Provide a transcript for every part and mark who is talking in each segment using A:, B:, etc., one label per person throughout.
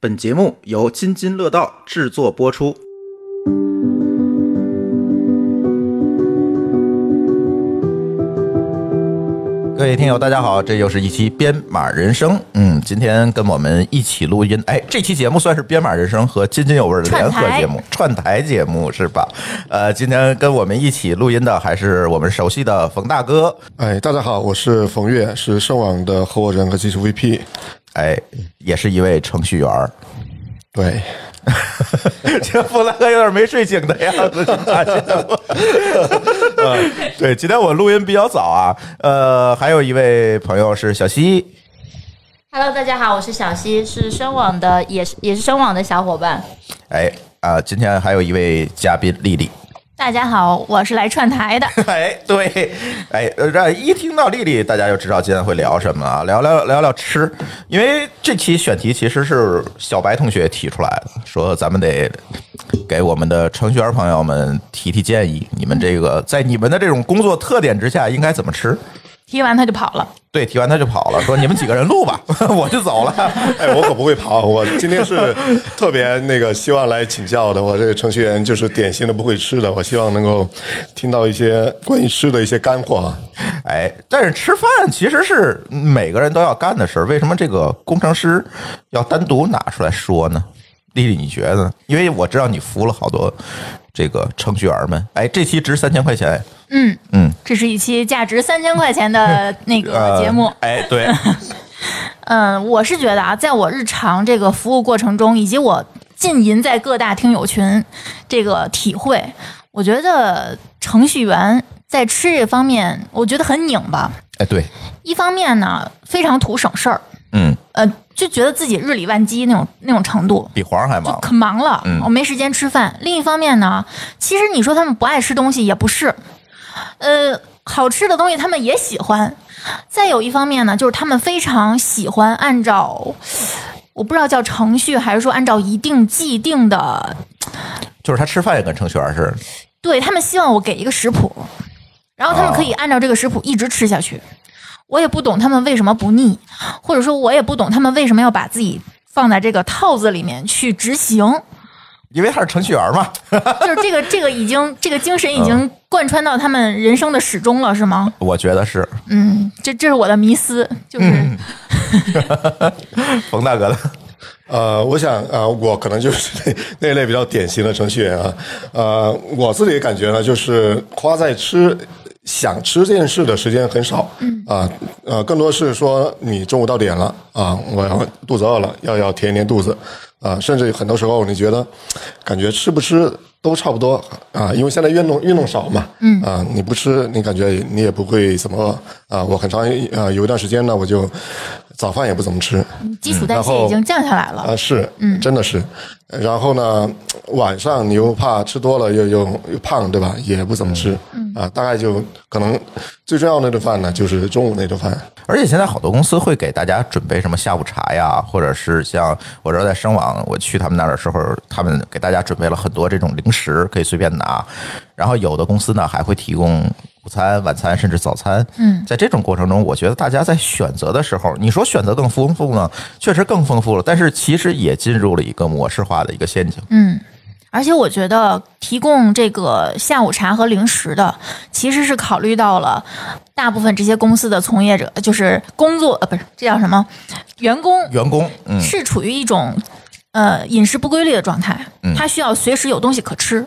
A: 本节目由津津乐道制作播出。各位听友，大家好，这又是一期《编码人生》。嗯，今天跟我们一起录音，哎，这期节目算是《编码人生》和津津有味儿的联合节目，串台节目是吧？呃，今天跟我们一起录音的还是我们熟悉的冯大哥。
B: 哎，大家好，我是冯越，是盛网的合伙人和技术 VP。
A: 哎，也是一位程序员儿。
B: 对，
A: 这弗兰克有点没睡醒的样子，你发现吗？嗯对，今天我录音比较早啊。呃，还有一位朋友是小西，
C: Hello，大家好，我是小溪，是声网的，也是也是声网的小伙伴。
A: 哎啊、今天还有一位嘉宾丽丽。
D: 大家好，我是来 串台的。
A: 哎，对，哎，呃这一听到丽丽，大家就知道今天会聊什么了，聊聊聊聊吃，因为这期选题其实是小白同学提出来的，说咱们得给我们的程序员朋友们提提建议，你们这个在你们的这种工作特点之下应该怎么吃。
D: 踢完他就跑了，
A: 对，提完他就跑了，说你们几个人录吧， 我就走了。
B: 哎，我可不会跑，我今天是特别那个希望来请教的。我这个程序员就是典型的不会吃的，我希望能够听到一些关于吃的一些干货啊。
A: 哎，但是吃饭其实是每个人都要干的事儿，为什么这个工程师要单独拿出来说呢？丽丽，你觉得呢？因为我知道你服了好多这个程序员们。哎，这期值三千块钱。
D: 这是一期价值三千块钱的那个节目。
A: 哎， 对，
D: 嗯，我是觉得啊，在我日常这个服务过程中，以及我浸淫在各大听友群这个体会，我觉得程序员在吃这方面，我觉得很拧巴。
A: 哎，对，
D: 一方面呢，非常图省事儿，
A: 嗯，
D: 呃，就觉得自己日理万机那种那种程度。
A: 比皇上还忙。
D: 可忙了，哦
A: 嗯
D: 我没时间吃饭。另一方面呢，其实你说他们不爱吃东西也不是，呃，好吃的东西他们也喜欢。再有一方面呢，就是他们非常喜欢按照，我不知道叫程序还是说按照一定既定的，
A: 就是他吃饭也跟程序员似的。
D: 对他们希望我给一个食谱，然后他们可以按照这个食谱一直吃下去。我也不懂他们为什么不腻，或者说我也不懂他们为什么要把自己放在这个套子里面去执行。
A: 因为他是程序员嘛，
D: 就是这个这个已经这个精神已经贯穿到他们人生的始终了，是吗？
A: 我觉得是
D: 嗯，这这是我的迷思，就是、
A: 冯大哥的。
B: 呃，我想，呃，我可能就是 那那类比较典型的程序员啊。呃，我自己的感觉呢，就是花在吃。想吃这件事的时间很少，嗯啊呃，更多是说你中午到点了啊，我要肚子饿了，要要填一填肚子啊，甚至很多时候你觉得感觉吃不吃都差不多啊，因为现在运动运动少嘛，嗯啊，你不吃你感觉你也不会怎么饿啊。我很长啊有一段时间呢，我就早饭也不怎么吃，
D: 基础代
B: 然后
D: 谢已经降下来了。
B: 啊，是，嗯，真的是。然后呢，晚上你又怕吃多了又又又胖，对吧？也不怎么吃，啊，大概就可能最重要的那顿饭呢，就是中午那顿饭。
A: 而且现在好多公司会给大家准备什么下午茶呀，或者是像我知道在声网，我去他们那儿的时候，他们给大家准备了很多这种零食，可以随便拿。然后有的公司呢还会提供午餐、晚餐甚至早餐。嗯，在这种过程中，我觉得大家在选择的时候，你说选择更丰富呢，确实更丰富了，但是其实也进入了一个模式化的一个陷阱。
D: 而且我觉得提供这个下午茶和零食的，其实是考虑到了大部分这些公司的从业者，就是工作呃不是这叫什么员工
A: 员工，嗯，
D: 是处于一种呃饮食不规律的状态，他需要随时有东西可吃，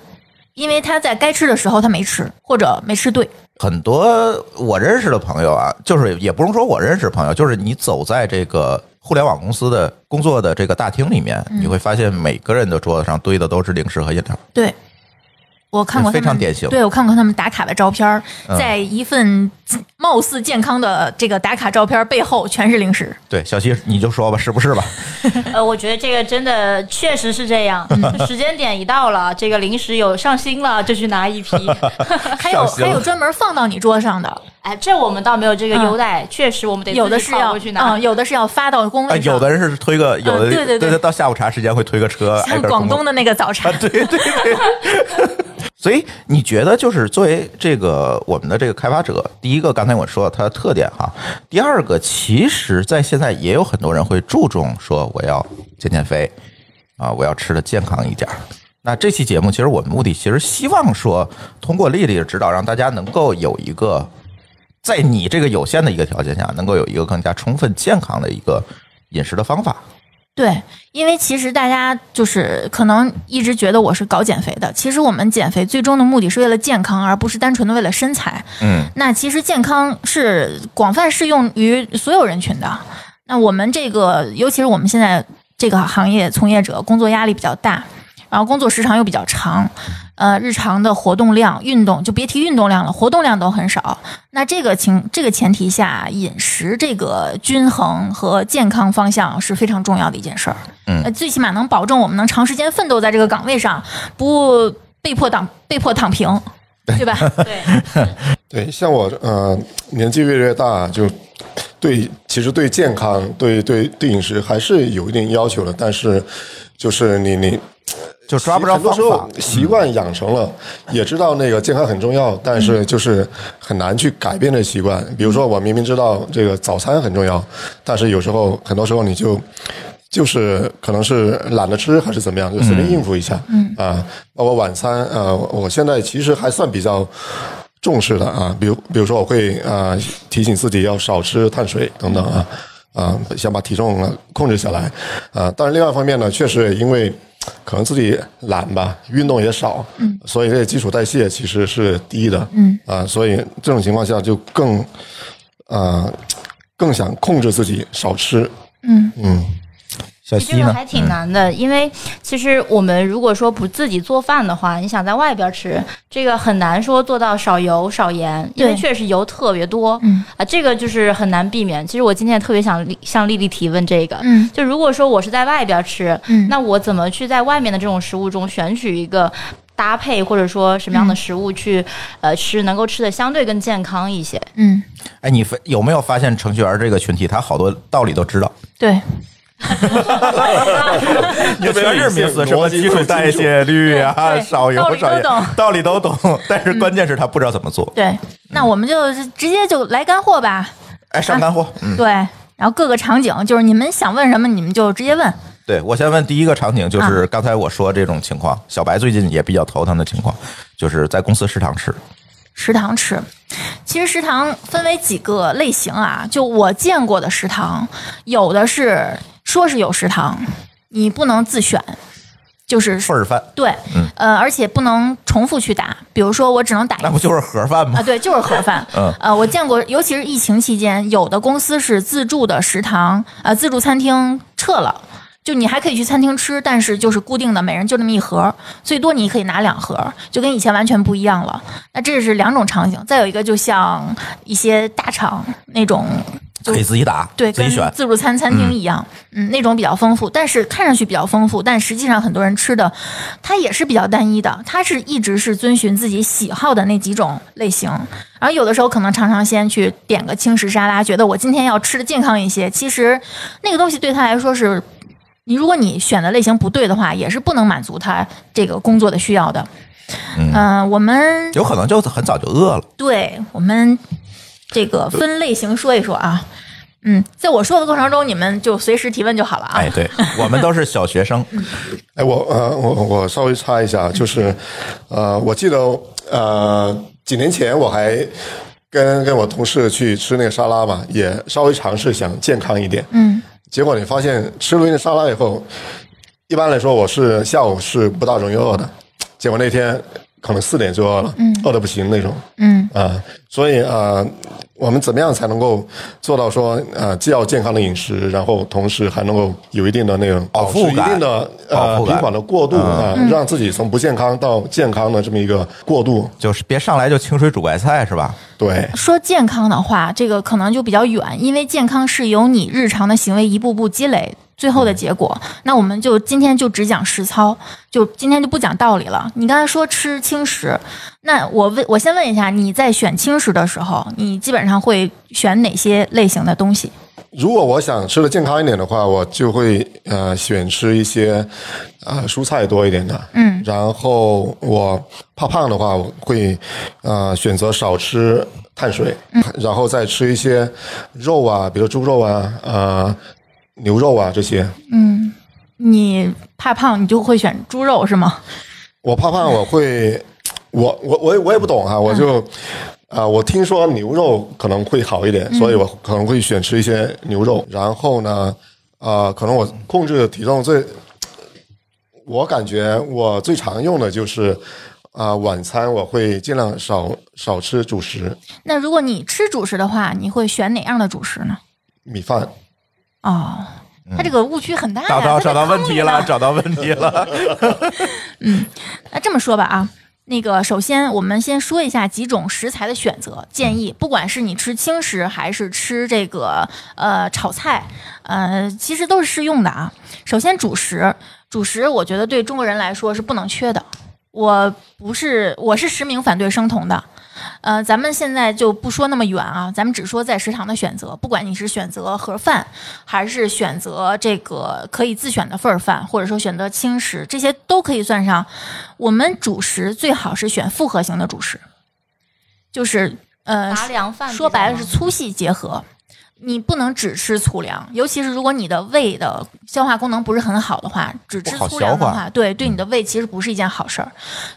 D: 因为他在该吃的时候他没吃或者没吃对。
A: 很多我认识的朋友啊，就是也不用说我认识朋友，就是你走在这个互联网公司的工作的这个大厅里面，
D: 嗯
A: 你会发现每个人的桌子上堆的都是零食和饮料。
D: 对，我看过他
A: 非
D: 们
A: 常典型嗯
D: 对我看过他们打卡的照片儿，在一份貌似健康的这个打卡照片儿背后，全是零食。
A: 对，小西你就说吧，是不是吧？
C: 呃，我觉得这个真的确实是这样，就时间点一到了，这个零食有上新了就去拿一批。
D: 还
A: 上
D: 有
A: 心了
D: 还有专门放到你桌上的，
C: 哎，这我们倒没有这个优待，确实我们得
D: 有的
C: 自己
D: 是
C: 跑
D: 要
C: 过去拿。
D: 嗯，有的是要发到工
A: 啊，
D: 位上，
A: 有的人是推个，有的、
D: 嗯对对对
A: 到下午茶时间会推个车，挨
D: 像
A: 个儿
D: 广
A: 公共
D: 东的那个早茶
A: 啊，， 对对对。所以你觉得，就是作为这个我们的这个开发者，第一个刚才我说了它的特点哈，第二个，其实在现在也有很多人会注重说我要减减肥啊，我要吃的健康一点儿。那这期节目其实我们目的其实希望说，通过丽丽的指导，让大家能够有一个在你这个有限的一个条件下，能够有一个更加充分健康的一个饮食的方法。
D: 对，因为其实大家就是可能一直觉得我是搞减肥的，其实我们减肥最终的目的是为了健康，而不是单纯的为了身材。
A: 嗯，
D: 那其实健康是广泛适用于所有人群的。那我们这个，尤其是我们现在这个行业从业者，工作压力比较大，然后工作时长又比较长，呃，日常的活动量、运动就别提运动量了，活动量都很少。那这个情这个前提下，饮食这个均衡和健康方向是非常重要的一件事儿。
A: 嗯
D: 呃，最起码能保证我们能长时间奋斗在这个岗位上，不被迫躺被迫躺平，对吧？
C: 对，
B: 对，像我呃，年纪越来越大，就对其实对健康、对对对饮食还是有一定要求的，但是就是你你
A: 就抓不着
B: 很多
A: 方
B: 时候
A: 法。嗯
B: 习惯养成了，也知道那个健康很重要，但是就是很难去改变这习惯。比如说，我明明知道这个早餐很重要，但是有时候很多时候你就。就是可能是懒得吃还是怎么样，就随便应付一下。嗯啊，包括晚餐，呃，我现在其实还算比较重视的啊，比如比如说我会啊、呃提醒自己要少吃碳水等等啊啊、想把体重呃控制下来啊、但是另外一方面呢，确实也因为可能自己懒吧，运动也少，嗯，所以这基础代谢其实是低的，嗯啊、所以这种情况下就更啊、呃更想控制自己少吃，
D: 嗯
B: 嗯。
A: 小
C: 这
A: 西
C: 个
A: 呃呢？
C: 还挺难的，因为其实我们如果说不自己做饭的话，你想在外边吃，这个很难说做到少油少盐，因为
D: 对
C: 确实油特别多，
D: 嗯
C: 啊，这个就是很难避免。其实我今天也特别想立向丽丽提问这个，
D: 嗯
C: 就如果说我是在外边吃，
D: 嗯
C: 那我怎么去在外面的这种食物中选取一个搭配，或者说什么
D: 嗯
C: 样的食物去、呃吃，能够吃的相对更健康一 些？
D: 嗯，
A: 哎，你发有没有发现程序员这个群体，他好多道理都知 道，
D: 对。
A: 有全是名词，什么基础代谢率啊、
D: 对
A: 少油
D: 道理都
A: 少盐
D: 懂，嗯
A: 道理都 懂，但是关键是他不知道怎么做。
D: 对，那我们就直接就来干货吧。
A: 哎，上干货，嗯，
D: 对，然后各个场景就是你们想问什么，你们就直接问。
A: 对我先问第一个场景，
D: 啊
A: 就是刚才我说这种情况，小白最近也比较头疼的情况，就是在公司食堂吃，
D: 食堂吃，其实食堂分为几个类型啊。就我见过的食堂，有的是说是有食堂，你不能自选，就是
A: 份儿饭，
D: 对，呃，而且不能重复去打。比如说，我只能打一
A: 那不就是盒饭吗
D: 啊，？对，就是盒饭。
A: 嗯
D: 呃，我见过，尤其是疫情期间，有的公司是自助的食堂，呃，自助餐厅撤了。就你还可以去餐厅吃，但是就是固定的，每人就那么一盒，最多你可以拿两盒，就跟以前完全不一样了。那这是两种场景，再有一个就像一些大厂那种，
A: 可以自己打，
D: 对，
A: 自己
D: 跟
A: 选。
D: 自助餐餐厅一样，嗯那种比较丰富，但是看上去比较丰富，但实际上很多人吃的它也是比较单一的，它是一直是遵循自己喜好的那几种类型。然后有的时候可能常常先去点个轻食沙拉，觉得我今天要吃的健康一些，其实那个东西对他来说是。你如果你选的类型不对的话，也是不能满足他这个工作的需要的。嗯、我们
A: 有可能就很早就饿了，
D: 对我们这个分类型说一说啊。嗯，在我说的过程中，你们就随时提问就好了啊。
A: 哎，对 我们都是小学生，
B: 哎，我呃，我我稍微插一下，就是，呃，我记得呃，几年前我还跟跟我同事去吃那个沙拉嘛，也稍微尝试想健康一点，
D: 嗯，
B: 结果你发现吃了那个沙拉以后，一般来说我是下午是不大容易饿的，结果那天可能四点就饿了，饿的不行那种，
D: 嗯
B: 啊、所以啊、呃我们怎么样才能够做到说啊、呃既要健康的饮食，然后同时还能够有一定的那种
A: 饱腹
B: 保持一
A: 感
B: 定的
A: 饱
B: 呃
A: 腹感
B: 平缓的过渡啊、让自己从不健康到健康的这么一个过渡。
A: 就是别上来就清水煮白菜是吧？
B: 对，
D: 说健康的话，这个可能就比较远，因为健康是由你日常的行为一步步积累最后的结果。那我们就今天就只讲实操，就今天就不讲道理了。你刚才说吃轻食，那我问，我先问一下，你在选轻食的时候，你基本上会选哪些类型的东西？
B: 如果我想吃的健康一点的话，我就会呃选吃一些呃蔬菜多一点的，嗯，然后我怕胖的话，我会呃选择少吃碳水，然后再吃一些肉啊，比如猪肉啊，呃牛肉啊这些。
D: 嗯你怕胖，你就会选猪肉是吗？
B: 我怕胖，我会，我我我也我也不懂啊，我就。啊、我听说牛肉可能会好一点，所以我可能会选吃一些牛肉。然后呢，啊，可能我控制体重最，我感觉我最常用的就是，啊、晚餐我会尽量少少吃主食、
D: 那如果你吃主食的话，你会选哪样的主食呢？
B: 米饭。
D: 哦，它这个误区哎很大呀。
A: 嗯找到
D: 它在
A: 找到问
D: 汤里
A: 题
D: 呢
A: 了，找到问题了。
D: 那这么说吧啊，那个首先我们先说一下几种食材的选择建议，不管是你吃轻食还是吃这个呃炒菜，呃，其实都是适用的啊。首先主食，主食我觉得对中国人来说是不能缺的。我不是，我是实名反对生酮的。呃，咱们现在就不说那么远啊，咱们只说在食堂的选择，不管你是选择盒饭，还是选择这个可以自选的份儿饭，或者说选择轻食，这些都可以算上。我们主食最好是选复合型的主食，就是呃，
C: 杂粮饭
D: 说白了
C: 这
D: 是
C: 种吗
D: 粗细结合。你不能只吃粗粮，尤其是如果你的胃的消化功能不是很好的话，只吃
A: 不好
D: 粗粮的
A: 消化嗯
D: 话，对对你的胃其实不是一件好事儿。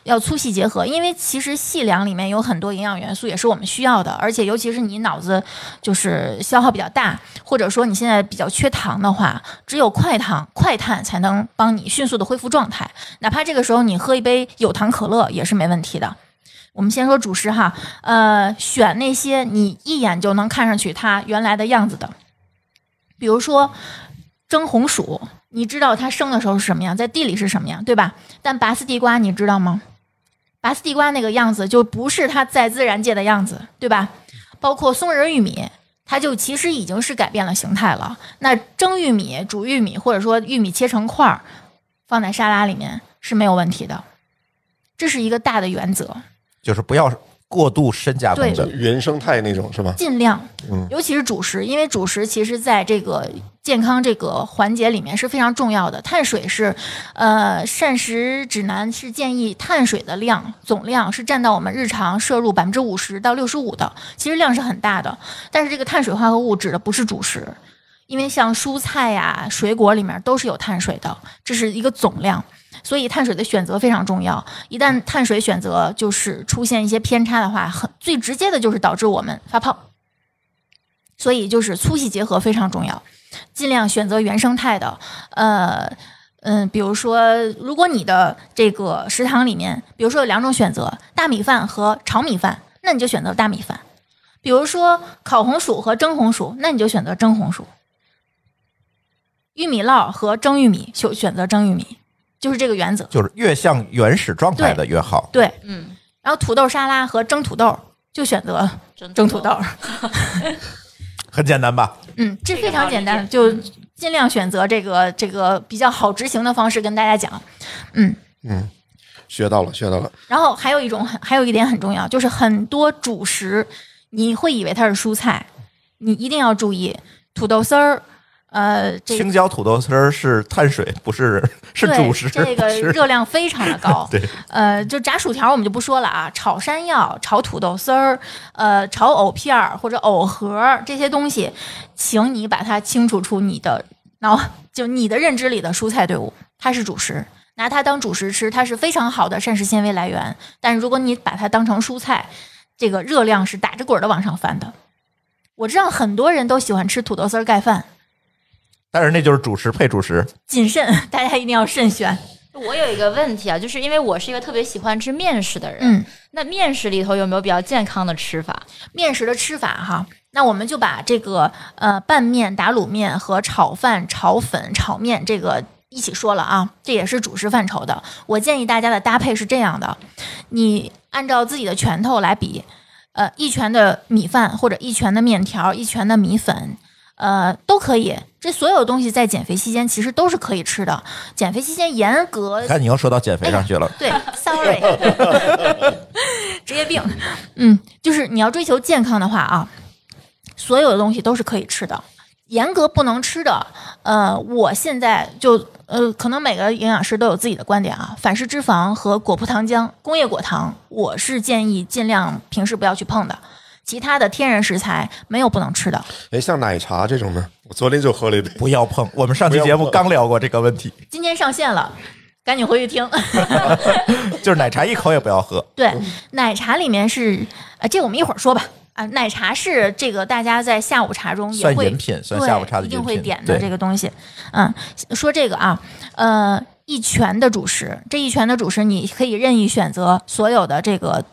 D: 要粗细结合，因为其实细粮里面有很多营养元素，也是我们需要的。而且尤其是你脑子就是消耗比较大，或者说你现在比较缺糖的话，只有快糖、快碳才能帮你迅速的恢复状态。哪怕这个时候你喝一杯有糖可乐也是没问题的。我们先说主食哈，呃，选那些你一眼就能看上去它原来的样子的，比如说蒸红薯，你知道它生的时候是什么样，在地里是什么样，对吧？但拔丝地瓜你知道吗？拔丝地瓜那个样子就不是它在自然界的样子，对吧？包括松仁玉米，它就其实已经是改变了形态了。那蒸玉米、煮玉米，或者说玉米切成块儿，放在沙拉里面是没有问题的。这是一个大的原则，
A: 就是不要过度深加工
B: 就
A: 的。
B: 原生态那种是吧？
D: 尽量，尤其是主食，因为主食其实在这个健康这个环节里面是非常重要的。碳水是，呃，膳食指南是建议碳水的量总量是占到我们日常摄入百分之五十到六十五的，其实量是很大的。但是这个碳水化合物指的不是主食，因为像蔬菜呀、水果里面都是有碳水的，这是一个总量。所以碳水的选择非常重要。一旦碳水选择就是出现一些偏差的话，很最直接的就是导致我们发胖。所以就是粗细结合非常重要，尽量选择原生态的，呃。嗯，比如说，如果你的这个食堂里面，比如说有两种选择，大米饭和炒米饭，那你就选择大米饭；比如说烤红薯和蒸红薯，那你就选择蒸红薯；玉米烙和蒸玉米，就选择蒸玉米，就是这个原则。
A: 就是越像原始状态的越好，
D: 对，
C: 嗯，
D: 然后土豆沙拉和蒸土豆就选择蒸土豆，
A: 很简单吧？
D: 嗯，
C: 这
D: 这
C: 个
D: 非常
C: 好理
D: 简单，
C: 解
D: 就尽量选择这个这个比较好执行的方式跟大家讲。
B: 学到了，学到了。
D: 然后还有一种，还有一点很重要，就是很多主食你会以为它是蔬菜，你一定要注意土豆丝儿，呃，这
A: 青椒土豆丝儿是碳水，不是是
D: 对
A: 主食，
D: 这
A: 不
D: 个
A: 是。
D: 热量非常的高
A: 对，
D: 呃，就炸薯条我们就不说了啊，炒山药、炒土豆丝儿、呃，炒藕片儿或者藕盒儿这些东西，请你把它清除出你的脑，就你的认知里的蔬菜队伍，它是主食。拿它当主食吃，它是非常好的膳食纤维来源。但如果你把它当成蔬菜，这个热量是打着滚儿的往上翻的。我知道很多人都喜欢吃土豆丝儿盖饭，
A: 但是那就是主
D: 呃
A: 食配主食，
D: 谨慎， 大家一定要慎选。
C: 我有一个问题啊，就是因为我是一个特别喜欢吃面食的人，
D: 嗯，
C: 那面食里头有没有比较健康的吃法？
D: 面食的吃法哈，那我们就把这个呃拌面、打卤面和炒饭、炒粉、炒面这个一起说了啊，这也是主食范畴的。我建议大家的搭配是这样的：你按照自己的拳头来比，呃，一拳的米饭或者一拳的面条，一拳的米粉，呃，都可以。这所有东西在减肥期间其实都是可以吃的。减肥期间严格
A: 看你又说到减肥上去 了，
D: 对，sorry，职业病。嗯，就是你要追求健康的话啊，所有的东西都是可以吃的，严格不能吃的。呃，我现在就呃，可能每个营养师都有自己的观点啊。反式脂肪和果葡糖浆、工业果糖，我是建议尽量平时不要去碰的。其他的天然食材没有不能吃的。
B: 哎，像奶茶这种呢，我昨天就喝了一杯。
A: 不要碰。我们上期节目刚聊过这个问题，
D: 今天上线了，赶紧回去听。
A: 就是奶茶一口也不要喝。
D: 对，奶茶里面是，呃，这个我们一会儿说吧。啊，奶茶是这个大家在下午茶中也
A: 算
D: 会
A: 饮品算
D: 对
A: 下午茶的
D: 一定
A: 饮
D: 会
A: 品
D: 点的
A: 对
D: 这个东西。嗯，说这个啊，呃，一拳的主食，这一拳的主食你可以任意选择所有的这个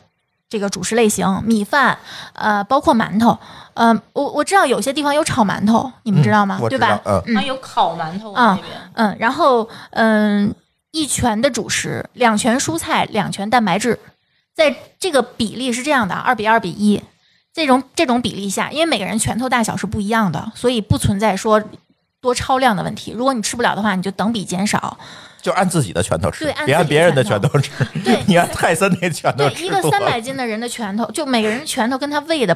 D: 这个主食类型，米饭，呃，包括馒头。呃，我我知道有些地方有炒馒头，你们知道吗？
A: 我
D: 对
A: 知
D: 吧
A: 道，？嗯，
D: 嗯
C: 然后有烤馒头
D: 啊
C: 那边，
D: 嗯，然后嗯，一拳的主食，两拳蔬菜，两拳蛋白质，在这个比例是这样的，啊二比二比一，这种这种比例下，因为每个人拳头大小是不一样的，所以不存在说多超量的问题。如果你吃不了的话，你就等比减少。
A: 就按自己的拳头吃
D: 对，按
A: 别按
D: 自己的
A: 别人的拳
D: 拳
A: 头吃。
D: 对
A: 你按泰森那拳头
D: 对，
A: 吃
D: 一个
A: 多
D: 三
A: 了
D: 百斤的人的拳头，就每个人拳头跟他胃的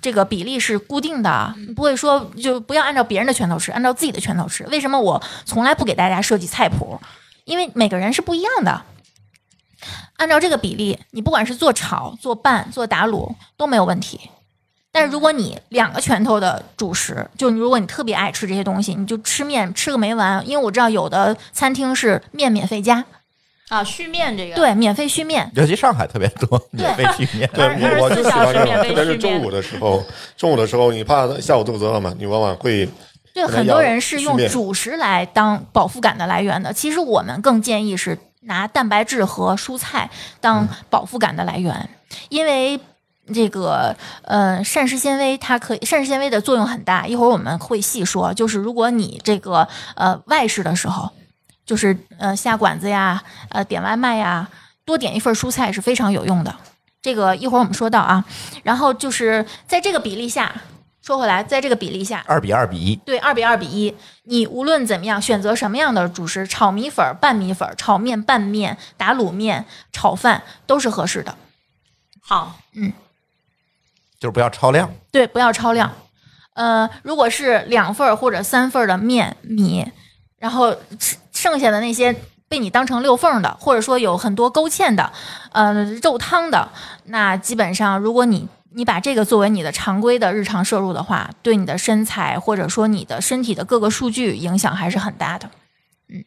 D: 这个比例是固定的，不会说就不要按照别人的拳头吃，按照自己的拳头吃。为什么我从来不给大家设计菜谱？因为每个人是不一样的。按照这个比例，你不管是做炒、做拌、做打卤都没有问题。但是如果你两个拳头的主食，就你如果你特别爱吃这些东西，你就吃面吃个没完。因为我知道有的餐厅是面免费加，
C: 啊，续面这个，
D: 对，免费续面。
A: 尤其上海特别多免费体面。
B: 对，
C: 二
B: 我我
C: 二十
B: 就
C: 四
B: 喜
C: 小
B: 欢
C: 时
B: 这种
C: 免，费
B: 特别
C: 续
B: 是中
C: 面
B: 午的时候，中午的时候你怕下午肚子饿嘛，你往 往会
D: 对，
B: 可能
D: 很
B: 要
D: 多人是
B: 训
D: 用
B: 练
D: 主食来当饱腹感的来源的。其实我们更建议是拿蛋白质和蔬菜
B: 嗯
D: 当饱腹感的来源，因为这个呃膳食纤维它可以膳食纤维的作用很大，一会儿我们会细说。就是如果你这个呃外食的时候，就是呃下馆子呀，呃点外卖呀，多点一份蔬菜是非常有用的。这个一会儿我们说到啊，然后就是在这个比例下，说回来，在这个比例下，
A: 二比二比一，
D: 对，二比二比一。你无论怎么样选择什么样的主食，炒米粉儿、拌米粉儿、炒面、拌面、打卤面、炒饭都是合适的。
C: 好，
A: 就是不要超量。
D: 对，不要超量。呃，如果是两份儿或者三份儿的面米，然后吃剩下的那些被你当成六缝儿的，或者说有很多勾芡的，呃，肉汤的，那基本上如果你你把这个作为你的常规的日常摄入的话，对你的身材或者说你的身体的各个数据影响还是很大的。嗯，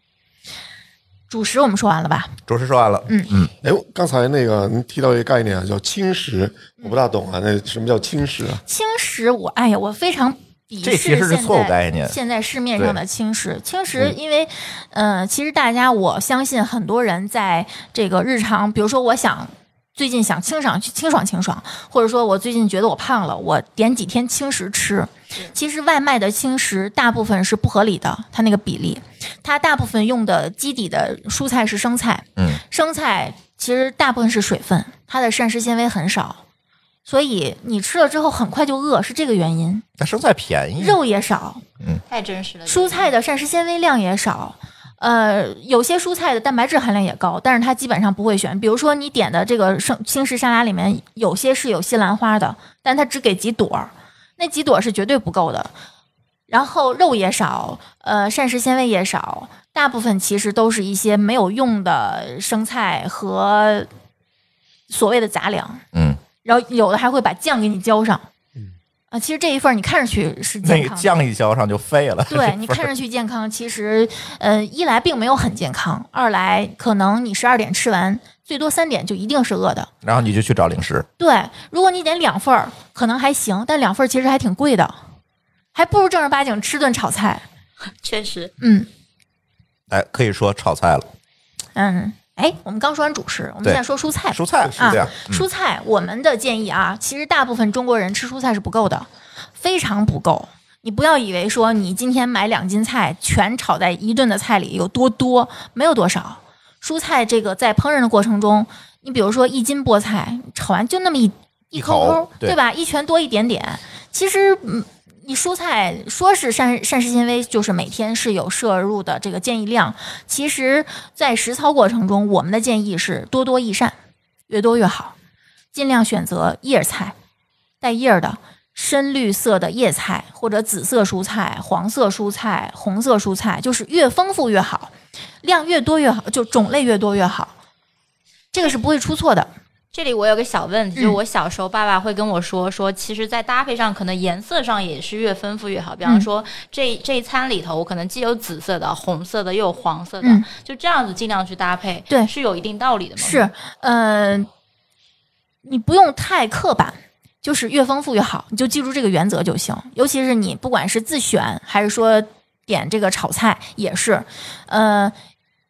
D: 主食我们说完了吧？
A: 主持说完了，
B: 哎，我刚才那个您提到一个概念啊，叫轻食，我不大懂啊，那什么叫轻食啊？
D: 轻食我，哎呀，我非常鄙
A: 这
D: 视
A: 其
D: 现
A: 实
D: 在
A: 是错误概念
D: 现在市面上的轻食，轻食，因为，呃，其实大家我相信很多人在这个日常，比如说我想。最近想清爽清爽清爽，或者说我最近觉得我胖了，我点几天轻食吃。其实外卖的轻食大部分是不合理的，它那个比例，它大部分用的基底的蔬菜是生菜，
A: 嗯，
D: 生菜其实大部分是水分，它的膳食纤维很少，所以你吃了之后很快就饿，是这个原因。
A: 那生菜便宜，
D: 肉也少，
C: 太真实了。
D: 蔬菜的膳食纤维量也少。呃，有些蔬菜的蛋白质含量也高，但是它基本上不会选。比如说你点的这个生轻食沙拉里面，有些是有西兰花的，但它只给几朵儿，那几朵儿是绝对不够的。然后肉也少，呃，膳食纤维也少，大部分其实都是一些没有用的生菜和所谓的杂粮。
A: 嗯，
D: 然后有的还会把酱给你浇上。啊，其实这一份儿你看上去是健
A: 那
D: 康
A: 个
D: 的
A: 酱一浇上就废了。
D: 对你看上去健康，其实呃，一来并没有很健康，二来可能你十二点吃完，最多三点就一定是饿的。
A: 然后你就去找零食，
D: 对，如果你点两份儿，可能还行，但两份儿其实还挺贵的，还不如正儿八经吃顿炒菜。
C: 确实，
D: 嗯
A: 哎，可以说炒菜了，
D: 嗯，哎，我们刚说完主食，我们
A: 对
D: 现在说蔬菜吧。
A: 蔬菜是这样嗯
D: 啊。，蔬菜，我们的建议啊，其实大部分中国人吃蔬菜是不够的，非常不够。你不要以为说你今天买两斤菜，全炒在一顿的菜里有多多，没有多少。蔬菜这个在烹饪的过程中，你比如说一斤菠菜，炒完就那么一一
A: 一
D: 抠
A: 口
D: 抠，
A: 对
D: 对吧？一拳多一点点，其实嗯。一蔬菜说是膳膳食纤维，就是每天是有摄入的这个建议量。其实，在实操过程中，我们的建议是多多益善，越多越好，尽量选择叶菜，带叶儿的。深绿色的叶菜，或者紫色蔬菜、黄色蔬菜、红色蔬菜，就是越丰富越好，量越多越好，就种类越多越好，这个是不会出错的。
C: 这里我有个小问
D: 嗯
C: 题，就是我小时候爸爸会跟我说，说其实，在搭配上，可能颜色上也是越丰富越好。比
D: 嗯
C: 方说，这这一餐里头，我可能既有紫色的、红色的，又有黄色的，
D: 嗯
C: 就这样子尽量去搭配，
D: 对
C: 是有一定道理的嘛。
D: 是，嗯、你不用太刻板，就是越丰富越好，你就记住这个原则就行。尤其是你不管是自选还是说点这个炒菜，也是，呃，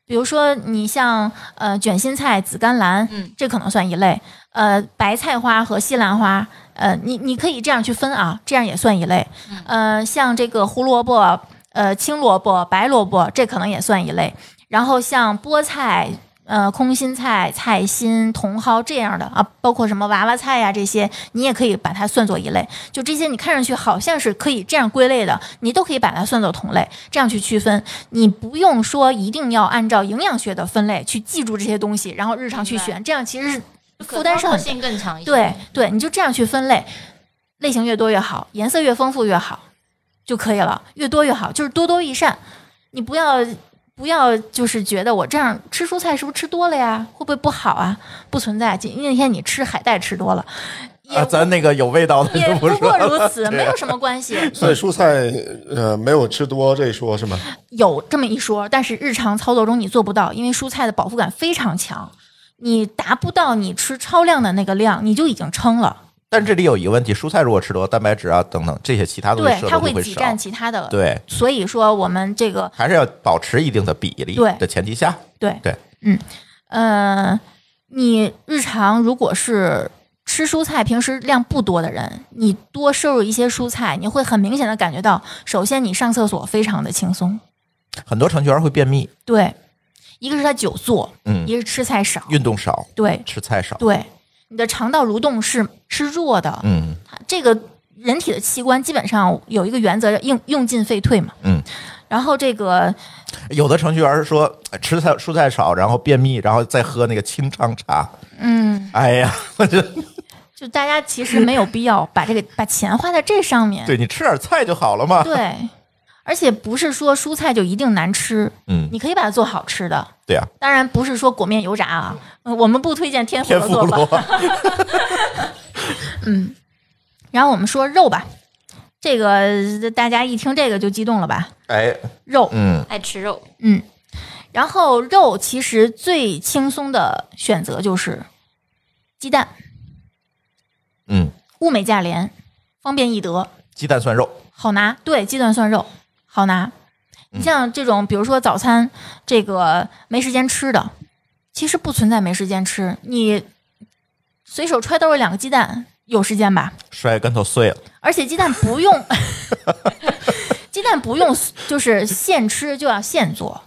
D: 比如说你像呃卷心菜、紫甘蓝，
C: 嗯
D: 这可能算一类，呃，白菜花和西兰花。呃，你你可以这样去分啊，这样也算一类。
C: 嗯
D: 呃，像这个胡萝卜、呃青萝卜、白萝卜，这可能也算一类。然后像菠菜、呃空心菜、菜心、茼蒿这样的啊，包括什么娃娃菜呀、这些，你也可以把它算作一类。就这些你看上去好像是可以这样归类的，你都可以把它算作同类，这样去区分。你不用说一定要按照营养学的分类去记住这些东西，然后日常去
C: 明白
D: 选，这样其实是
C: 就可
D: 负担是
C: 操作
D: 很
C: 性更强一些。
D: 对对，你就这样去分类，类型越多越好，颜色越丰富越好就可以了，越多越好，就是多多益善。你不要不要就是觉得我这样吃蔬菜是不是吃多了呀？会不会不好啊？不存在，今那天你吃海带吃多了，也、
A: 啊，咱那个有味道的
D: 也
A: 就
D: 不
A: 不说
D: 过如
A: 了。
D: 此，没有什么关系。
B: 所以蔬菜呃没有吃多这一说是吗？
D: 有这么一说，但是日常操作中你做不到，因为蔬菜的饱腹感非常强，你达不到你吃超量的那个量，你就已经撑了。
A: 但这里有一个问题，蔬菜如果吃多，蛋白质啊等等这些其他东西
D: 对
A: 摄，
D: 它
A: 入就会
D: 挤
A: 少。
D: 占其他的
A: 对，
D: 所以说我们这个
A: 还是要保持一定的比例
D: 对
A: 的前提下，
D: 对
A: 对，
D: 嗯，呃，你日常如果是吃蔬菜，平时量不多的人，你多摄入一些蔬菜，你会很明显的感觉到，首先你上厕所非常的轻松，
A: 很多程序员会便秘，
D: 对，一个是他久坐，
A: 嗯
D: 一个是吃菜少，
A: 运动少，
D: 对
A: 吃菜少，
D: 对，你的肠道蠕动是是弱的，
A: 嗯
D: 这个人体的器官基本上有一个原则，用用进废退嘛，
A: 嗯。
D: 然后这个
A: 有的程序员说哎吃菜蔬菜少，然后便秘，然后再喝那个清汤茶。
D: 嗯，
A: 哎呀，我觉得
D: 就大家其实没有必要把这个把钱花在这上面，
A: 对你吃点菜就好了嘛。
D: 对，而且不是说蔬菜就一定难吃，
A: 嗯
D: 你可以把它做好吃的。
A: 对啊，
D: 当然不是说裹面油炸啊，呃我们不推荐天妇
A: 天
D: 罗
A: 妇
D: 做法。
A: 罗，
D: 然后我们说肉吧，这个大家一听这个就激动了吧？
A: 哎，
D: 肉，
A: 嗯，
C: 爱吃肉，
D: 嗯，然后肉其实最轻松的选择就是鸡蛋，
A: 嗯，
D: 物美价廉，方便易得。
A: 鸡蛋涮肉，
D: 好拿，对，鸡蛋涮肉好拿。
A: 嗯
D: 你像这种，比如说早餐这个没时间吃的，其实不存在没时间吃，你随手揣兜里两个鸡蛋，有时间吧？
A: 摔跟头碎了。
D: 而且鸡蛋不用， 鸡蛋不用，就是现吃就要现做。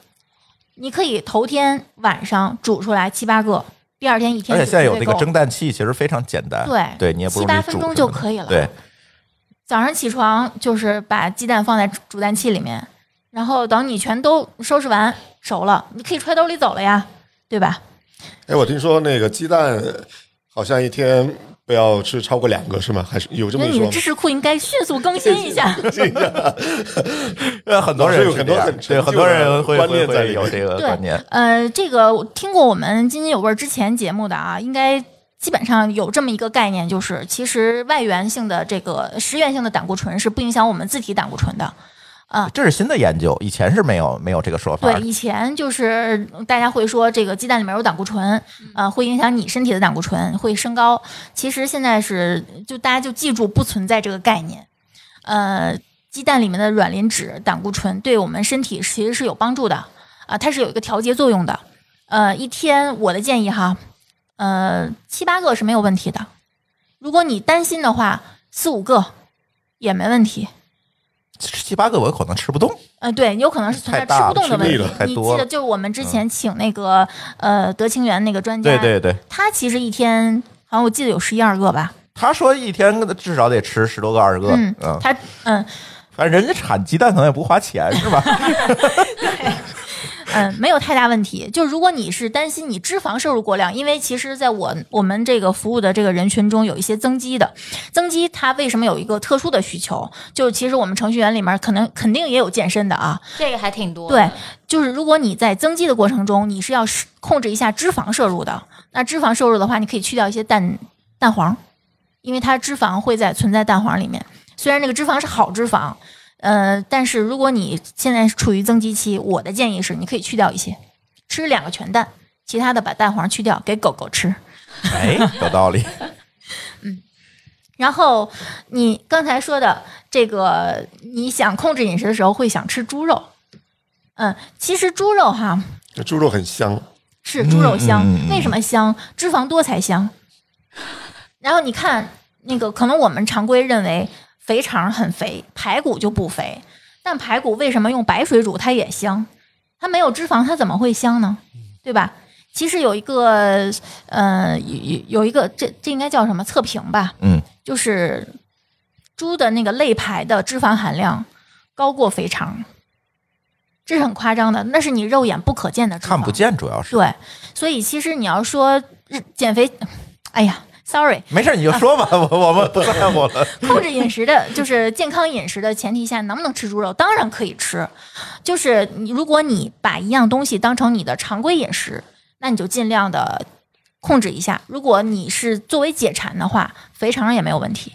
D: 你可以头天晚上煮出来七八个，第二天一
A: 而
D: 天
A: 且
D: 就
A: 现在有
D: 绝
A: 那
D: 对
A: 个
D: 够
A: 蒸蛋器，其实非常简单。
D: 对
A: 对你也不
D: 七
A: 用你
D: 八
A: 煮
D: 分钟
A: 什
D: 就
A: 么的
D: 可以了。
A: 对，
D: 早上起床就是把鸡蛋放在煮蛋器里面，然后等你全都收拾完熟了，你可以揣兜里走了呀，对吧？
B: 哎，我听说那个鸡蛋好像一天不要吃超过两个是吗？还是有这么
D: 那
B: 一
D: 你
B: 说
D: 的
C: 嗯
B: 吗
D: 知？识库应该迅速更新一下。
A: 呃，很多
B: 老师
A: 人
B: 有
A: 是
B: 很
A: 这
B: 多
A: 样
B: 很陈
A: 对很多
B: 旧的
A: 人会
B: 观
A: 会
B: 念在
A: 会
B: 里
A: 有
B: 面
A: 这个
D: 对
A: 观念。，
D: 呃，这个我听过我们津津有味儿之前节目的啊，应该基本上有这么一个概念，就是其实外源性的这个食源性的胆固醇是不影响我们自体胆固醇的。
A: 这是新的研究，以前是没有没有这个说法
D: 啊对，。以前就是大家会说这个鸡蛋里面有胆固醇，呃，会影响你身体的胆固醇会升高。其实现在是就大家就记住不存在这个概念，呃，鸡蛋里面的卵磷脂、胆固醇对我们身体其实是有帮助的啊、它是有一个调节作用的。呃，一天我的建议哈，呃，七八个是没有问题的。如果你担心的话，四五个也没问题。
A: 吃七八个我可能吃不动。
D: 呃，对，有可能是存在
A: 太大
D: 吃
A: 了
D: 不动的
B: 吃
D: 问
B: 腻
D: 题
B: 了。
A: 太
D: 你
A: 多
D: 记得
A: 了嗯
D: 就是我们之前请那个、呃德清源那个专家，
A: 对对对，
D: 他其实一天好像我记得有十一二个吧，
A: 他说一天至少得吃十多个、二十个，
D: 嗯
A: 嗯，，
D: 他嗯
A: 反正人家产鸡蛋可能也不花钱，是吧？
D: 嗯，没有太大问题。就如果你是担心你脂肪摄入过量，因为其实在我我们这个服务的这个人群中有一些增肌的，增肌它为什么有一个特殊的需求？就是其实我们程序员里面可能肯定也有健身的啊，
C: 这个还挺多的。
D: 对，就是如果你在增肌的过程中，你是要是控制一下脂肪摄入的。那脂肪摄入的话，你可以去掉一些蛋蛋黄，因为它脂肪会在存在蛋黄里面。虽然这个脂肪是好脂肪，呃，但是如果你现在是处于增肌期，我的建议是你可以去掉一些，吃两个全蛋，其他的把蛋黄去掉给狗狗吃。
A: 哎，有道理。
D: 然后你刚才说的这个，你想控制饮食的时候会想吃猪肉，嗯，其实猪肉哈，
B: 这猪肉很香，
D: 是猪肉香，
A: 嗯嗯嗯
D: 为什么香？脂肪多才香。然后你看那个，可能我们常规认为肥肠很肥，排骨就不肥，但排骨为什么用白水煮它也香？它没有脂肪，它怎么会香呢？
A: 嗯
D: 对吧？其实有一个，呃，有有有一个，这这应该叫什么测评吧？
A: 嗯，
D: 就是猪的那个肋排的脂肪含量高过肥肠，这是很夸张的，那是你肉眼不可见的脂肪，
A: 看不见主要是。
D: 对，所以其实你要说日减肥，哎呀，sorry，
A: 没事，你就说吧，我我们不在乎了。
D: 控制饮食的，就是健康饮食的前提下，能不能吃猪肉？当然可以吃，就是你如果你把一样东西当成你的常规饮食，那你就尽量的控制一下。如果你是作为解馋的话，肥肠也没有问题。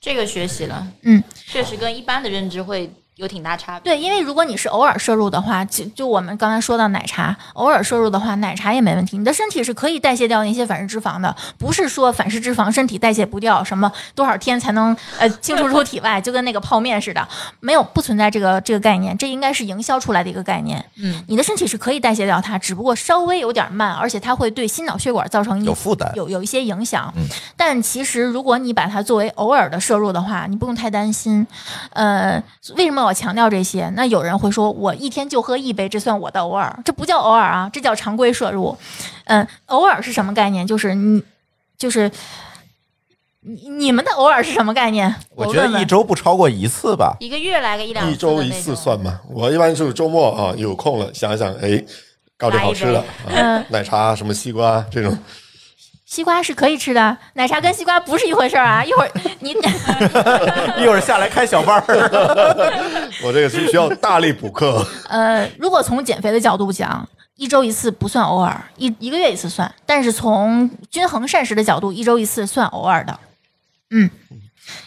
C: 这个学习了，
D: 嗯，
C: 确实跟一般的认知会有挺大差别。
D: 对，因为如果你是偶尔摄入的话，就就我们刚才说到奶茶，偶尔摄入的话，奶茶也没问题。你的身体是可以代谢掉那些反式脂肪的，不是说反式脂肪身体代谢不掉，什么多少天才能呃清除出体外，就跟那个泡面似的，没有不存在这个这个概念，这应该是营销出来的一个概念。
C: 嗯，
D: 你的身体是可以代谢掉它，只不过稍微有点慢，而且它会对心脑血管造成一
A: 有负担
D: 有有一些影响。
A: 嗯
D: 但其实如果你把它作为偶尔的摄入的话，你不用太担心。呃，为什么我强调这些？那有人会说，我一天就喝一杯，这算我的偶尔？这不叫偶尔啊，这叫常规摄入。嗯、偶尔是什么概念？就是你，就是你你们的偶尔是什么概念？
A: 我觉
D: 问
A: 得
D: 问
A: 一周不超过一次吧。
C: 一个月来个一两次
B: 一周
C: 的
B: 一
C: 那
B: 次
C: 种
B: 算吧。我一般就是周末啊，有空了想一想，哎，搞点好吃的啊
D: 嗯，
B: 奶茶什么西瓜这种。
D: 西瓜是可以吃的，奶茶跟西瓜不是一回事儿啊！一会儿 你
A: 一会儿下来开小班儿，
B: 我这个是需要大力补课，
D: 呃，如果从减肥的角度讲，一周一次不算偶尔，一一个月一次算。但是从均衡膳食的角度，一周一次算偶尔的。嗯，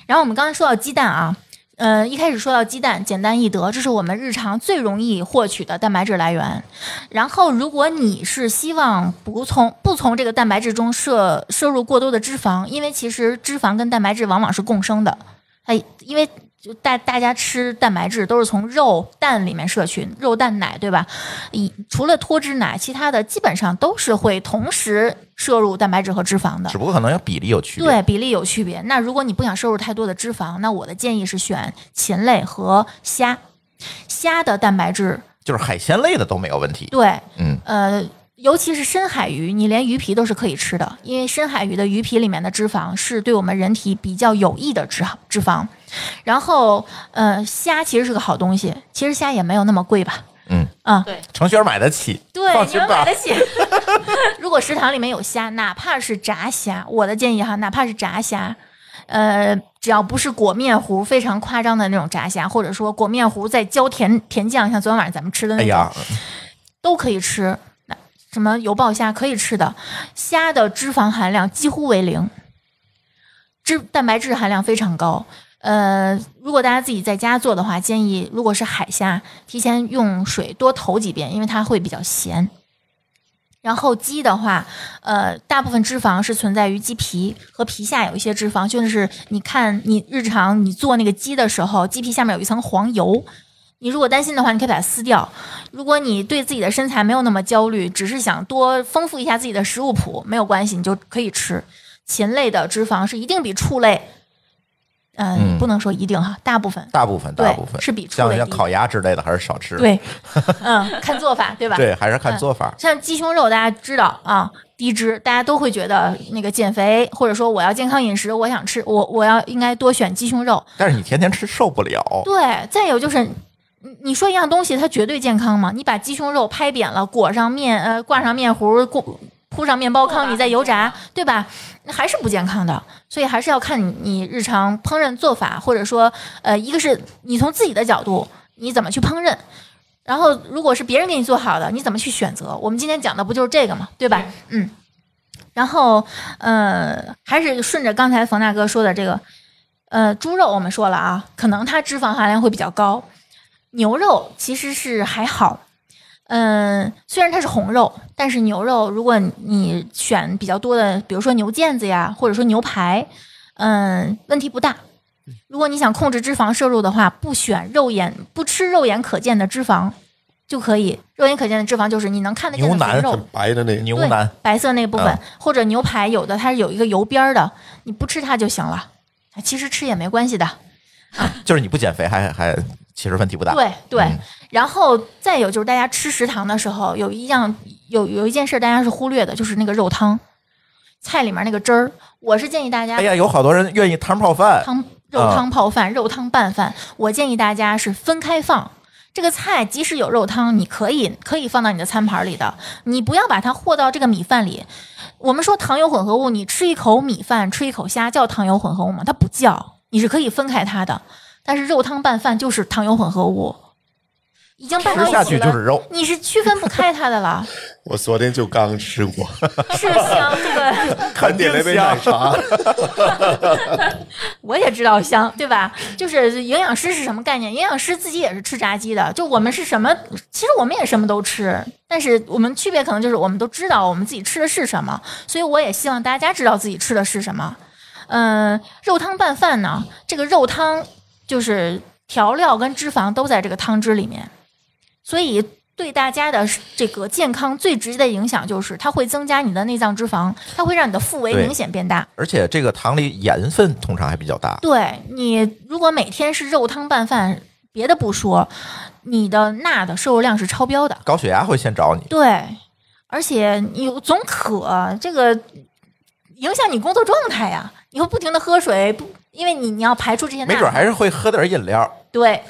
D: 然后我们刚才说到鸡蛋啊，呃，一开始说到鸡蛋，简单易得，这是我们日常最容易获取的蛋白质来源。然后，如果你是希望不从不从这个蛋白质中摄摄入过多的脂肪，因为其实脂肪跟蛋白质往往是共生的，哎，因为就大大家吃蛋白质都是从肉蛋里面摄取，肉蛋奶对吧？以除了脱脂奶，其他的基本上都是会同时摄入蛋白质和脂肪的
A: 只。不过可能有比例有区别。
D: 对，比例有区别。那如果你不想摄入太多的脂肪，那我的建议是选禽类和虾。虾的蛋白质，
A: 就是海鲜类的都没有问题。
D: 对，
A: 嗯，
D: 呃，尤其是深海鱼，你连鱼皮都是可以吃的，因为深海鱼的鱼皮里面的脂肪是对我们人体比较有益的脂脂肪。然后，呃，虾其实是个好东西，其实虾也没有那么贵吧？
A: 嗯
D: 啊，
C: 对
A: 程序员买得起，
D: 对，
A: 放
D: 你
A: 心
D: 们
A: 吧
D: 买 得。起。 如果食堂里面有虾，哪怕是炸虾，我的建议哈，哪怕是炸虾，呃，只要不是裹面糊非常夸张的那种炸虾，或者说裹面糊再浇甜甜酱，像昨天晚上咱们吃的
A: 哎
D: 那种，
A: 呀，
D: 都可以吃。那什么油爆虾可以吃的，虾的脂肪含量几乎为零，脂蛋白质含量非常高。呃，如果大家自己在家做的话，建议如果是海虾，提前用水多投几遍，因为它会比较咸。然后鸡的话，呃，大部分脂肪是存在于鸡皮和皮下有一些脂肪，就是你看你日常你做那个鸡的时候，鸡皮下面有一层黄油。你如果担心的话，你可以把它撕掉。如果你对自己的身材没有那么焦虑，只是想多丰富一下自己的食物谱，没有关系，你就可以吃。禽类的脂肪是一定比畜类嗯，不能说一定哈，大部分
A: 大部分
D: 对
A: 大部分
D: 是比出
A: 像
D: 类
A: 像
D: 低
A: 烤鸭之类的还是少吃，
D: 对，嗯，看做法对吧？
A: 对，还是看做法。
D: 像鸡胸肉，大家知道啊，低脂，大家都会觉得那个减肥，或者说我要健康饮食，我想吃，我我要应该多选鸡胸肉。
A: 但是你天天吃受不了，
D: 对，再有就是。你你说一样东西它绝对健康吗？你把鸡胸肉拍扁了，裹上面呃挂上面糊，过铺上面包
C: 做
D: 糠，
C: 法
D: 你再
C: 很
D: 油
C: 重
D: 炸
C: 要，
D: 对吧？那还是不健康的，所以还是要看你你日常烹饪做法，或者说，呃，一个是你从自己的角度你怎么去烹饪，然后如果是别人给你做好的，你怎么去选择？我们今天讲的不就是这个嘛，对吧？嗯，然后，呃，还是顺着刚才冯大哥说的这个，呃，猪肉我们说了啊，可能它脂肪含量会比较高，牛肉其实是还好，嗯，虽然它是红肉，但是牛肉如果你选比较多的，比如说牛腱子呀，或者说牛排，嗯，问题不大。
A: 嗯
D: 如果你想控制脂肪摄入的话，不选肉眼不吃肉眼可见的脂肪就可以。肉眼可见的脂肪就是你能看得见
A: 牛
D: 的
A: 腩
D: 肥肉
B: 很，白的那个。
A: 牛
D: 对
A: 腩
D: 白色那部分
A: 嗯，
D: 或者牛排，有的它是有一个油边儿的，你不吃它就行了。其实吃也没关系的，
A: 啊就是你不减肥还还其实问题不大。
D: 对对
A: 嗯，
D: 然后再有就是大家吃食堂的时候，有一样有有一件事大家是忽略的，就是那个肉汤，菜里面那个汁儿。我是建议大家
A: 哎呀，有好多人愿意汤泡饭，
D: 汤肉
A: 啊
D: 汤泡饭、肉汤拌饭，我建议大家是分开放。这个菜即使有肉汤，你可以可以放到你的餐盘里的，你不要把它和到这个米饭里。我们说糖油混合物，你吃一口米饭，吃一口虾叫糖油混合物吗？它不叫，你是可以分开它的。但是肉汤拌饭就是糖油混合物，已经拌到
A: 吃
D: 一
A: 下
D: 起
A: 去
D: 了，
A: 就是肉。
D: 你是区分不开它的 了。
B: 我昨天就刚吃过，
D: 是香这个。
B: 还点了一杯奶茶。
D: 我也知道香，对吧？就是营养师是什么概念？营养师自己也是吃炸鸡的，就我们是什么？其实我们也什么都吃，但是我们区别可能就是我们都知道我们自己吃的是什么，所以我也希望大家知道自己吃的是什么。嗯，肉汤拌饭呢，这个肉汤就是调料跟脂肪都在这个汤汁里面，所以。对大家的这个健康最直接的影响就是，它会增加你的内脏脂肪，它会让你的腹围
A: 对
D: 明显变大。
A: 而且这个糖里盐分通常还比较大，
D: 对你，如果每天是肉汤拌饭，别的不说，你的钠的摄入量是超标的。
A: 高血压会先找你。
D: 对，而且你有总渴，这个影响你工作状态呀。你会不停的喝水，不，因为你你要排出这些钠
A: 没
D: 嘛，
A: 准还是会喝点饮料，
D: 对，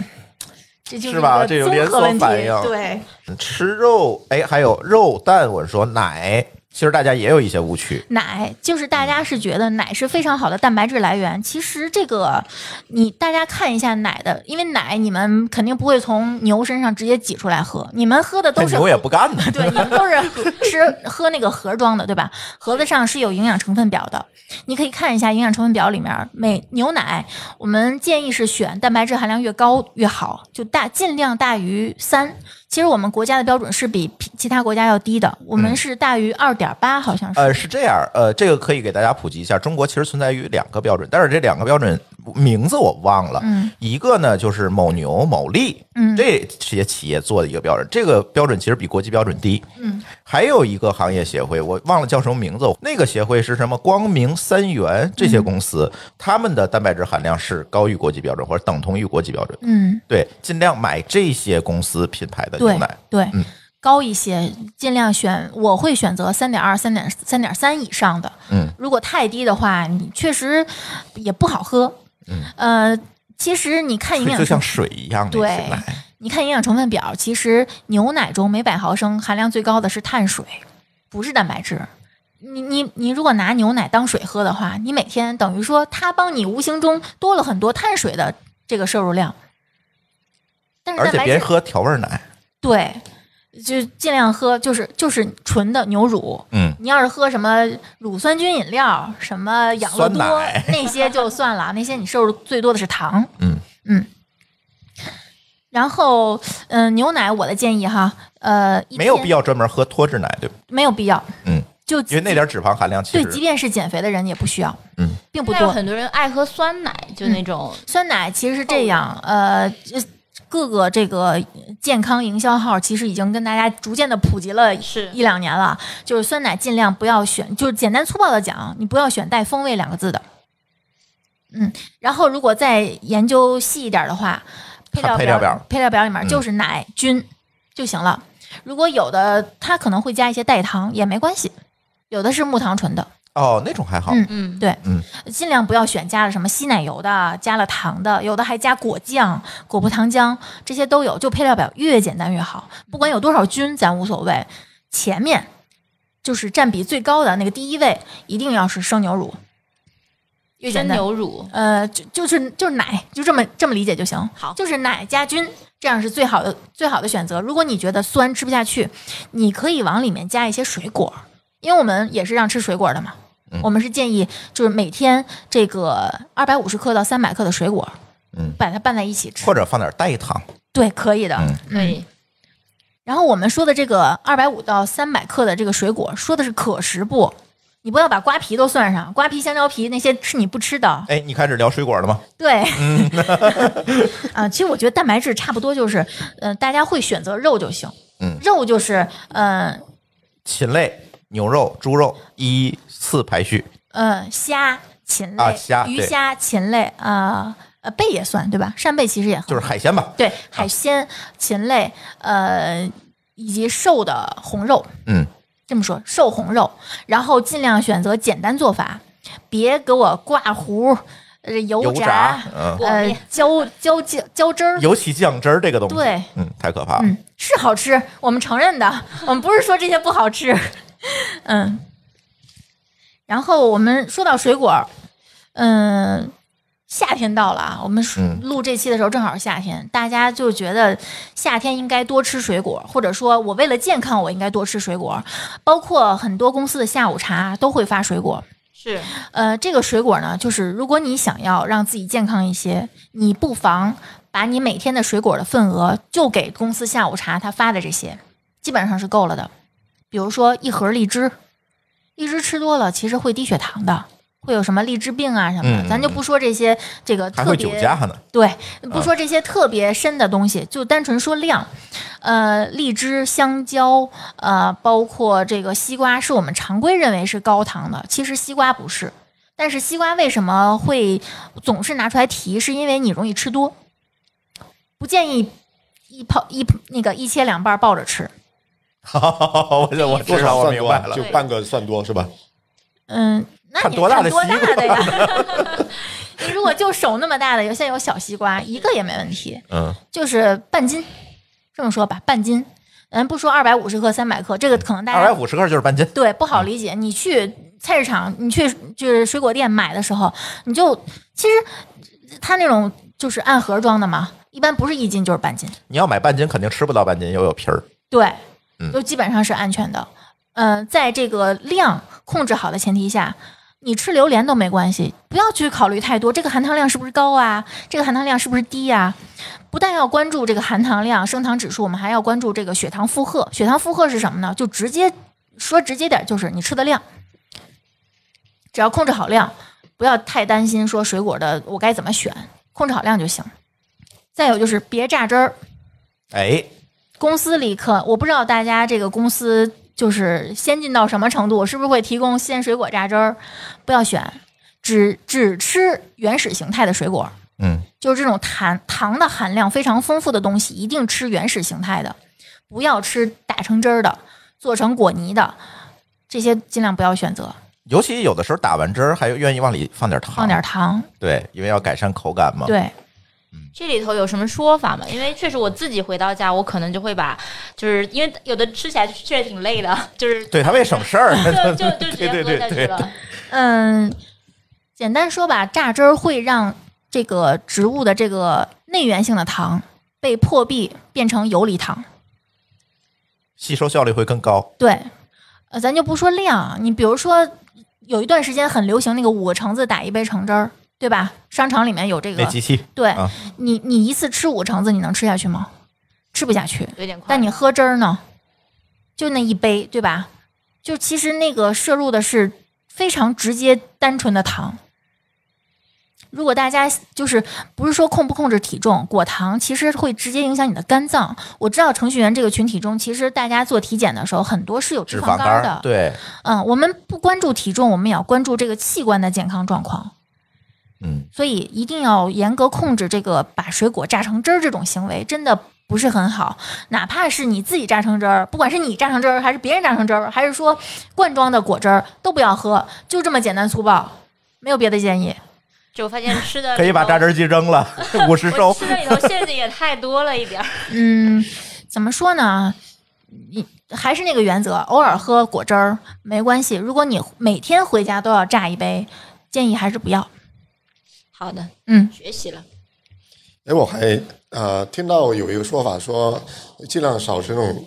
D: 这就是
A: 吧
D: 一个
A: 这有
D: 综
A: 连
D: 合
A: 锁
D: 问题
A: 反应
D: 对，
A: 吃肉，哎，还有肉蛋，我说奶，其实大家也有一些误区，
D: 奶就
A: 嗯
D: 是大家是觉得奶是非常好的蛋白质来源，其实这个你大家看一下奶的，因为奶你们肯定不会从牛身上直接挤出来喝，你们喝的
A: 但
D: 都是
A: 牛也不干 呢。
D: 对，你们 都是吃喝那个盒装的，对吧？盒子上是有营养成分表的，你可以看一下营养成分表里面，每牛奶我们建议是选蛋白质含量越高越好，就大尽量大于三。其实我们国家的标准是比其其他国家要低的，我们是大于二点八，好像是。
A: 嗯呃，是这样，呃，这个可以给大家普及一下。中国其实存在于两个标准，但是这两个标准名字我忘了。
D: 嗯，
A: 一个呢就是某牛、某利，
D: 嗯
A: 这些企业做的一个标准，这个标准其实比国际标准低。
D: 嗯，
A: 还有一个行业协会，我忘了叫什么名字，那个协会是什么？光明三元这
D: 嗯
A: 些公司，他们的蛋白质含量是高于国际标准或者等同于国际标准。
D: 嗯，
A: 对，尽量买这些公司品牌的牛
D: 对
A: 奶。
D: 对，
A: 嗯
D: 高一些，尽量选，我会选择三点二、三点三点三以上的。
A: 嗯，
D: 如果太低的话，你确实也不好喝。
A: 嗯，
D: 呃，其实你看营
A: 就
D: 养
A: 就
D: 成
A: 像水一样的
D: 对
A: 是奶，
D: 你看营养成分表，其实牛奶中每百毫升含量最高的是碳水，不是蛋白质。你你你如果拿牛奶当水喝的话，你每天等于说它帮你无形中多了很多碳水的这个摄入量，但是
A: 而
D: 蛋
A: 且
D: 白
A: 别
D: 质
A: 喝调味儿奶。
D: 对，就尽量喝，就是就是纯的牛乳。
A: 嗯，
D: 你要是喝什么乳酸菌饮料、什么养乐多
A: 酸奶
D: 那些就算了，那些你摄入最多的是糖。
A: 嗯
D: 嗯。然后，嗯、牛奶我的建议哈，呃，一
A: 没有
D: 天
A: 必，要专门喝脱脂奶，对吧？
D: 没有必要，
A: 嗯，
D: 就
A: 因为那点脂肪含量其
D: 对，即
A: 实
D: 便是减肥的人也不需要，
A: 嗯，
D: 并不
C: 现在有
D: 多。
C: 很多人爱喝酸奶，就那种
D: 酸奶其实是这样，呃，这各个这个健康营销号其实已经跟大家逐渐的普及了
C: 是
D: 一两年了，就是酸奶尽量不要选，就是简单粗暴的讲，你不要选带风味两个字的。嗯然后如果再研究细一点的话，配料
A: 看配料表
D: 配料表里面
A: 嗯
D: 就是奶、菌就行了。如果有的它可能会加一些代糖也没关系，有的是木糖醇的，
A: 哦，那种还好，
D: 嗯
C: 嗯，
D: 对，
A: 嗯，
D: 尽量不要选加了什么稀奶油的，加了糖的，有的还加果酱、果葡糖浆，这些都有。就配料表越简单越好，不管有多少菌，咱无所谓。前面就是占比最高的那个第一位，一定要是生牛乳，越
C: 生
D: 简单。
C: 牛乳，
D: 呃，就就是就是奶，就这么这么理解就行。
C: 好
D: 就是奶加菌，这样是最好的最好的选择。如果你觉得酸吃不下去，你可以往里面加一些水果，因为我们也是让吃水果的嘛。
A: 嗯
D: 我们是建议就是每天这个二百五十克到三百克的水果，
A: 嗯，
D: 把它拌在一起吃
A: 或，者放点代糖，
D: 对，可以的。
A: 嗯
C: 可以，
D: 然后我们说的这个二百五到三百克的这个水果，说的是可食部。你不要把瓜皮都算上，瓜皮、香蕉皮那些是你不吃的，
A: 哎，你开始聊水果了吗？
D: 对，
A: 嗯
D: 啊，其实我觉得蛋白质差不多就是，呃，大家会选择肉就行。
A: 嗯
D: 肉就是，呃
A: 禽类、牛肉、猪肉依次排序，
D: 呃，虾、禽类、
A: 啊虾
D: 鱼
A: 对
D: 虾、禽类，啊呃，贝也算对吧？扇贝其实也很
A: 就是海鲜吧。
D: 对，海鲜、禽类，呃，以及瘦的红肉，
A: 嗯，
D: 这么说，瘦红肉，然后尽量选择简单做法，别给我挂糊、呃油
A: 油炸，嗯，
C: 裹
D: 呃
C: 面，
D: 浇浇酱浇汁儿，
A: 尤其酱汁儿这个东西，
D: 对，
A: 嗯，太可怕了。
D: 嗯，是好吃，我们承认的，我们不是说这些不好吃， 嗯。然后我们说到水果，嗯，夏天到了啊，我们
A: 嗯
D: 录这期的时候正好是夏天，大家就觉得夏天应该多吃水果，或者说我为了健康，我应该多吃水果，包括很多公司的下午茶都会发水果，
C: 是
D: 呃，这个水果呢，就是如果你想要让自己健康一些，你不妨把你每天的水果的份额就给公司下午茶他发的这些，基本上是够了的。比如说一盒荔枝，荔枝吃多了其实会低血糖的，会有什么荔枝病啊什么的，
A: 嗯
D: 咱就不说这些这个
A: 还
D: 特
A: 会
D: 别
A: 酒驾呢，
D: 对，不说这些特别深的东西，就单纯说量。呃，荔枝、香蕉，呃，包括这个西瓜，是我们常规认为是高糖的，其实西瓜不是。但是西瓜为什么会总是拿出来提？是因为你容易吃多，不建议一泡一那个一切两半儿抱着吃。
A: 我就我
B: 多
A: 至少
B: 少
A: 我
B: 算
A: 明
B: 多
A: 白
B: 啊，
A: 了
B: 就。半个算多是吧？
D: 嗯，那
A: 看
D: 你
A: 多大
D: 看
A: 的
D: 多
A: 西
D: 大
A: 瓜
D: 的呀？ 你如果就手那么大的，有现在有小西瓜，一个也没问题。
A: 嗯，
D: 就是半斤，这么说吧，半斤。咱不说二百五十克、三百克，这个可能大
A: 二百
D: 家
A: 五十克就是半斤。
D: 对不好理解。你去菜市场，你去就是水果店买的时候，你就其实它那种就是按盒装的嘛，一般不是一斤就是半斤，
A: 你要买半斤，肯定吃不到半斤，又有皮儿。
D: 对
A: 嗯，
D: 就基本上是安全的。嗯、在这个量控制好的前提下，你吃榴莲都没关系，不要去考虑太多，这个含糖量是不是高啊？这个含糖量是不是低啊？不但要关注这个含糖量、升糖指数，我们还要关注这个血糖负荷。血糖负荷是什么呢？就直接说直接点儿，就是你吃的量，只要控制好量，不要太担心说水果的我该怎么选，控制好量就行。再有就是别榨汁儿，
A: 哎，
D: 公司里可我不知道大家这个公司就是先进到什么程度，是不是会提供鲜水果榨汁儿？不要选，只只吃原始形态的水果，
A: 嗯，
D: 就是这种糖糖的含量非常丰富的东西，一定吃原始形态的，不要吃打成汁儿的、做成果泥的，这些尽量不要选择，
A: 尤其有的时候打完汁儿，还愿意往里放点糖。
D: 放点糖。
A: 对，因为要改善口感嘛。，
D: 对，
C: 这里头有什么说法吗？因为确实我自己回到家，我可能就会把，就是因为有的吃起来确实挺累的， 就是
A: 对，它为省事儿。
C: 就就就直接
A: 对对
C: 喝
A: 对
C: 下去
A: 对
C: 了。
D: 嗯，简单说吧，榨汁儿会让这个植物的这个内源性的糖被破壁变成游离糖。
A: 吸收效率会更高。
D: 对，呃，咱就不说量，你比如说有一段时间很流行那个五个橙子打一杯橙汁儿，对吧？商场里面有这
A: 那
D: 个，
A: 机器
D: 对、
A: 啊
D: 你，你一次吃五个橙子，你能吃下去吗？吃不下去。
C: 有点快。
D: 但你喝汁儿呢，就那一杯，对吧？就其实那个摄入的是非常直接、单纯的糖。如果大家就是不是说控不控制体重，果糖其实会直接影响你的肝脏。我知道程序员这个群体中，其实大家做体检的时候，很多是有脂
A: 脂
D: 肪
A: 肪
D: 肝
A: 肝
D: 儿
A: 儿，
D: 的。
A: 对，
D: 嗯，我们不关注体重，我们也要关注这个器官的健康状况。
A: 嗯，
D: 所以一定要严格控制这个把水果榨成汁儿这种行为，真的不是很好。哪怕是你自己榨成汁儿，不管是你榨成汁儿，还是别人榨成汁儿，还是说罐装的果汁儿，都不要喝，就这么简单粗暴，没有别的建议。
C: 就发现吃的
A: 可以把榨汁机扔 了，五十
C: 里头
A: 收
C: 我。吃的里头馅子也太多了一点儿。
D: 嗯，怎么说呢？你还是那个原则，偶尔喝果汁儿没关系。如果你每天回家都要榨一杯，建议还是不要。
C: 好的，
D: 嗯，
C: 学习了。
B: 哎，我还呃听到有一个说法说，尽量少吃那种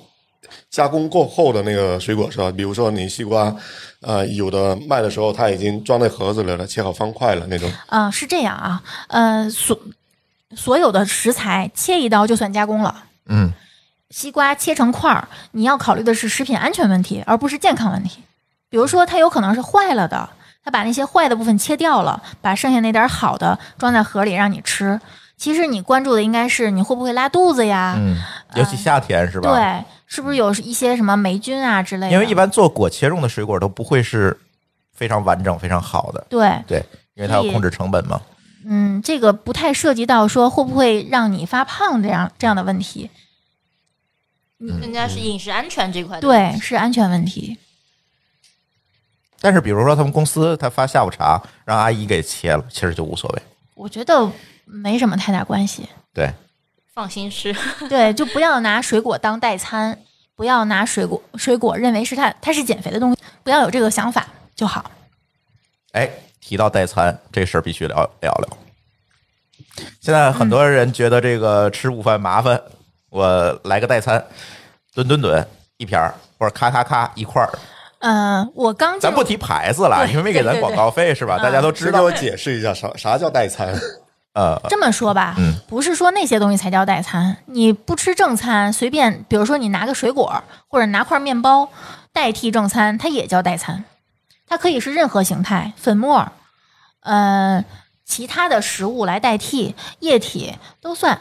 B: 加工过后的那个水果，是吧？比如说你西瓜，呃，有的卖的时候它已经装在盒子里了，切好方块了那种。
D: 啊，是这样啊，呃，所所有的食材切一刀就算加工了。
A: 嗯，
D: 西瓜切成块儿，你要考虑的是食品安全问题，而不是健康问题。比如说，它有可能是坏了的，它把那些坏的部分切掉了，把剩下那点儿好的装在盒里让你吃。其实你关注的应该是你会不会拉肚子呀？
A: 嗯，尤其夏天是吧？
D: 对，是不是有一些什么霉菌啊之类的？
A: 因为一般做果切用的水果都不会是非常完整、非常好的，
D: 对，
A: 对，因为它要
D: 所以
A: 控制成本嘛。
D: 嗯，这个不太涉及到说会不会让你发胖这样这样的问题。
C: 人家是饮食安全这块的问
D: 嗯对，
C: 题，
D: 是安全问题。
A: 但是比如说他们公司他发下午茶，让阿姨给切了，其实就无所谓。
D: 我觉得没什么太大关 系。
A: 对，
C: 放心吃。
D: 对，就不要拿水果当代餐，不要拿水果水果认为是它它是减肥的东西，不要有这个想法就好。
A: 哎，提到代餐这事儿必须聊聊聊。现在很多人觉得这个吃午饭麻烦，我来个代餐，吨吨吨一瓶儿或者咔咔咔一块儿，
D: 嗯、我刚进
A: 咱不提牌子了，
D: 对
A: 因为没给
D: 对
A: 咱
D: 对嗯
A: 广
D: 对
A: 告费是吧？大家都知
B: 先给
A: 道
B: 我，解释一下啥啥叫代餐？
A: 呃，
D: 这么说吧，
A: 嗯
D: 不是说那些东西才叫代餐，你不吃正餐，随便，比如说你拿个水果或者拿块面包代替正餐，它也叫代餐，它可以是任何形态，粉末，呃，其他的食物来代替，液体都算。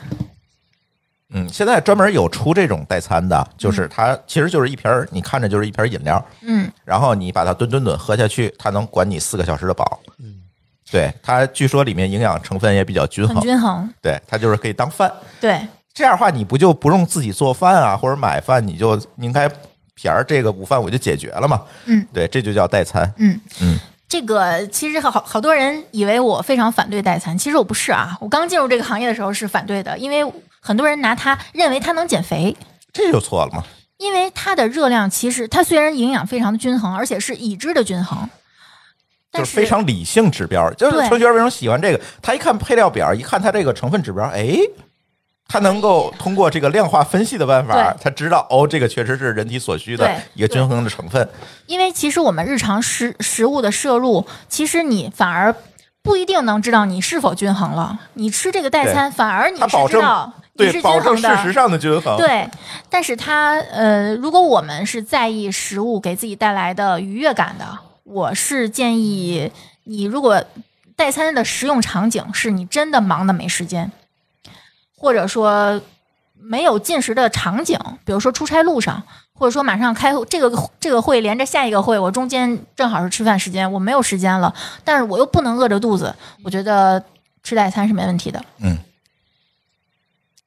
A: 嗯，现在专门有出这种代餐的，就是它其实就是一瓶儿，你看着就是一瓶儿饮料，
D: 嗯，
A: 然后你把它吨吨吨喝下去，它能管你四个小时的饱。嗯，对，它据说里面营养成分也比较均
D: 很
A: 衡，
D: 均衡，
A: 对，它就是可以当饭。
D: 对，
A: 这样的话，你不就不用自己做饭啊，或者买饭，你就应该撇儿这个午饭我就解决了嘛。
D: 嗯，
A: 对，这就叫代餐。
D: 嗯
A: 嗯，
D: 这个其实好好好多人以为我非常反对代餐，其实我不是啊，我刚进入这个行业的时候是反对的，因为很多人拿它认为它能减肥，
A: 这就错了嘛。
D: 因为它的热量其实它虽然营养非常的均衡，而且是已知的均衡，
A: 就
D: 但
A: 是非常理性指标，就是
D: 对
A: 程序员为什么喜欢这个？他一看配料表，一看他这个成分指标，哎，他能够通过这个量化分析的办法，
D: 对
A: 他知道哦，这个确实是人体所需的
D: 对
A: 一个均衡的成分。
D: 因为其实我们日常食食物的摄入，其实你反而不一定能知道你是否均衡了。你吃这个代餐，反而你
A: 它
D: 是
A: 保
D: 知
A: 证
D: 道你
A: 对，
D: 是均
A: 保证
D: 衡
A: 事实
D: 的。
A: 上的均衡。
D: 对，但是它呃，如果我们是在意食物给自己带来的愉悦感的，我是建议你如果代餐的食用场景是你真的忙的没时间，或者说没有进食的场景，比如说出差路上，或者说马上开会这个这个会连着下一个会，我中间正好是吃饭时间，我没有时间了，但是我又不能饿着肚子，我觉得吃代餐是没问题的。
A: 嗯，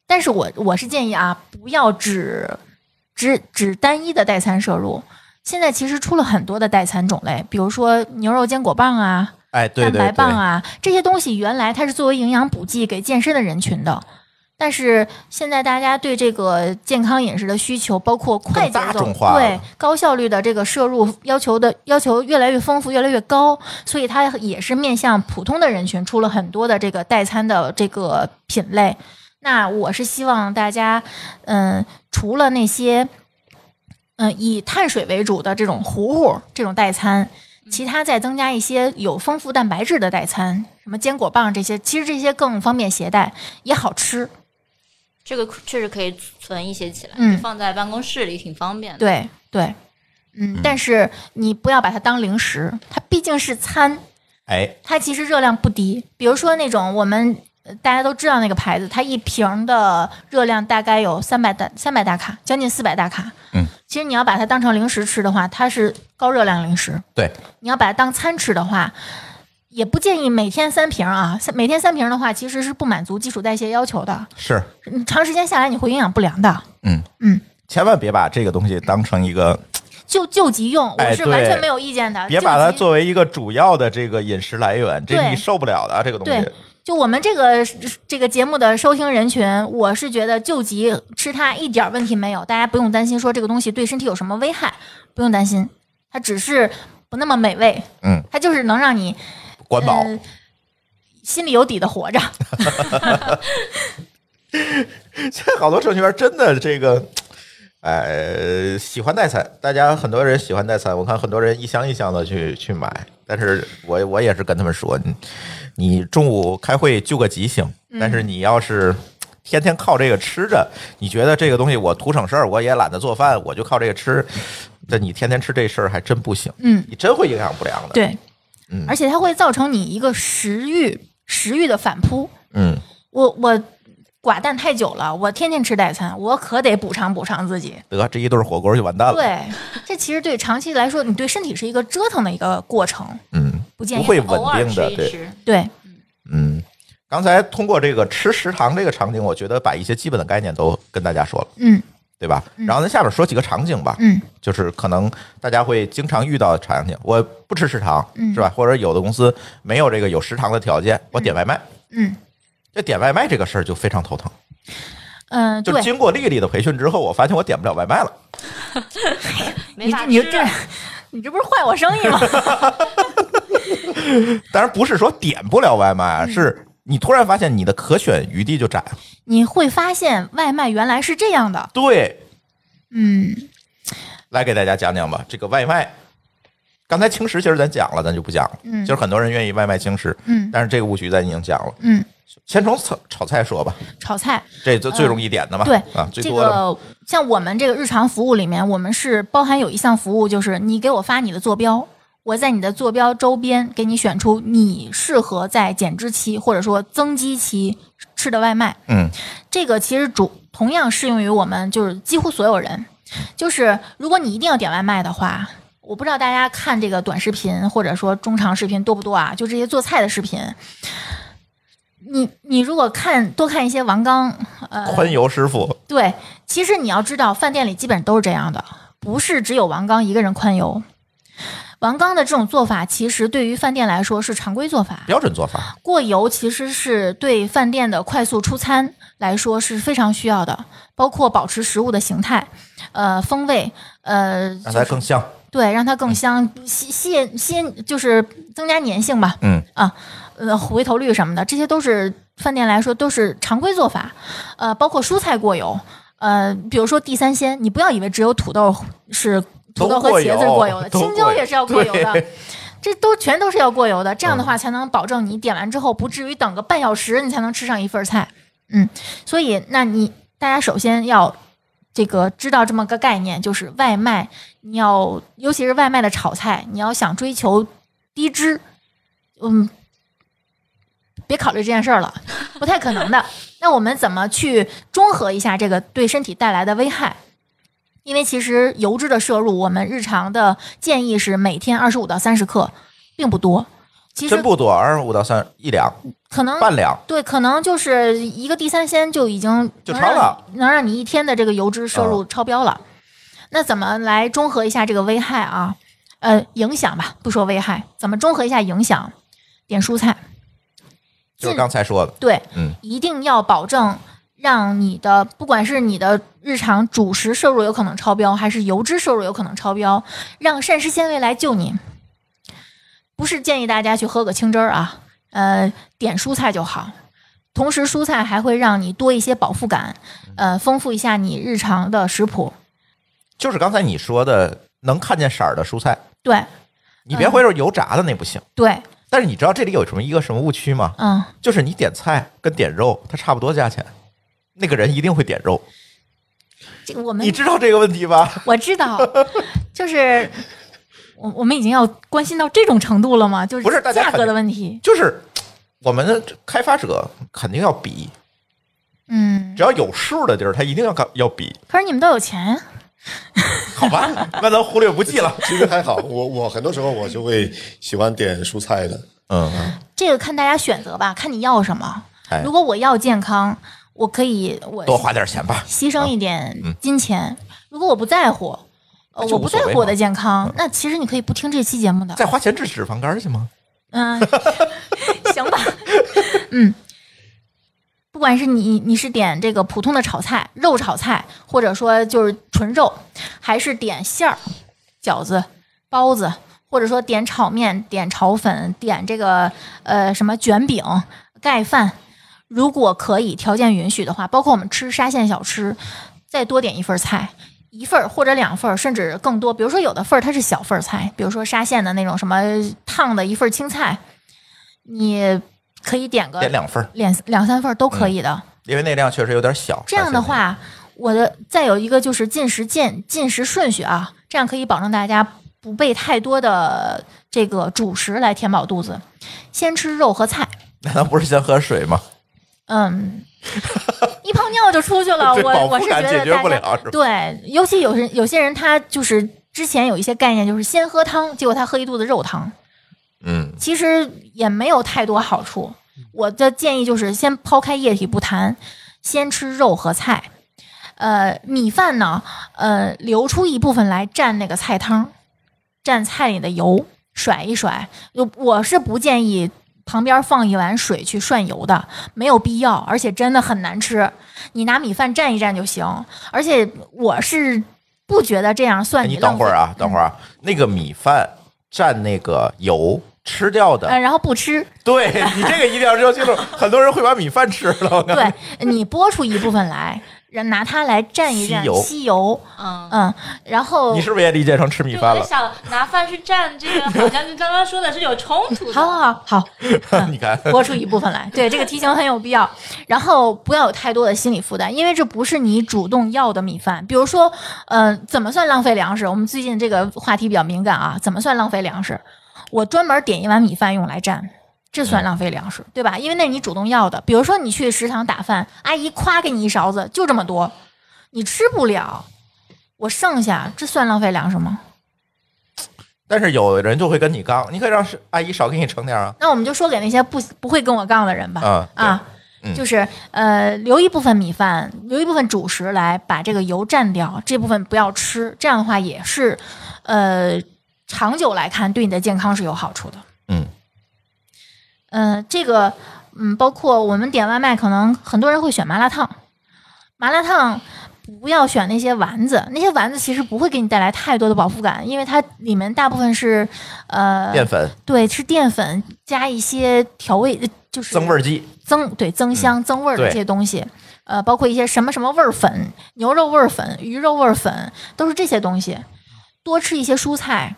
D: 但是我我是建议啊，不要只只只单一的代餐摄入。现在其实出了很多的代餐种类，比如说牛肉坚果棒啊，
A: 哎，对
D: 蛋
A: 对
D: 白
A: 对
D: 棒，啊，这些东西原来它是作为营养补剂给健身的人群的，但是现在大家对这个健康饮食的需求，包括快节
A: 大
D: 奏
A: 众化
D: 对
A: 了
D: 高效率的这个摄入要求的要求越来越丰富，越来越高，所以它也是面向普通的人群出了很多的这个代餐的这个品类。那我是希望大家，嗯，除了那些，嗯，以碳水为主的这种糊糊这种代餐，其他再增加一些有丰富蛋白质的代餐，什么坚果棒这些，其实这些更方便携带，也好吃。
C: 这个确实可以存一些起来，
D: 嗯
C: 就放在办公室里挺方便的。
D: 对对，嗯，但是你不要把它当零食，它毕竟是餐，
A: 哎，
D: 它其实热量不低。比如说那种我们呃大家都知道那个牌子，它一瓶的热量大概有三百大三百大卡，将近四百大卡。
A: 嗯，
D: 其实你要把它当成零食吃的话，它是高热量零食；
A: 对，
D: 你要把它当餐吃的话，也不建议每天三瓶啊，三每天三瓶的话，其实是不满足基础代谢要求的，
A: 是，
D: 嗯长时间下来你会营养不良的。
A: 嗯
D: 嗯，
A: 千万别把这个东西当成一个，
D: 就就急用，我
A: 哎
D: 是完
A: 对
D: 全没有意见的。
A: 别
D: 就
A: 把它
D: 急
A: 作为一个主要的这个饮食来源，这
D: 对
A: 你受不了的啊这个东西
D: 对。就我们这个这个节目的收听人群，我是觉得救急吃它一点儿问题没有，大家不用担心说这个东西对身体有什么危害，不用担心，它只是不那么美味，
A: 嗯，
D: 它就是能让你
A: 管饱。
D: 呃心里有底的活着。
A: 现在好多程序员真的这个，哎，喜欢代餐，大家很多人喜欢代餐，我看很多人一箱一箱的去去买，但是我我也是跟他们说，你你中午开会就个急行，
D: 嗯
A: 但是你要是。天天靠这个吃着，你觉得这个东西我图省事儿，我也懒得做饭，我就靠这个吃。但你天天吃这事儿还真不行，
D: 嗯，
A: 你真会营养不良的。，
D: 对，
A: 嗯
D: 而且它会造成你一个食欲食欲的反扑。
A: 嗯，
D: 我我寡淡太久了，我天天吃代餐，我可得补偿补偿自己。
A: 得这一顿火锅就完蛋了。，
D: 对，这其实对长期来说，你对身体是一个折腾的一个过程，
A: 嗯，
D: 不建
A: 不会
D: 议。
A: 稳
C: 偶尔
A: 定的，
C: 吃一
A: 对，
C: 吃，
D: 对，
A: 嗯，刚才通过这个吃食堂这个场景，我觉得把一些基本的概念都跟大家说了，
D: 嗯
A: 对吧？然后咱下面说几个场景吧，
D: 嗯
A: 就是可能大家会经常遇到的场景。我不吃食堂，
D: 嗯
A: 是吧？或者有的公司没有这个有食堂的条件，我点外卖。
D: 嗯
A: 这点外卖这个事儿就非常头疼。
D: 嗯、呃
A: 就是
D: 对，
A: 经过丽丽的培训之后，我发现我点不了外卖了。
C: 没
D: 你
C: 法
D: 你
C: 吃
D: 这
C: 啊。
D: 你这不是坏我生意 吗？
A: 当然不是说点不了外卖啊，
D: 嗯
A: 是你突然发现你的可选余地就窄了。
D: 你会发现外卖原来是这样的，
A: 对，
D: 嗯，
A: 来给大家讲讲吧，这个外卖。刚才轻食其实咱讲了，咱就不讲了。
D: 嗯
A: 就是很多人愿意外卖轻食，
D: 嗯
A: 但是这个误区咱已经讲了。
D: 嗯，
A: 先从炒炒菜说吧，
D: 炒菜
A: 这最最容易点的嘛，
D: 嗯对
A: 啊，最
D: 这
A: 多的嘛，
D: 个像我们这个日常服务里面，我们是包含有一项服务，就是你给我发你的坐标，我在你的坐标周边给你选出你适合在减脂期或者说增肌期吃的外卖。
A: 嗯，
D: 这个其实主同样适用于我们，就是几乎所有人。
A: 嗯
D: 就是如果你一定要点外卖的话，我不知道大家看这个短视频或者说中长视频多不多啊？就这些做菜的视频，你你如果看多看一些王刚，呃，
A: 宽油师傅，
D: 对，其实你要知道，饭店里基本都是这样的，不是只有王刚一个人宽油。王刚的这种做法，其实对于饭店来说是常规做法。
A: 标准做法，
D: 过油其实是对饭店的快速出餐来说是非常需要的，包括保持食物的形态、呃风味、呃
A: 让它更像，
D: 对，让它
A: 嗯
D: 更香，吸吸引吸引就是增加粘性吧。
A: 嗯
D: 啊，呃，回头率什么的，这些都是饭店来说都是常规做法。呃，包括蔬菜过油，呃，比如说地三鲜，你不要以为只有土豆是土
A: 都
D: 豆和
A: 过
D: 茄子
A: 油
D: 过油的，
A: 都
D: 青
A: 过
D: 椒
A: 油
D: 也是要过油的
A: 对。嗯
D: 这都全都是要过油的，这样的话才能保证你点完之后不至于等个半小时你才能吃上一份菜。嗯，所以那你大家首先要这个知道这么个概念，就是外卖，你要尤其是外卖的炒菜，你要想追求低脂，嗯，别考虑这件事儿了， 不太可能的。那我们怎么去中和一下这个对身体带来的危害？因为其实油脂的摄入，我们日常的建议是每天二十五到三十克，并不多。其
A: 真
D: 实嗯
A: 不多，二十五到三一两
D: 可能
A: 半两，
D: 对，可能就是一个地三鲜就已经
A: 就
D: 能
A: 超
D: 让
A: 了嗯
D: 你，能让你一天的这个油脂摄入超标了。那怎么来中和一下这个危害啊？呃，影响吧，不说危害，怎么中和一下影响？点蔬菜，
A: 就是刚才说的，
D: 对，
A: 嗯
D: 一定要保证让你的不管是你的日常主食摄入有可能超标，还是油脂摄入有可能超标，让膳食纤维来救你。不是建议大家去喝个清汁儿啊，呃，点蔬菜就好。同时，蔬菜还会让你多一些饱腹感，呃，丰富一下你日常的食谱。
A: 就是刚才你说的能看见色儿的蔬菜，
D: 对
A: 你
D: 嗯
A: 别回头油炸的那不行。
D: 对，
A: 但是你知道这里有什么一个什么误区吗？
D: 嗯，
A: 就是你点菜跟点肉它差不多价钱，那个人一定会点肉，
D: 这个我们
A: 你知道这个问题吧？
D: 我知道，就是我我们已经要关心到这种程度了吗？就是
A: 不是大家
D: 价
A: 肯
D: 格的
A: 定
D: 问题。
A: 就是我们的开发者肯定要比，
D: 嗯，
A: 只要有数的地儿，他一定要搞要比，
D: 可是你们都有钱呀，
A: 好 吧？那咱忽略不计了。
B: 其实还好，我我很多时候我就会喜欢点蔬菜的，
A: 嗯，
D: 这个看大家选择吧，看你要什么。
A: 哎
D: 如果我要健康，我可以我
A: 多花点钱吧。
D: 牺牲一点金钱。如果我不在乎，呃，
A: 那就
D: 我
A: 无
D: 不
A: 所
D: 在
A: 谓
D: 乎我
A: 嘛嗯
D: 的健康，那其实你可以不听这期节目的。
A: 再花钱治脂肪肝去吗？
D: 嗯，行吧，嗯，不管是你你是点这个普通的炒菜、肉炒菜，或者说就是纯肉，还是点馅儿、饺子、包子，或者说点炒面、点炒粉、点这个呃什么卷饼、盖饭，如果可以条件允许的话，包括我们吃沙县小吃，再多点一份菜。一份儿或者两份儿，甚至更多。比如说，有的份儿它是小份儿菜，比如说沙县的那种什么烫的一份儿青菜，你可以点个
A: 点两份儿，
D: 两两三份儿都
A: 嗯
D: 可以的。
A: 因为那量确实有点小。
D: 这样的
A: 而且
D: 话，我的再有一个就是进食进进食顺序啊，这样可以保证大家不被太多的这个主食来填饱肚子。先吃肉和菜，
A: 那，难道不是先喝水吗？
D: 嗯，一泡尿就出去了。
A: 这
D: 啊我
A: 饱
D: 我
A: 腹
D: 是觉
A: 感解
D: 得
A: 决
D: 大
A: 不
D: 家
A: 了是吧？
D: 对，尤其有人有些人他就是之前有一些概念，就是先喝汤，结果他喝一肚子肉汤，
A: 嗯，
D: 其实也没有太多好处。我的建议就是先抛开液体不谈，先吃肉和菜。呃，米饭呢，呃，留出一部分来蘸那个菜汤，蘸菜里的油，甩一甩。就我是不建议旁边放一碗水去涮油的，没有必要，而且真的很难吃。你拿米饭蘸一蘸就行。而且我是不觉得这样
A: 哎
D: 算
A: 你
D: 浪
A: 等
D: 费嗯
A: 会儿，啊，等会儿啊，那个米饭蘸那个油吃掉的，
D: 呃，然后不吃，
A: 对你这个一定要说清楚，很多人会把米饭吃了。 我告诉你，
D: 对你拨出一部分来，然拿它来蘸一蘸
A: 吸油
D: 吸油，
C: 嗯，
D: 嗯，然后
A: 你是不是也理解成吃米
C: 对，
A: 饭
C: 我就
A: 了？
C: 想拿饭去蘸这个，好像跟刚刚说的是有冲突
D: 好
C: 的。
D: 好好好，嗯
A: 你看，
D: 拨出一部分来，对这个提醒很有必要。然后不要有太多的心理负担，因为这不是你主动要的米饭。比如说，呃，怎么算浪费粮食？我们最近这个话题比较敏感啊，怎么算浪费粮食？我专门点一碗米饭用来蘸，这算浪费粮食，对吧？因为那是你主动要的。比如说你去食堂打饭，阿姨夸给你一勺子，就这么多，你吃不了，我剩下，这算浪费粮食吗？
A: 但是有人就会跟你杠，你可以让是阿姨少给你盛点儿啊。
D: 那我们就说给那些不不会跟我杠的人吧。
A: 啊对
D: 啊，
A: 嗯
D: 就是呃，留一部分米饭，留一部分主食来把这个油蘸掉，这部分不要吃。这样的话也是，呃，长久来看对你的健康是有好处的。
A: 嗯
D: 嗯，这个嗯，包括我们点外卖，可能很多人会选麻辣烫。麻辣烫不要选那些丸子，那些丸子其实不会给你带来太多的饱腹感，因为它里面大部分是呃
A: 淀粉
D: 对，是淀粉加一些调味，呃就是
A: 增味儿剂，
D: 增对增香、增味儿
A: 嗯
D: 的
A: 对
D: 这些东西，呃，包括一些什么什么味儿粉、牛肉味儿粉、鱼肉味儿粉，都是这些东西。多吃一些蔬菜，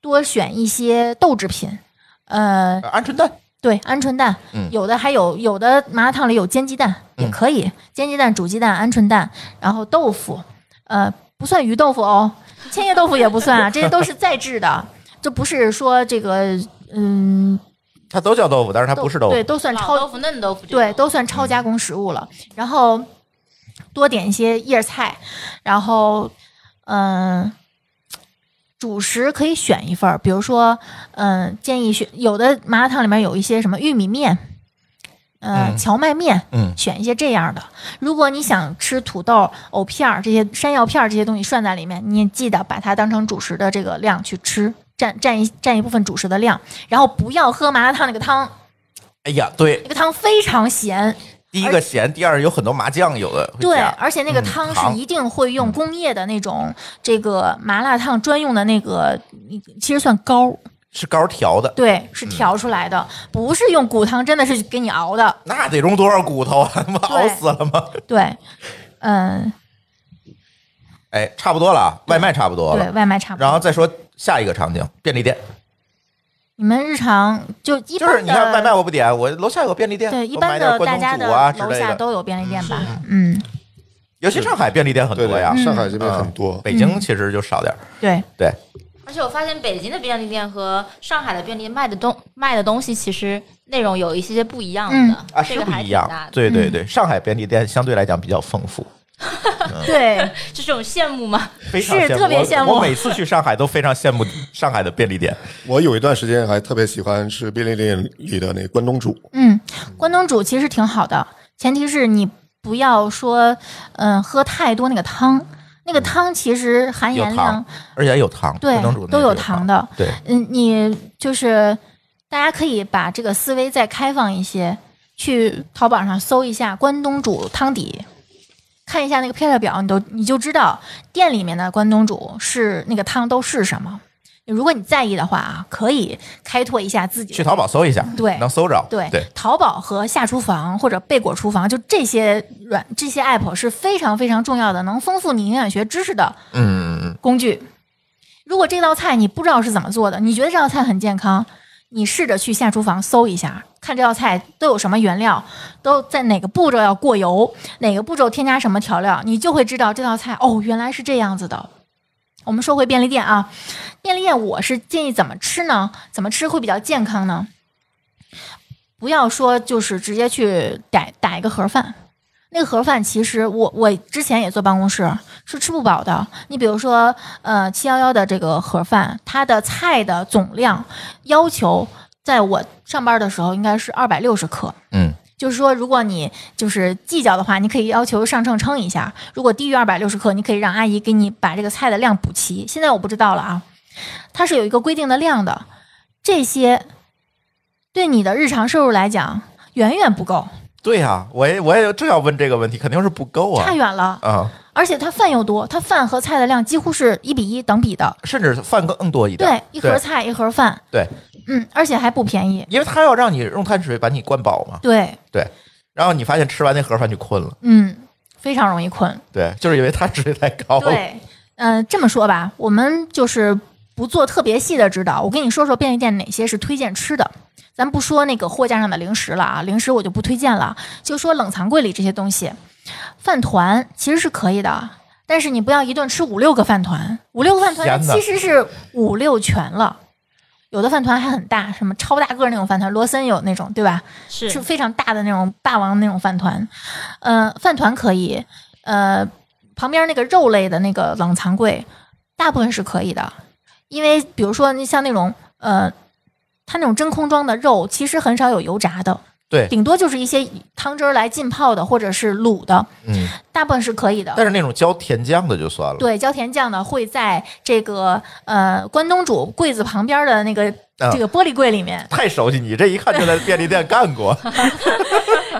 D: 多选一些豆制品，呃，
A: 呃鹌鹑蛋
D: 对，鹌鹑蛋，
A: 嗯
D: 有的还有有的麻辣烫里有煎鸡蛋也可以，煎鸡蛋、煮鸡蛋、鹌鹑蛋，然后豆腐，呃，不算鱼豆腐哦，千叶豆腐也不算啊，这些都是再制的，这不是说这个嗯，
A: 它都叫豆腐，但是它不是豆
D: 对，
A: 腐。
D: 都算
C: 老豆
D: 超
C: 腐、嫩豆腐这种，
D: 对，都算超加工食物了。然后多点一些叶菜，然后嗯。主食可以选一份儿，比如说，嗯、建议选有的麻辣烫里面有一些什么玉米面，呃、
A: 嗯
D: 荞麦面，
A: 嗯
D: 选一些这样的。如果你想吃土豆、藕片儿这些山药片儿这些东西涮在里面，你也记得把它当成主食的这个量去吃，占占一占一部分主食的量，然后不要喝麻辣烫那个汤，
A: 哎呀，对
D: 那，个汤非常咸，
A: 第一个咸，第二有很多麻酱，有的会
D: 对，
A: 加
D: 而且那个
A: 嗯
D: 汤
A: 糖嗯
D: 是一定会用工业的那种这个麻辣烫专用的那个，你其实算膏，
A: 是膏调的，
D: 对，是调出来的，不是用骨汤，真的是给你熬的，
A: 那得用多少骨头啊？ 他妈
D: 对
A: 熬死了吗？
D: 对，嗯，
A: 哎，差不多了啊，外卖差不多
D: 对
A: 了，
D: 外卖差不多。
A: 然后再说下一个场景，便利店。
D: 你们日常就一般
A: 就是你看
D: 的
A: 外卖我不点，我楼下有个便利店，
D: 对，一
A: 我
D: 般
A: 买点
D: 的
A: 关
D: 大家
A: 东
D: 的
A: 煮啊之
D: 楼
A: 类
D: 下
A: 的。
D: 都有便利店吧？嗯，
A: 尤其上海便利店很
B: 对
A: 多呀嗯
B: 的，，上海这
A: 这
B: 边很多。
A: 北
D: 嗯
A: 京其实就少点儿。
D: 对，
A: 对，
C: 而且我发现北京的便利店和上海的便利店卖的东卖的东西，其实内容有一些不一样的
D: 嗯
A: 啊，
C: 这
A: 是
C: 个
A: 不
C: 还
A: 一
C: 挺
A: 样
C: 大。的。
A: 对对对，上海便利店相对来讲比较丰富，嗯
D: 对，
C: 这种羡慕吗？
A: 非常
D: 是特别
A: 我
D: 羡慕
A: 我每次去上海都非常羡慕上海的便利店，
B: 我有一段时间还特别喜欢吃便利店里的那关东煮，
D: 嗯，关东煮其实挺好的，前提是你不要说，嗯、喝太多那个汤，那个汤其实含
A: 嗯有
D: 盐量
A: 糖，而且有糖，
D: 对
A: 关东煮那
D: 都
A: 个
D: 有
A: 糖
D: 糖。的。
A: 对，
D: 嗯，你就是大家可以把这个思维再开放一些，去淘宝上搜一下关东煮汤底，看一下那个配料表，你都你就知道店里面的关东煮是那个汤都是什么。如果你在意的话啊，可以开拓一下自己的
A: 去淘宝搜一下，
D: 对
A: 能搜着。
D: 对，
A: 对，
D: 淘宝和下厨房或者贝果厨房，就这些软这些 app 是非常非常重要的，能丰富你营养学知识的
A: 嗯，
D: 工具。如果这道菜你不知道是怎么做的，你觉得这道菜很健康，你试着去下厨房搜一下，看这道菜都有什么原料，都在哪个步骤要过油，哪个步骤添加什么调料，你就会知道这道菜哦原来是这样子的。我们说回便利店啊，便利店我是建议怎么吃呢？怎么吃会比较健康呢？不要说就是直接去打打一个盒饭，那个盒饭其实我我之前也坐办公室是吃不饱的。你比如说，呃，七幺幺的这个盒饭，它的菜的总量要求，在我上班的时候应该是二百六十克。
A: 嗯，
D: 就是说，如果你就是计较的话，你可以要求上秤称一下。如果低于二百六十克，你可以让阿姨给你把这个菜的量补齐。现在我不知道了啊，它是有一个规定的量的。这些对你的日常摄入来讲，远远不够，
A: 对呀、我也我也正要问这个问题，肯定是不够啊
D: 差。远了。
A: 啊、
D: 而且它饭又多，它饭和菜的量几乎是一比一等比的。
A: 甚至饭更更多一
D: 对
A: 点，。
D: 一盒菜一盒饭，
A: 对，
D: 嗯，而且还不便宜。
A: 因为他要让你用碳水把你灌饱嘛。
D: 对，
A: 对，然后你发现吃完那盒饭就困了，
D: 嗯，非常容易困。
A: 对，就是因为碳水太高了。
D: 对，嗯、这么说吧，我们就是不做特别细的指导，我跟你说说便利店哪些是推荐吃的。咱不说那个货架上的零食了啊，零食我就不推荐了，就说冷藏柜里这些东西，饭团其实是可以的，但是你不要一顿吃五六个饭团，五六个饭团
A: 天哪
D: 其实是五六全了。有的饭团还很大，什么超大个儿那种饭团，罗森有那种，对吧？
C: 是
D: 是非常大的那种霸王那种饭团，呃，饭团可以，呃，旁边那个肉类的那个冷藏柜，大部分是可以的，因为比如说你像那种呃，它那种真空装的肉，其实很少有油炸的，
A: 对
D: 顶多就是一些以汤汁儿来浸泡的或者是卤的，
A: 嗯，
D: 大部分是可以的。
A: 但是那种浇甜酱的就算了。
D: 对，焦甜酱呢会在这个呃关东煮柜子旁边的那个、
A: 啊
D: 这个玻璃柜里面，
A: 太熟悉你，这一看就在便利店干过，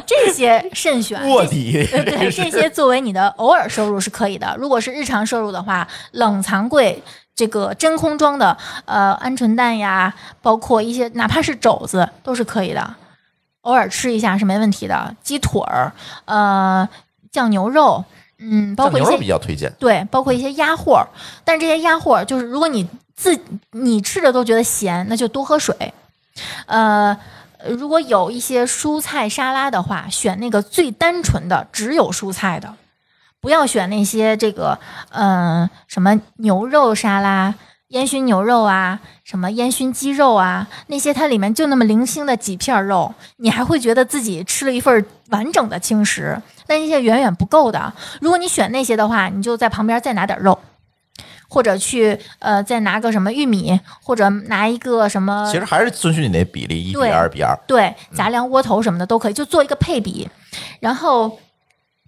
D: 这些慎选。
A: 卧 底。
D: 对对，这些作为你的偶尔收入是可以的。如果是日常摄入的话，冷藏柜这个真空装的，呃，鹌鹑蛋呀，包括一些哪怕是肘子都是可以的，偶尔吃一下是没问题的。鸡腿儿，呃，酱牛肉，嗯，包
A: 酱
D: 括一
A: 牛肉比
D: 些
A: 较推荐，
D: 对，包括一些鸭货儿。但这些鸭货儿就是，如果你自你吃着都觉得咸，那就多喝水。呃，如果有一些蔬菜沙拉的话，选那个最单纯的，只有蔬菜的，不要选那些这个，嗯、什么牛肉沙拉、烟熏牛肉啊，什么烟熏鸡肉啊，那些它里面就那么零星的几片儿肉，你还会觉得自己吃了一份完整的轻食，但那些远远不够的。如果你选那些的话，你就在旁边再拿点肉。或者去呃，再拿个什么玉米，或者拿一个什么，
A: 其实还是遵循你那比例一比
D: 嗯对
A: 二比二。
D: 对，杂粮、窝头什么的都可以，就做一个配比。然后，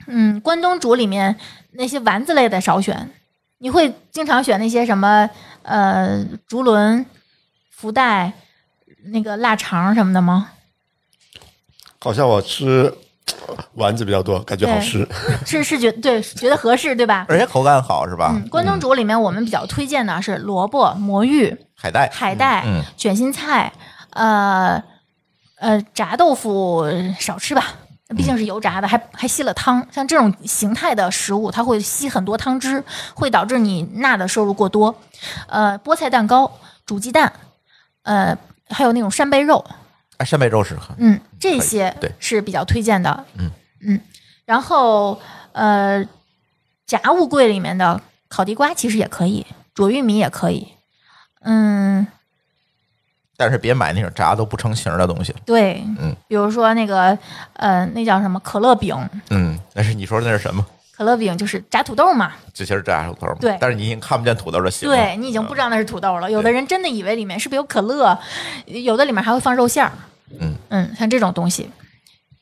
D: 嗯，关东煮里面那些丸子类的少选，你会经常选那些什么呃竹轮、福袋、那个腊肠什么的吗？
B: 好像我吃丸子比较多，感觉好吃。
D: 是是觉对觉得合适对吧？
A: 而且口感好是吧？
D: 嗯，关东煮里面我们比较推荐的是萝卜、魔芋、
A: 海带，
D: 海带、
A: 嗯嗯
D: 卷心菜，呃呃，炸豆腐少吃吧，
A: 嗯
D: 毕竟是油炸的，还还吸了汤。像这种形态的食物，它会吸很多汤汁，会导致你钠的摄入过多。呃，菠菜蛋糕、煮鸡蛋，呃，还有那种扇贝肉，
A: 哎扇贝肉是很
D: 嗯，这些
A: 对
D: 是比较推荐的。
A: 嗯
D: 嗯，然后呃，炸物柜里面的烤地瓜其实也可以，煮玉米也可以。嗯，
A: 但是别买那种炸都不成形的东西。
D: 对，
A: 嗯，
D: 比如说那个呃，那叫什么可乐饼，
A: 嗯嗯，但是你说的那是什么？
D: 可乐饼就是炸土豆嘛，
A: 这些是炸土豆嘛？
D: 对
A: 但是你已经看不见土豆的形了。
D: 对你已经不知道那是土豆了。有的人真的以为里面是不是有可乐，有的里面还会放肉馅儿。
A: 嗯
D: 像这种东西，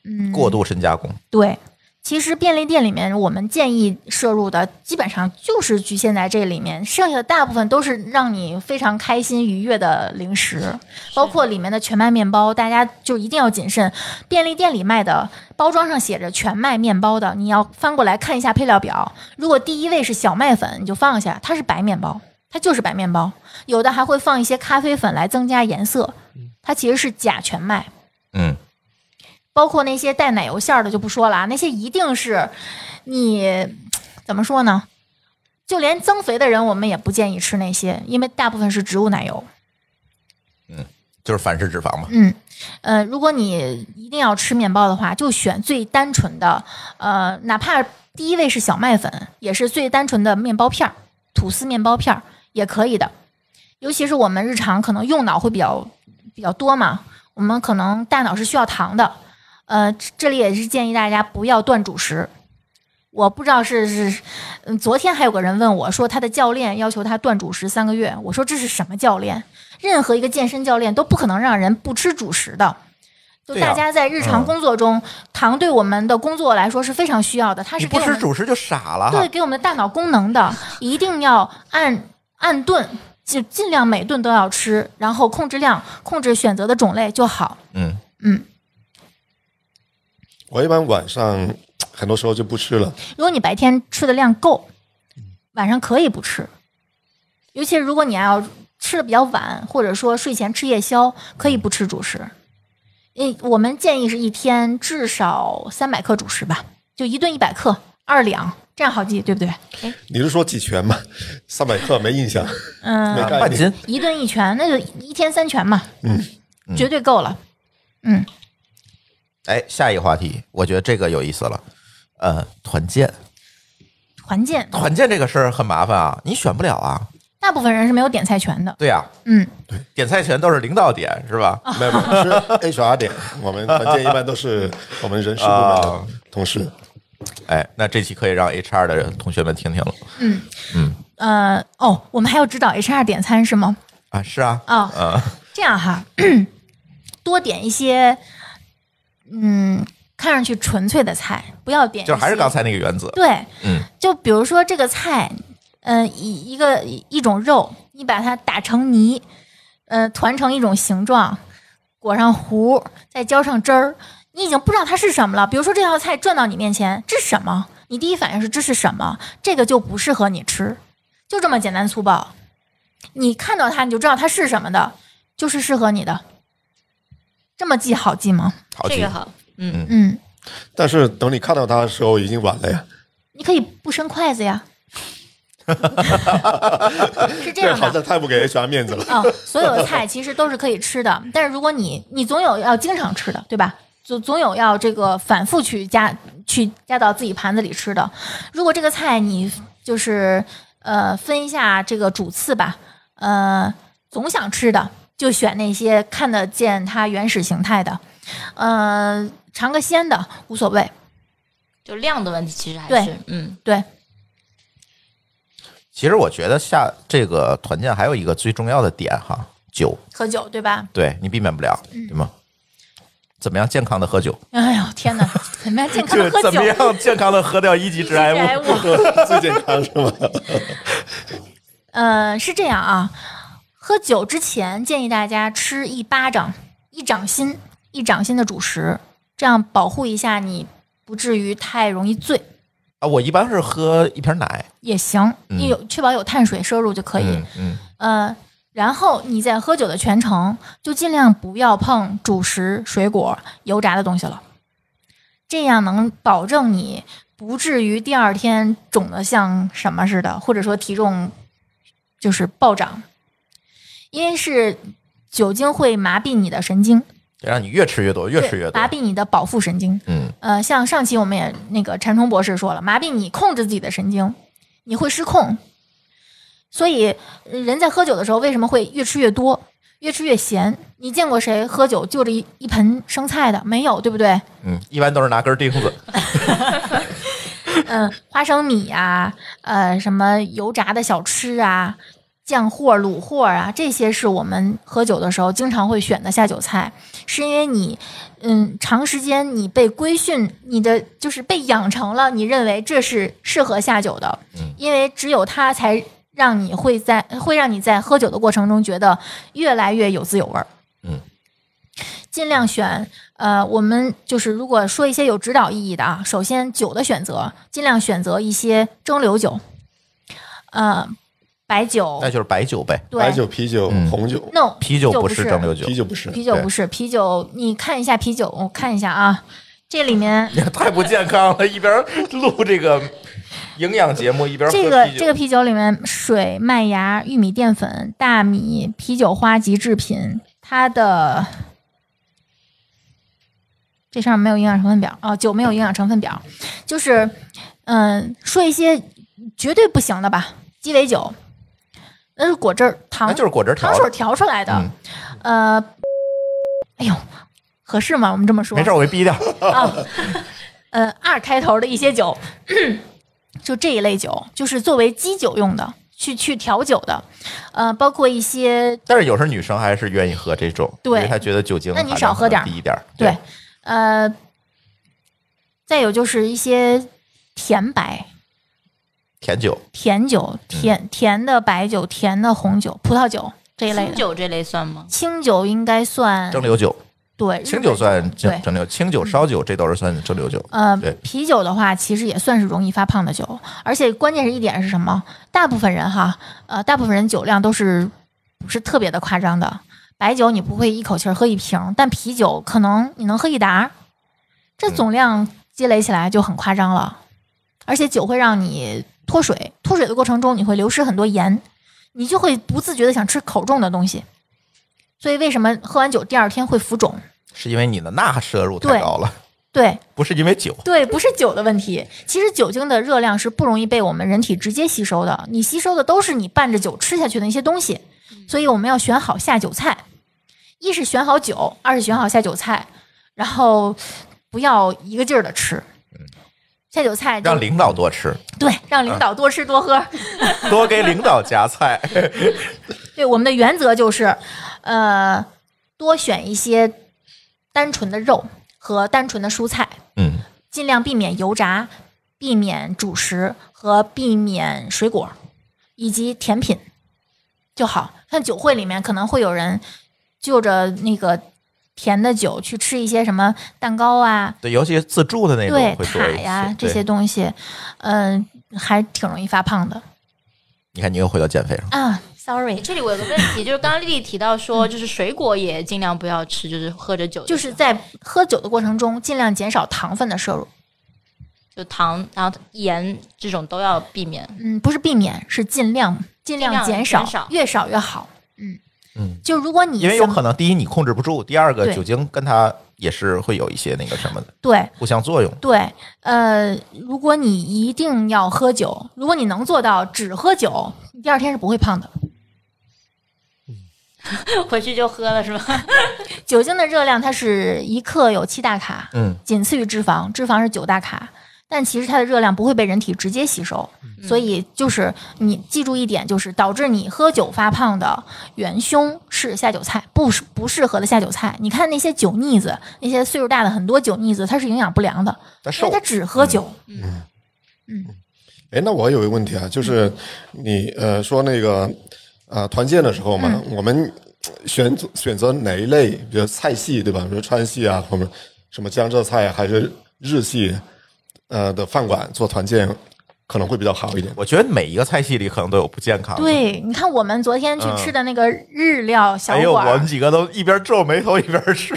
D: 嗯
A: 过度深加工。
D: 对。其实便利店里面，我们建议摄入的基本上就是局限在这里面，剩下的大部分都是让你非常开心愉悦的零食，包括里面的全麦面包，大家就一定要谨慎。便利店里卖的包装上写着全麦面包的，你要翻过来看一下配料表，如果第一位是小麦粉，你就放下，它是白面包，它就是白面包。有的还会放一些咖啡粉来增加颜色，它其实是假全麦。
A: 嗯，
D: 包括那些带奶油馅儿的就不说了啊，那些一定是你怎么说呢？就连增肥的人，我们也不建议吃那些，因为大部分是植物奶油。
A: 就是反式脂肪嘛。
D: 嗯，呃，如果你一定要吃面包的话，就选最单纯的，呃，哪怕第一位是小麦粉，也是最单纯的面包片儿，吐司面包片儿也可以的。尤其是我们日常可能用脑会比较比较多嘛，我们可能大脑是需要糖的，呃，这这里也是建议大家不要断主食。我不知道是是，嗯，昨天还有个人问我说，他的教练要求他断主食三个月，我说这是什么教练？任何一个健身教练都不可能让人不吃主食的。就
A: 对呀
D: 大家在日
A: 嗯
D: 常工作中，糖对我们的工作来说是非常需要的，嗯它
A: 你
D: 是给
A: 不
D: 我们
A: 吃主食啊就傻了
D: 对
A: 哈。
D: 给我们的大脑功能的，一定要按按顿，就尽量每顿都要吃，然后控制量，控制选择的种类就好。
A: 嗯，
D: 嗯，
B: 我一般晚上很多时候就不吃了，
D: 如果你白天吃的量够，
A: 嗯
D: 晚上可以不吃。尤其是如果你要吃的比较晚，或者说睡前吃夜宵，可以不吃主食。嗯，我们建议是一天至少三百克主食吧，就一顿一百克，二两，这样好记，对不对？
B: 你是说几拳吗？三百克没印象，
D: 嗯
B: 没，
A: 啊
B: 概念
A: 半斤。
D: 一顿一拳，那就一天三拳嘛，嗯，绝对够了。嗯，
A: 哎，下一个话题，我觉得这个有意思了。呃，团建，
D: 团建，
A: 团建这个事儿很麻烦啊，你选不了啊。
D: 大部分人是没有点菜权的。
A: 对呀、
D: 嗯，
A: 点菜权都是领导点是吧？
D: 哦
B: 没有没有是 HR 点。我们团建一般都是我们人事部门的
A: 啊
B: 同事。
A: 哎，那这期可以让 HR 的同学们听听了
D: 呃，哦，我们还要指导 HR 点餐是吗？
A: 啊。是啊，
D: 哦
A: 嗯
D: 这样哈， 多点一些，嗯，看上去纯粹的菜，不要点一些，
A: 就还是刚才那个原则。
D: 对，
A: 嗯，
D: 就比如说这个菜，嗯、一一个一一种肉，你把它打成泥，呃，团成一种形状，裹上糊，再浇上汁儿，你已经不知道它是什么了。比如说这道菜转到你面前，这是什么？你第一反应是这是什么？这个就不适合你吃，就这么简单粗暴。你看到它你就知道它是什么的，就是适合你的。这么记好记吗？
A: 好
C: 这
A: 记
C: 个好，嗯，
D: 嗯，
B: 但是等你看到他的时候已经晚了呀，
D: 你可以不伸筷 子呀。是这
B: 这
D: 样
B: 好
D: 的
B: 像太不给 HR 面子了。
D: 啊、所有的菜其实都是可以吃的，但是如果你你总有要经常吃的，对吧？总总有要这个反复去加去加到自己盘子里吃的。如果这个菜你就是呃分一下这个主次吧，呃总想吃的就选那些看得见它原始形态的，呃尝个鲜的无所谓。
C: 就量的问题其实还
D: 对
C: 是嗯，
D: 对，
A: 其实我觉得下这个团建还有一个最重要的点哈，酒，
D: 喝酒对吧？
A: 对你避免不了，对吗？怎么样健康的喝酒？
D: 哎呦天 哪，怎么样健康
A: 就
D: 的
A: 是
D: 喝酒？
A: 怎么样健康的喝掉 一级致癌物？
D: 物。
B: 最健康是吗？
D: 呃，是这样啊，喝酒之前建议大家吃一巴掌、一掌心、一掌心的主食，这样保护一下你不至于太容易醉
A: 啊，我一般是喝一瓶奶，
D: 也行，你有确保有碳水摄入就可以
A: 嗯。嗯，
D: 呃，然后你在喝酒的全程就尽量不要碰主食、水果、油炸的东西了，这样能保证你不至于第二天肿得像什么似的，或者说体重就是暴涨，因为是酒精会麻痹你的神经，
A: 得让你越吃越多，越吃越多
D: 麻。痹你的饱腹神经。
A: 嗯，
D: 呃，像上期我们也那个陈冲博士说了，麻痹你控制自己的神经，你会失控。所以呃人在喝酒的时候，为什么会越吃越多，越吃越咸？你见过谁喝酒就着一一盆生菜的？没有，对不对？
A: 嗯，一般都是拿根钉子。
D: 嗯，花生米啊，呃，什么油炸的小吃啊，酱货、卤货啊，这些是我们喝酒的时候经常会选的下酒菜，是因为你，嗯，长时间你被规训，你的就是被养成了，你认为这是适合下酒的，因为只有它才让你会在会让你在喝酒的过程中觉得越来越有滋有味儿。
A: 嗯，
D: 尽量选呃，我们就是如果说一些有指导意义的啊，首先酒的选择，尽量选择一些蒸馏酒，呃，白酒
A: 那，就是白酒呗，
D: 对
B: 白酒、啤酒、
A: 嗯
B: 红酒，
D: ，no
A: 啤酒
D: 不
A: 是蒸馏酒
B: 啤，酒不是。
D: 啤酒不是啤酒，你看一下啤酒，我看一下啊，这里面
A: 太不健康了，一边录这个营养节目一边喝
D: 这个
A: 啤酒
D: 这个啤酒里面水、麦芽、玉米淀粉、大米、啤酒花及制品，它的这上面没有营养成分表哦，酒没有营养成分表，就是嗯，说一些绝对不行的吧，鸡尾酒，那是果汁儿糖，
A: 那就是果汁调
D: 糖
A: 的嗯
D: 水调出来的，呃，哎呦，合适吗？我们这么说，
A: 没事，我给逼掉。
D: 啊，呃，二开头的一些酒， 就这一类酒，就是作为基酒用的，去去调酒的，呃，包括一些
A: 但是有时候女生还是愿意喝这种，
D: 对
A: 因为她觉得酒精
D: 那你
A: 含
D: 少
A: 量
D: 喝点儿
A: 可能低一点儿，
D: 对，呃，再有就是一些甜白、
A: 甜酒，
D: 甜
A: 嗯
D: 酒、甜甜的白酒、甜的红酒、葡萄酒这一类
C: 清
D: 的。
C: 酒这类算吗？
D: 清酒应该算
A: 蒸馏酒，
D: 对，日
A: 清
D: 本
A: 酒算蒸
D: 嗯对嗯
A: 蒸馏，清酒、烧酒这都是算蒸馏酒。
D: 呃
A: 对，
D: 啤酒的话，其实也算是容易发胖的酒，而且关键是一点是什么？大部分人哈，呃，大部分人酒量都是不是特别的夸张的。白酒你不会一口气儿喝一瓶，但啤酒可能你能喝一打儿，这总量积累起来就很夸张了。而且酒会让你脱水，脱水的过程中你会流失很多盐，你就会不自觉的想吃口重的东西。所以为什么喝完酒第二天会浮肿？
A: 是因为你的钠摄入太高了，
D: 对，
A: 不是因为酒。
D: 对，不是酒的问题。其实酒精的热量是不容易被我们人体直接吸收的，你吸收的都是你伴着酒吃下去的那些东西。所以我们要选好下酒菜，一是选好酒，二是选好下酒菜，然后不要一个劲儿的吃。下酒菜就
A: 嗯让领啊导多吃，
D: 对，让领导多吃多喝。
A: 多给领导夹菜。
D: 对，我们的原则就是，呃，多选一些单纯的肉和单纯的蔬菜。
A: 嗯，
D: 尽量避免油炸，避免主食和避免水果以及甜品就好。像酒会里面可能会有人就着那个甜的酒去吃一些什么蛋糕啊、
A: 对，尤其自助的那种
D: 对
A: 会多
D: 塔
A: 一些。
D: 呀、这
A: 对
D: 些东西，嗯、还挺容易发胖的
A: 你看，你又回到减肥上。
D: 啊。
C: 哎
D: Sorry，
C: 这里我有个问题，就是刚刚丽丽提到说，就是水果也尽量不要吃，就是喝着酒的
D: 嗯就是
C: 时候
D: 在喝酒的过程中，尽量减少糖分的摄入。
C: 就糖，然后盐这种都要避免。
D: 嗯，不是避免，是尽量尽量
C: 量
D: 减
C: 减
D: 少，
C: 少
D: 越少越好。嗯
A: 嗯，
D: 就如果你
A: 因为有
D: 想
A: 可能，第一你控制不住，第二个
D: 对
A: 酒精跟它也是会有一些那个什么的
D: 对
A: 互相作用。
D: 对，呃，如果你一定要喝酒，如果你能做到只喝酒，你第二天是不会胖的。
C: 回去就喝了是吧？
D: 酒精的热量它是一克有七大卡，
A: 嗯，
D: 仅次于脂肪，脂肪是九大卡，但其实它的热量不会被人体直接吸收，
A: 嗯
D: 所以就是你记住一点，就是导致你喝酒发胖的元凶是下酒菜，不是不适合的下酒菜。你看那些酒腻子，那些岁数大的很多酒腻子，他是营养不良的，
A: 它
D: 因为
A: 瘦嗯
D: 他，只喝酒。
B: 哎，那我有一个问题啊，就是
D: 嗯
B: 你呃说那个呃团建的时候嘛，
D: 嗯
B: 我们选选择哪一类，比如菜系对吧？比如川系啊，或者什么江浙菜啊还是日系呃的饭馆做团建可能会比较好一
D: 嗯
B: 点。
A: 我觉得每一个菜系里可能都有不健康的。
D: 对，你看我们昨天去吃的那个日料小
A: 哎呦，我
D: 馆儿，
A: 们几个都一边皱眉头一边吃。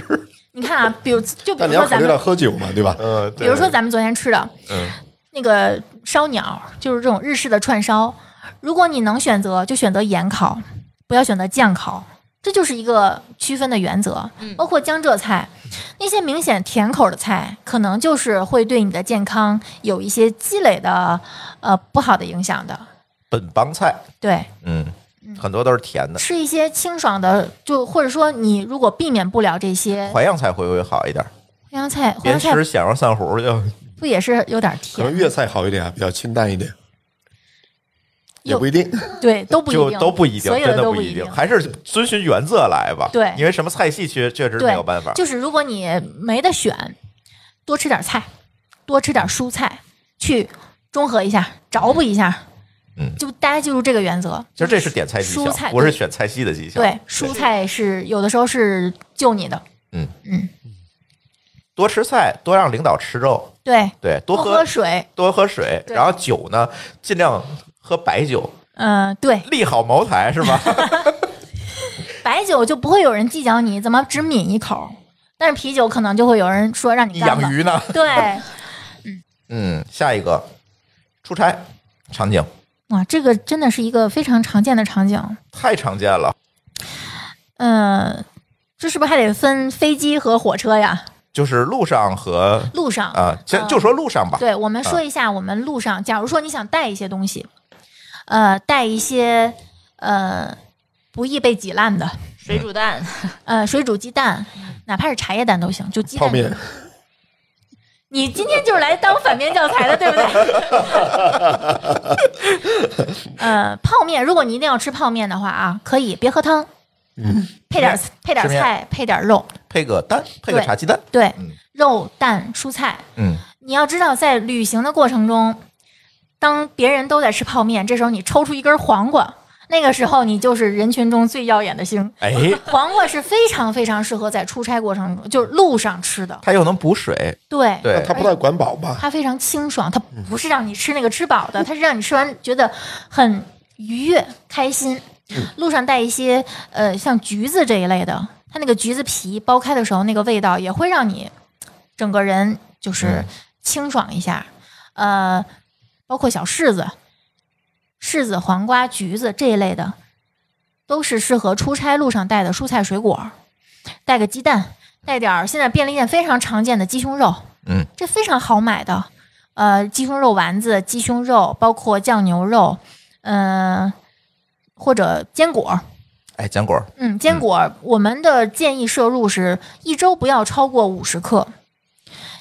D: 你看啊，比如就比
B: 但
D: 如
B: 你要
D: 说
B: 考
D: 咱
B: 虑到
D: 们，
B: 喝酒嘛，对吧？
A: 嗯，
D: 比
A: 对
D: 如说咱们昨天吃的
A: 嗯
D: 那个烧鸟，就是这种日式的串烧。如果你能选择，就选择盐烤，不要选择酱烤，这就是一个区分的原则。包括江浙菜，那些明显甜口的菜，可能就是会对你的健康有一些积累的呃不好的影响的。
A: 本帮菜，
D: 对，
A: 嗯，很多都是甜的。
D: 吃一些清爽的，就或者说你如果避免不了这些
A: 淮扬菜会不会好一点？
D: 淮扬菜，淮
A: 别
D: 扬菜
A: 吃响肉散糊就
D: 不也是有点
B: 可能
D: 甜？
B: 粤菜好一点啊，比较清淡一点，也
D: 有
B: 不一 定。
D: 对，都不一
A: 就
D: 定，
A: 都不一定，
D: 所有
A: 真
D: 的
A: 的
D: 都
A: 不
D: 一定。
A: 还是遵循原则来吧。
D: 对
A: 因为什么菜系确确实
D: 对，
A: 没有办法。
D: 就是如果你没得选，多吃点菜，多吃点蔬菜，去中和一下，着补一下。
A: 嗯
D: 就大家记住这个原则。
A: 其实这是点菜技
D: 蔬
A: 巧，
D: 菜
A: 不是选菜系的技巧。
D: 对，蔬菜是有的时候是救你的。
A: 嗯
D: 嗯，
A: 多吃菜，多让领导吃肉，
D: 对，
A: 对，多
D: 多
A: 喝
D: 喝水。
A: 多喝水，
D: 对
A: 然后酒呢，尽量喝白酒，
D: 嗯、对，
A: 立好茅台是 吧？
D: 白酒就不会有人计较你怎么只抿一口，但是啤酒可能就会有人说让
A: 你
D: 你干
A: 养
D: 了。
A: 鱼呢？
D: 对，
A: 嗯，下一个，出差场景
D: 哇，这个真的是一个非常常见的场景。
A: 太常见了，
D: 嗯，这是不是还得分飞机和火车呀？
A: 就是路上和
D: 路上，
A: 啊，先、
D: 嗯
A: 就说路上吧。
D: 对，我们说一下我们路上，假如说你想带一些东西，呃，带一些呃不易被挤烂的，
C: 水煮蛋，
D: 呃，水煮鸡蛋，哪怕是茶叶蛋都行，就鸡蛋。
B: 泡面，
D: 你今天就是来当反面教材的，对不对？ 呃，泡面，如果你一定要吃泡面的话啊，可以别喝汤， 配点配点
A: 嗯吃面
D: 菜，配点肉，
A: 配个蛋，配个
D: 对
A: 茶鸡蛋。
D: 对，
A: 嗯
D: 肉蛋蔬菜。
A: 嗯，
D: 你要知道，在旅行的过程中，当别人都在吃泡面，这时候你抽出一根黄瓜，那个时候你就是人群中最耀眼的星。
A: 哎，
D: 黄瓜是非常非常适合在出差过程中，就是路上吃的。
A: 它又能补水，
D: 对，
A: 对，
B: 它不太管饱吧？
D: 它非常清爽，它不是让你吃那个吃饱的，它是让你吃完觉得很愉悦、开心。路上带一些呃，像橘子这一类的，它那个橘子皮剥开的时候，那个味道也会让你整个人就是清爽一下。呃，包括小柿子、柿子、黄瓜、橘子这一类的，都是适合出差路上带的蔬菜水果。带个鸡蛋，带点儿现在便利店非常常见的鸡胸肉，
A: 嗯，
D: 这非常好买的。呃，鸡胸肉丸子、鸡胸肉，包括酱牛肉，嗯、或者坚果，
A: 哎，坚果
D: 嗯，坚果、我们的建议摄入是一周不要超过五十克，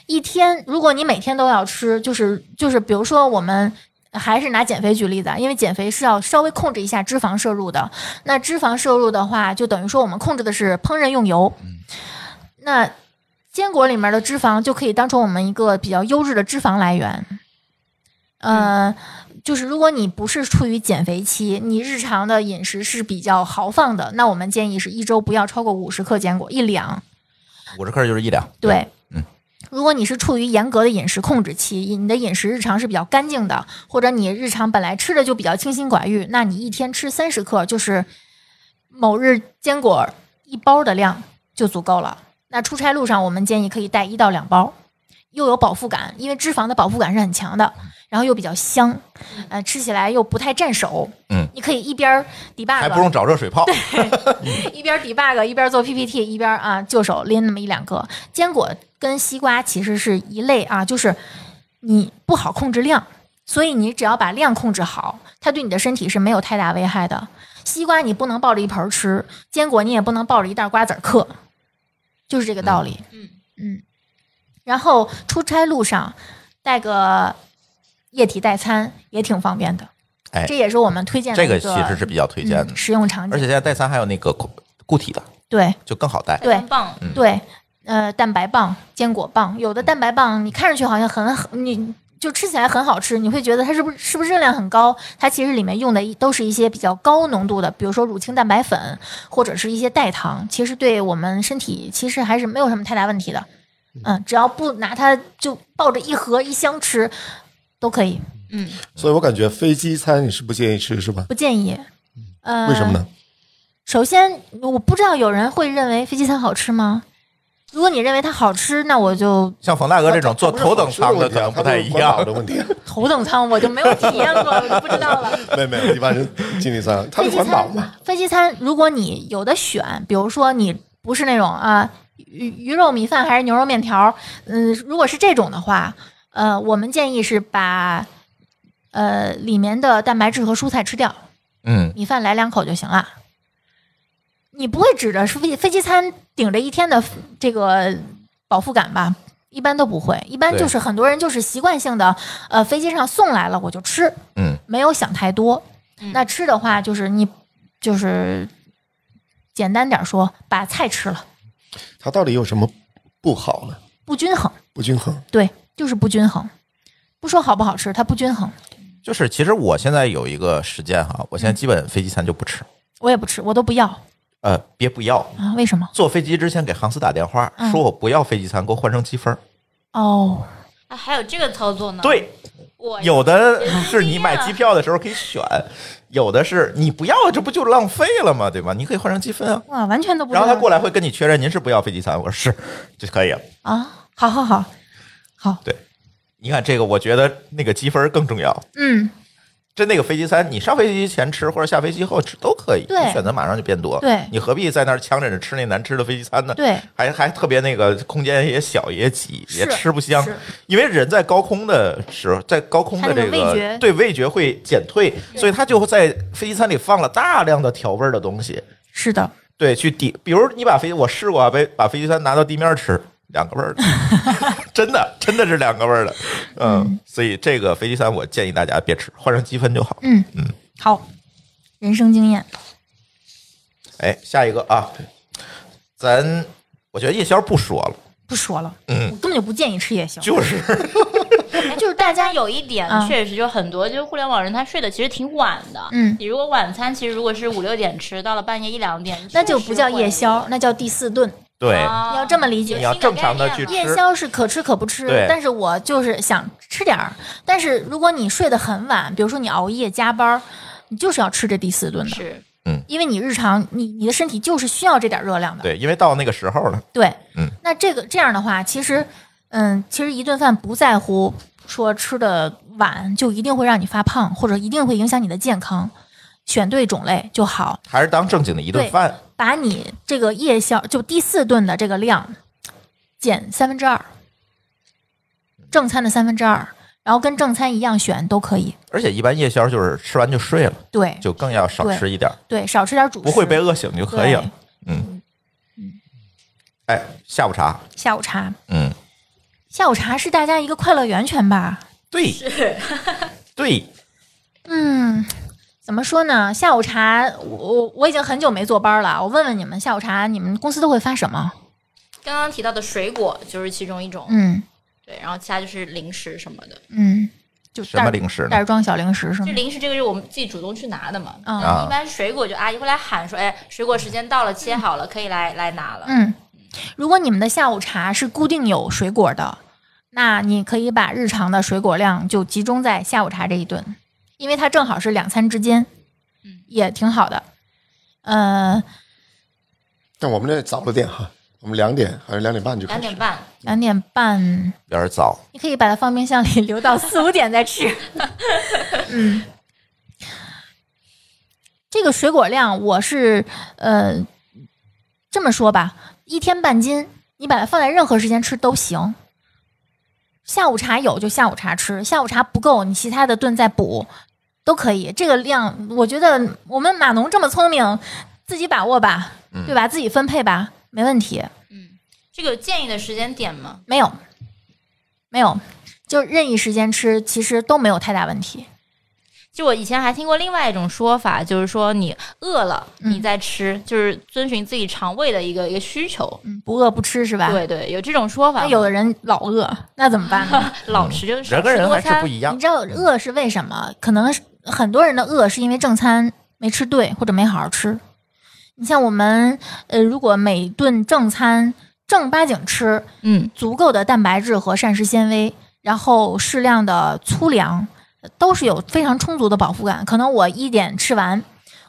D: 一天如果你每天都要吃，就是就是比如说我们。还是拿减肥举例子啊，因为减肥是要稍微控制一下脂肪摄入的。那脂肪摄入的话，就等于说我们控制的是烹饪用油。那坚果里面的脂肪就可以当成我们一个比较优质的脂肪来源。呃，就是如果你不是处于减肥期，你日常的饮食是比较豪放的，那我们建议是一周不要超过五十克坚果，一两。
A: 五十克就是一两。
D: 对，
A: 嗯。
D: 如果你是处于严格的饮食控制期，你的饮食日常是比较干净的，或者你日常本来吃的就比较清心寡欲，那你一天吃三十克，就是某日坚果一包的量就足够了。那出差路上，我们建议可以带一到两包，又有饱腹感，因为脂肪的饱腹感是很强的，
A: 嗯
D: 然后又比较香，呃，吃起来又不太占手。
A: 嗯，
D: 你可以一边儿 debug，
A: 还不用找热水泡，
D: 一边 debug 一边做 PPT，一边啊就手拎那么一两个坚果跟西瓜其实是一类啊，就是你不好控制量，所以你只要把量控制好，它对你的身体是没有太大危害的。西瓜你不能抱着一盆儿吃，坚果你也不能抱着一袋瓜子儿嗑，就是这个道理。
C: 嗯
D: 嗯，然后出差路上带个液体代餐也挺方便的，
A: 哎
D: 这也是我们推荐的
A: 这
D: 一个
A: 个其实是比较推荐的
D: 嗯。实用场
A: 而且
D: 景，
A: 现在代餐还有那个固固体的，
D: 对。
A: 就更好带。
D: 对
C: 很棒，
A: 嗯
D: 对，呃，蛋白棒、坚果棒，有的蛋白棒你看上去好像很，你就吃起来很好吃，你会觉得它是不是是不是热量很高？它其实里面用的一都是一些比较高浓度的，比如说乳清蛋白粉或者是一些代糖，其实对我们身体其实还是没有什么太大问题的。嗯，只要不拿它就抱着一盒一箱吃，都可以，
C: 嗯，
B: 所以我感觉飞机餐你是不建议吃是吧？
D: 不建议。呃，
B: 嗯为什么？呢？
D: 首先，我不知道有人会认为飞机餐好吃吗？如果你认为它好吃，那我就
A: 像冯大哥这种坐头等舱的可能不太一样
B: 它不是管饱的。问题啊，
D: 头等舱我就没有体验过，我就不知道了。
B: 没有没有，一般是经济 舱，它
D: 飞
B: 是
D: 机
B: 管饱
D: 餐
B: 嘛。，
D: 飞机餐，如果你有的选，比如说你不是那种啊鱼鱼肉米饭还是牛肉面条，嗯、如果是这种的话，呃，我们建议是把呃里面的蛋白质和蔬菜吃掉，
A: 嗯，
D: 米饭来两口就行了。你不会指着是飞飞机餐顶着一天的这个饱腹感吧？一般都不会，一般就是很多人就是习惯性的，呃，飞机上送来了我就吃，
A: 嗯，
D: 没有想太多。那吃的话，就是你就是简单点说，把菜吃了，
B: 它到底有什么不好呢？
D: 不均衡，
B: 不均衡，
D: 对，就是不均衡。不说好不好吃，它不均衡。
A: 就是其实我现在有一个实践哈，我现在基本飞机餐就不吃，
D: 我也不吃，我都不要啊？
A: 呃，别不要。
D: 为什么？
A: 坐飞机之前给航司打电话，
D: 嗯
A: 说我不要飞机餐，给我换成积分儿。
D: 哦，
C: 啊还有这个操作呢？，
A: 对，
C: 我
A: 有的是
C: 也
A: 你
C: 是
A: 买机票的时候可以选，有的是你不要，这不就浪费了吗？对吧？你可以换成积分啊。
D: 哇，完全都不知
A: 然
D: 道。
A: 后他过来会跟你确认您是不要飞机餐，我说是就可以了。
D: 啊，好好好，好，
A: 你看这个，我觉得那个积分儿更重要。
D: 嗯，
A: 就那个飞机餐，你上飞机前吃或者下飞机后吃都可以，
D: 对
A: 你选择马上就变多。
D: 对
A: 你何必在那儿呛着着吃那难吃的飞机餐呢？
D: 对，
A: 还还特别那个空间也小也挤，
D: 是
A: 也吃不香
D: 是，
A: 因为人在高空的时候，在高空的这
D: 他那个
A: 个
D: 味觉
A: 对味觉会减退，所以他就会在飞机餐里放了大量的调味儿的东西，
D: 是的，
A: 对，去抵，比如你把飞，我试过啊，把把飞机餐拿到地面吃，两个味儿的， 真的真的是两个味儿的，嗯，所以这个飞机餐我建议大家别吃，换成积分就好。
D: 嗯
A: 嗯，
D: 好，人生经验，
A: 哎，下一个啊，咱我觉得夜宵不说了，
D: 不说了，我根本就不建议吃夜宵，
A: 嗯
D: 哎
A: 就是
D: 就是大
C: 大
D: 家
C: 家有一点
D: 嗯
C: 确实就很多，就是互联网人他睡的其实挺晚的。
D: 嗯
C: 你如果晚餐其实如果是五六点吃，到了半夜一两点，
D: 那就不叫夜宵，那叫第四顿，
A: 对，
C: 啊
D: 你要这么理解
A: 你要正常的去
C: 有新的概念
A: 吃
C: 了
D: 夜宵是可吃可不吃
A: 对，
D: 但是我就是想吃点儿。但是如果你睡得很晚，比如说你熬夜加班儿，你就是要吃这第四顿的，
C: 是
D: 因为你日常你你的身体就是需要这点儿热量的。
A: 对，因为到那个时候了，
D: 对，
A: 嗯，
D: 那这个这样的话，其实，嗯，其实一顿饭不在乎说吃的晚就一定会让你发胖，或者一定会影响你的健康，选对种类就好。
A: 还是当正经的一顿
D: 对
A: 饭，
D: 把你这个夜宵就第四顿的这个量减三分之二，正餐的三分之二，然后跟正餐一样选都可以。
A: 而且一般夜宵就是吃完就睡了，
D: 对
A: 就更要少
D: 对
A: 吃一点儿，
D: 对，少吃点主食，
A: 不会被饿醒就可以了
D: 对。
A: 嗯，哎，下午茶，
D: 下午茶。
A: 嗯，
D: 下午茶是大家一个快乐源泉吧？
A: 对 对，
D: 嗯，怎么说呢？下午茶，我我我已经很久没坐班了。我问问你们，下午茶你们公司都会发什么？
C: 刚刚提到的水果就是其中一种，
D: 嗯
C: 对，然后其他就是零食什么的。
D: 嗯，就
A: 什么
D: 袋
A: 零食呢
D: 袋装小零食是吗
C: 就？零食这个是我们自己主动去拿的嘛，
D: 嗯
A: 啊
C: 一般水果就阿姨会来喊说，哎，水果时间到了，切好了，可以来来拿了。
D: 嗯，如果你们的下午茶是固定有水果的，那你可以把日常的水果量就集中在下午茶这一顿，因为它正好是两餐之间，
C: 嗯
D: 也挺好的。呃，
B: 但我们那早了点哈，我们两点还是两点半就开
C: 两
B: 始。
C: 点半，
D: 两点半，
A: 有点早。
D: 你可以把它放冰箱里 留到四五点再吃。嗯，这个水果量我是呃这么说吧，一天半斤，你把它放在任何时间吃都行。下午茶有就下午茶吃，下午茶不够你其他的顿再补都可以。这个量我觉得我们码农这么聪明，自己把握吧，对吧？自己分配吧，没问题。
C: 嗯，这个有建议的时间点吗？
D: 没有，没有，就任意时间吃，其实都没有太大问题。
C: 就我以前还听过另外一种说法，就是说你饿了
D: 嗯
C: 你再吃，就是遵循自己肠胃的一个一个需求。
D: 嗯，不饿不吃是吧？。
C: 对对，有这种说法
D: 那
C: 吗。
D: 有的人老饿，那怎么办 呢？
C: 老吃就是
A: 嗯人跟人还是不
C: 一
A: 一样
D: 你。知道饿是为什么？可能是很多人的饿是因为正餐没吃对，或者没好好吃。你像我们，呃，如果每顿正餐正儿八经吃，
C: 嗯
D: 足够的蛋白质和膳食纤维，然后适量的粗粮，呃都是有非常充足的饱腹感。可能我一点吃完，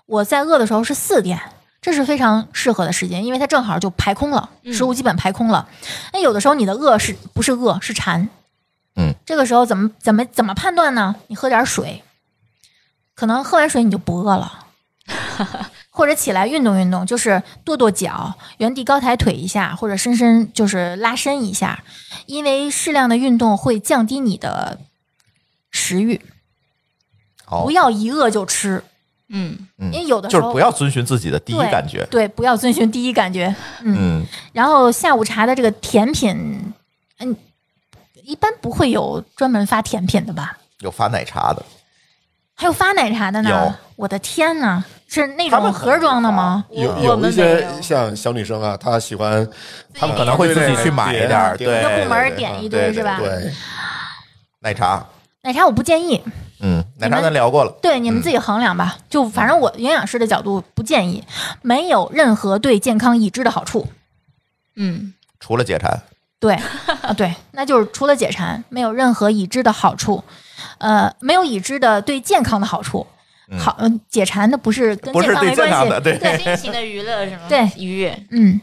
D: 我在饿的时候是四点，这是非常适合的时间，因为它正好就排空了，
C: 嗯
D: 食物基本排空了。那、有的时候你的饿是不是饿是馋？
A: 嗯，
D: 这个时候怎么怎么怎么判断呢？你喝点水，可能喝完水你就不饿了。或者起来运动运动，就是跺跺脚，原地高抬腿一下，或者深深就是拉伸一下，因为适量的运动会降低你的食欲，
A: 哦
D: 不，要一饿就吃，
C: 嗯，
A: 嗯
D: 因为有的时
A: 就
D: 候
A: 是不要遵循自己的第一
D: 对
A: 感觉。
D: 对，不要遵循第一感觉。
A: 嗯，
D: 然后下午茶的这个甜品，嗯，一般不会有专门发甜品的吧？
A: 有发奶茶的，
D: 还有发奶茶的
A: 有
D: 呢？我的天呐，是那
A: 他
D: 种
A: 们可
D: 盒装的吗？
B: 有
C: 我
B: 有
C: 们
B: 一
C: 没
B: 些
C: 有
B: 像小女生啊，她喜欢
A: 他们可能会自己去买一点儿，
B: 对
A: 对，
B: 对
D: 一个部门
A: 对
D: 儿
A: 对
D: 点一
A: 对对
D: 堆是
C: 啊
D: 吧？
B: 对
A: 奶茶，
D: 奶茶我不建议，
A: 嗯，奶茶
D: 你们
A: 咱聊过了，
D: 对你们自己衡量吧。就反正我营养师的角度不建议，没有任何对健康已知的好处。
C: 嗯，
A: 除了解馋，
D: 对啊，对，那就是除了解馋，没有任何已知的好处，呃，没有已知的对健康的好处。
A: 嗯
D: 好，嗯解馋的不是跟
A: 不是
D: 康
A: 对
D: 没
A: 健康
D: 关
A: 的，
D: 系，
A: 对，
C: 心情的娱乐什么
D: 对
C: 愉悦，
D: 嗯，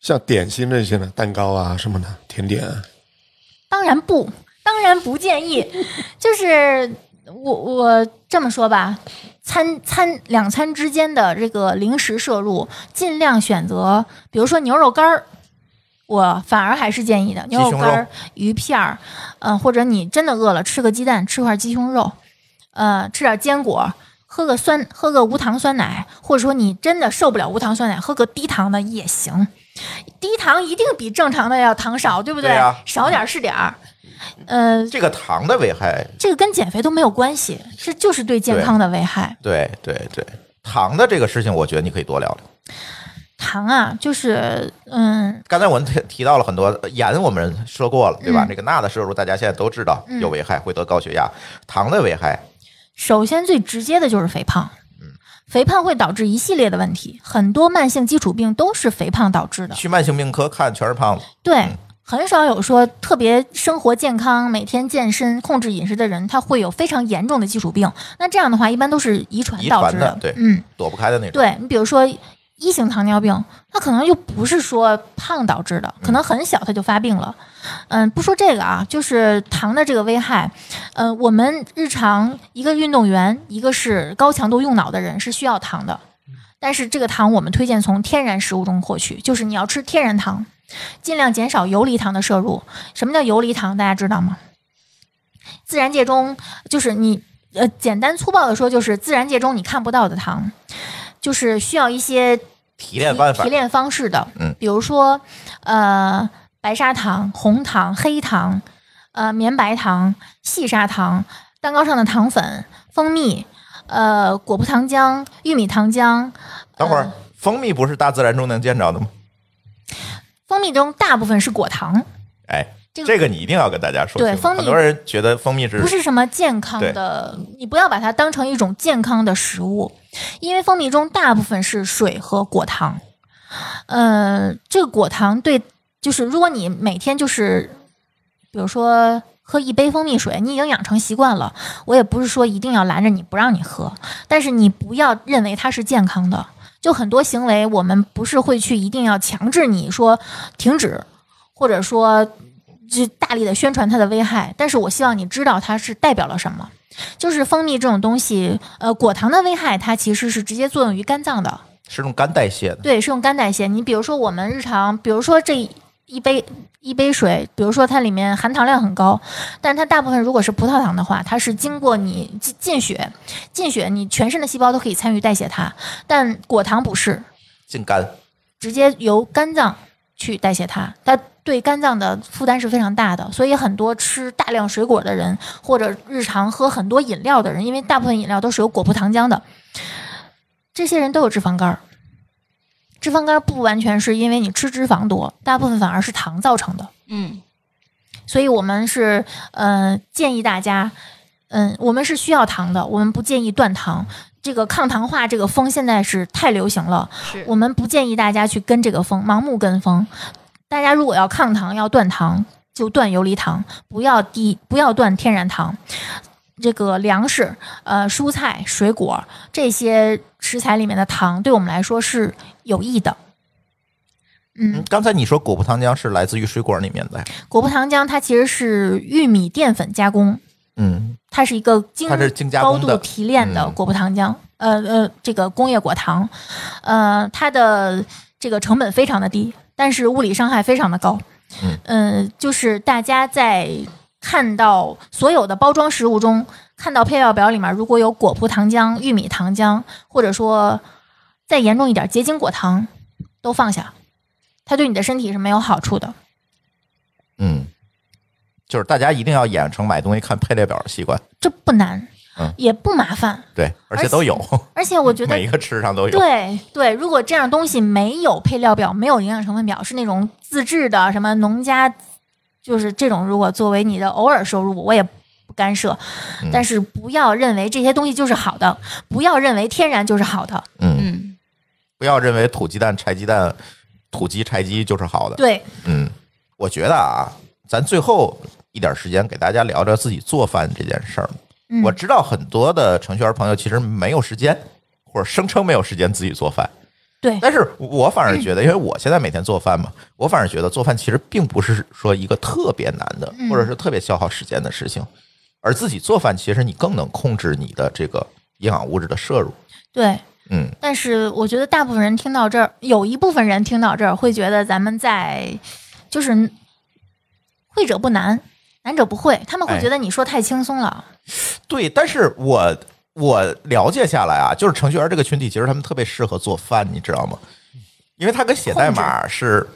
B: 像点心这些呢，蛋糕啊什么的，甜点啊，
D: 当然不，当然不建议。 就是我我这么说吧，餐餐两餐之间的这个零食摄入，尽量选择，比如说牛肉干儿。我反而还是建议的，牛肉干
A: 鸡胸
D: 儿、鱼片儿，嗯、或者你真的饿了，吃个鸡蛋，吃块鸡胸肉，呃，吃点坚果，喝个酸，喝个无糖酸奶，或者说你真的受不了无糖酸奶，喝个低糖的也行。低糖一定比正常的要糖少，对不对？嗯
A: 对呀
D: 少点儿是点儿。呃，
A: 这个糖的危害，
D: 这个跟减肥都没有关系，这就是对健康的危害。
A: 对对对，糖的这个事情，我觉得你可以多聊聊。
D: 糖啊，就是嗯，
A: 刚才我们提提到了很多呃盐，我们说过了，对吧？
D: 嗯
A: 这个钠的摄入，大家现在都知道
D: 嗯
A: 有危害，会得高血压。糖的危害，
D: 首先最直接的就是肥胖。肥胖会导致一系列的问题，很多慢性基础病都是肥胖导致的。
A: 去慢性病科看全是胖子，
D: 对，很少有说特别生活健康、每天健身、控制饮食的人，他会有非常严重的基础病。那这样的话，一般都是遗传
A: 遗
D: 导
A: 传
D: 致
A: 的，对，
D: 嗯，
A: 躲不开的那种。
D: 对你比如说一型糖尿病，它可能就不是说胖导致的，可
A: 嗯
D: 能很小它就发病了。嗯，不说这个啊，就是糖的这个危害。嗯，我们日常一个运动员，一个是高强度用脑的人是需要糖的，
A: 嗯
D: 但是这个糖我们推荐从天然食物中获取，就是你要吃天然糖，尽量减少游离糖的摄入。什么叫游离糖？大家知道吗？自然界中就是你。呃，简单粗暴的说，就是自然界中你看不到的糖，就是需要一些
A: 提炼办法
D: 提，炼方式的，
A: 嗯
D: 比如说呃白砂糖、红糖、黑糖、呃绵白糖、细砂糖、蛋糕上的糖粉、蜂蜜、呃果葡糖浆、玉米糖浆。
A: 等会儿。
D: 嗯
A: 蜂蜜不是大自然中能见着的吗？
D: 蜂蜜中大部分是果糖，
A: 哎，
D: 这个
A: 这个你一定要跟大家说
D: 对
A: 清楚。
D: 蜂蜜
A: 很多人觉得蜂蜜是
D: 不是什么健康的，你不要把它当成一种健康的食物，因为蜂蜜中大部分是水和果糖。呃，这个果糖对，就是如果你每天就是，比如说喝一杯蜂蜜水，你已经养成习惯了，我也不是说一定要拦着你不让你喝，但是你不要认为它是健康的。就很多行为，我们不是会去一定要强制你说停止，或者说就大力的宣传它的危害，但是我希望你知道它是代表了什么。就是蜂蜜这种东西，呃，果糖的危害，它其实是直接作用于肝脏的，
A: 是用肝代谢的，
D: 对，是用肝代谢。你比如说我们日常，比如说这一杯一杯水，比如说它里面含糖量很高，但它大部分如果是葡萄糖的话，它是经过你进进血，进血你全身的细胞都可以参与代谢它，但果糖不是，
A: 进肝。
D: 直接由肝脏去代谢它，它对肝脏的负担是非常大的。所以很多吃大量水果的人，或者日常喝很多饮料的人，因为大部分饮料都是有果葡糖浆的，这些人都有脂肪肝儿。脂肪肝儿不完全是因为你吃脂肪多，大部分反而是糖造成的。
C: 嗯，
D: 所以我们是呃建议大家，嗯、我们是需要糖的，我们不建议断糖。这个抗糖化这个风现在是太流行了，
C: 是
D: 我们不建议大家去跟这个风，盲目跟风。大家如果要抗糖，要断糖，就断游离糖，不要低，不要断天然糖。这个粮食、呃蔬菜、水果这些食材里面的糖，对我们来说是有益的。
A: 嗯，刚才你说果葡糖浆是来自于水果里面的，
D: 果葡糖浆它其实是玉米淀粉加工，
A: 嗯，
D: 它是一个精
A: 它是精加
D: 高
A: 工的
D: 度提炼的
A: 嗯
D: 果葡糖浆，呃呃，这个工业果糖，呃，它的这个成本非常的低，但是物理伤害非常的高。
A: 嗯
D: 呃，就是大家在看到所有的包装食物中，看到配料表里面如果有果葡糖浆、玉米糖浆，或者说再严重一点结晶果糖，都放下，它对你的身体是没有好处的。
A: 嗯，就是大家一定要养成买东西看配列表的习惯，
D: 这不难
A: 嗯，
D: 也不麻烦，
A: 对，而
D: 而
A: 且都有，
D: 而且我觉得
A: 每一个吃上都有。
D: 对对，如果这样东西没有配料表，没有营养成分表，是那种自制的，什么农家，就是这种，如果作为你的偶尔收入，我也不干涉。
A: 嗯
D: 但是不要认为这些东西就是好的，不要认为天然就是好的。
A: 嗯，
C: 嗯，
A: 不要认为土鸡蛋、柴鸡蛋、土鸡、柴鸡就是好的。
D: 对，
A: 嗯，我觉得啊，咱最后一点时间给大家聊聊自己做饭这件事儿。
D: 嗯
A: 我知道很多的程序员朋友其实没有时间，或者声称没有时间自己做饭。
D: 对
A: 但是我反而觉得，因为我现在每天做饭嘛，我反而觉得做饭其实并不是说一个特别难的，
D: 嗯
A: 或者是特别消耗时间的事情，而自己做饭其实你更能控制你的这个营养物质的摄入。
D: 对。
A: 嗯，
D: 但是我觉得大部分人听到这儿，有一部分人听到这儿会觉得咱们在就是会者不难，难者不会，他们会
A: 哎
D: 觉得你说太轻松了。
A: 对，但是我我了解下来啊，就是程序员这个群体，其实他们特别适合做饭，你知道吗？因为他跟写代码是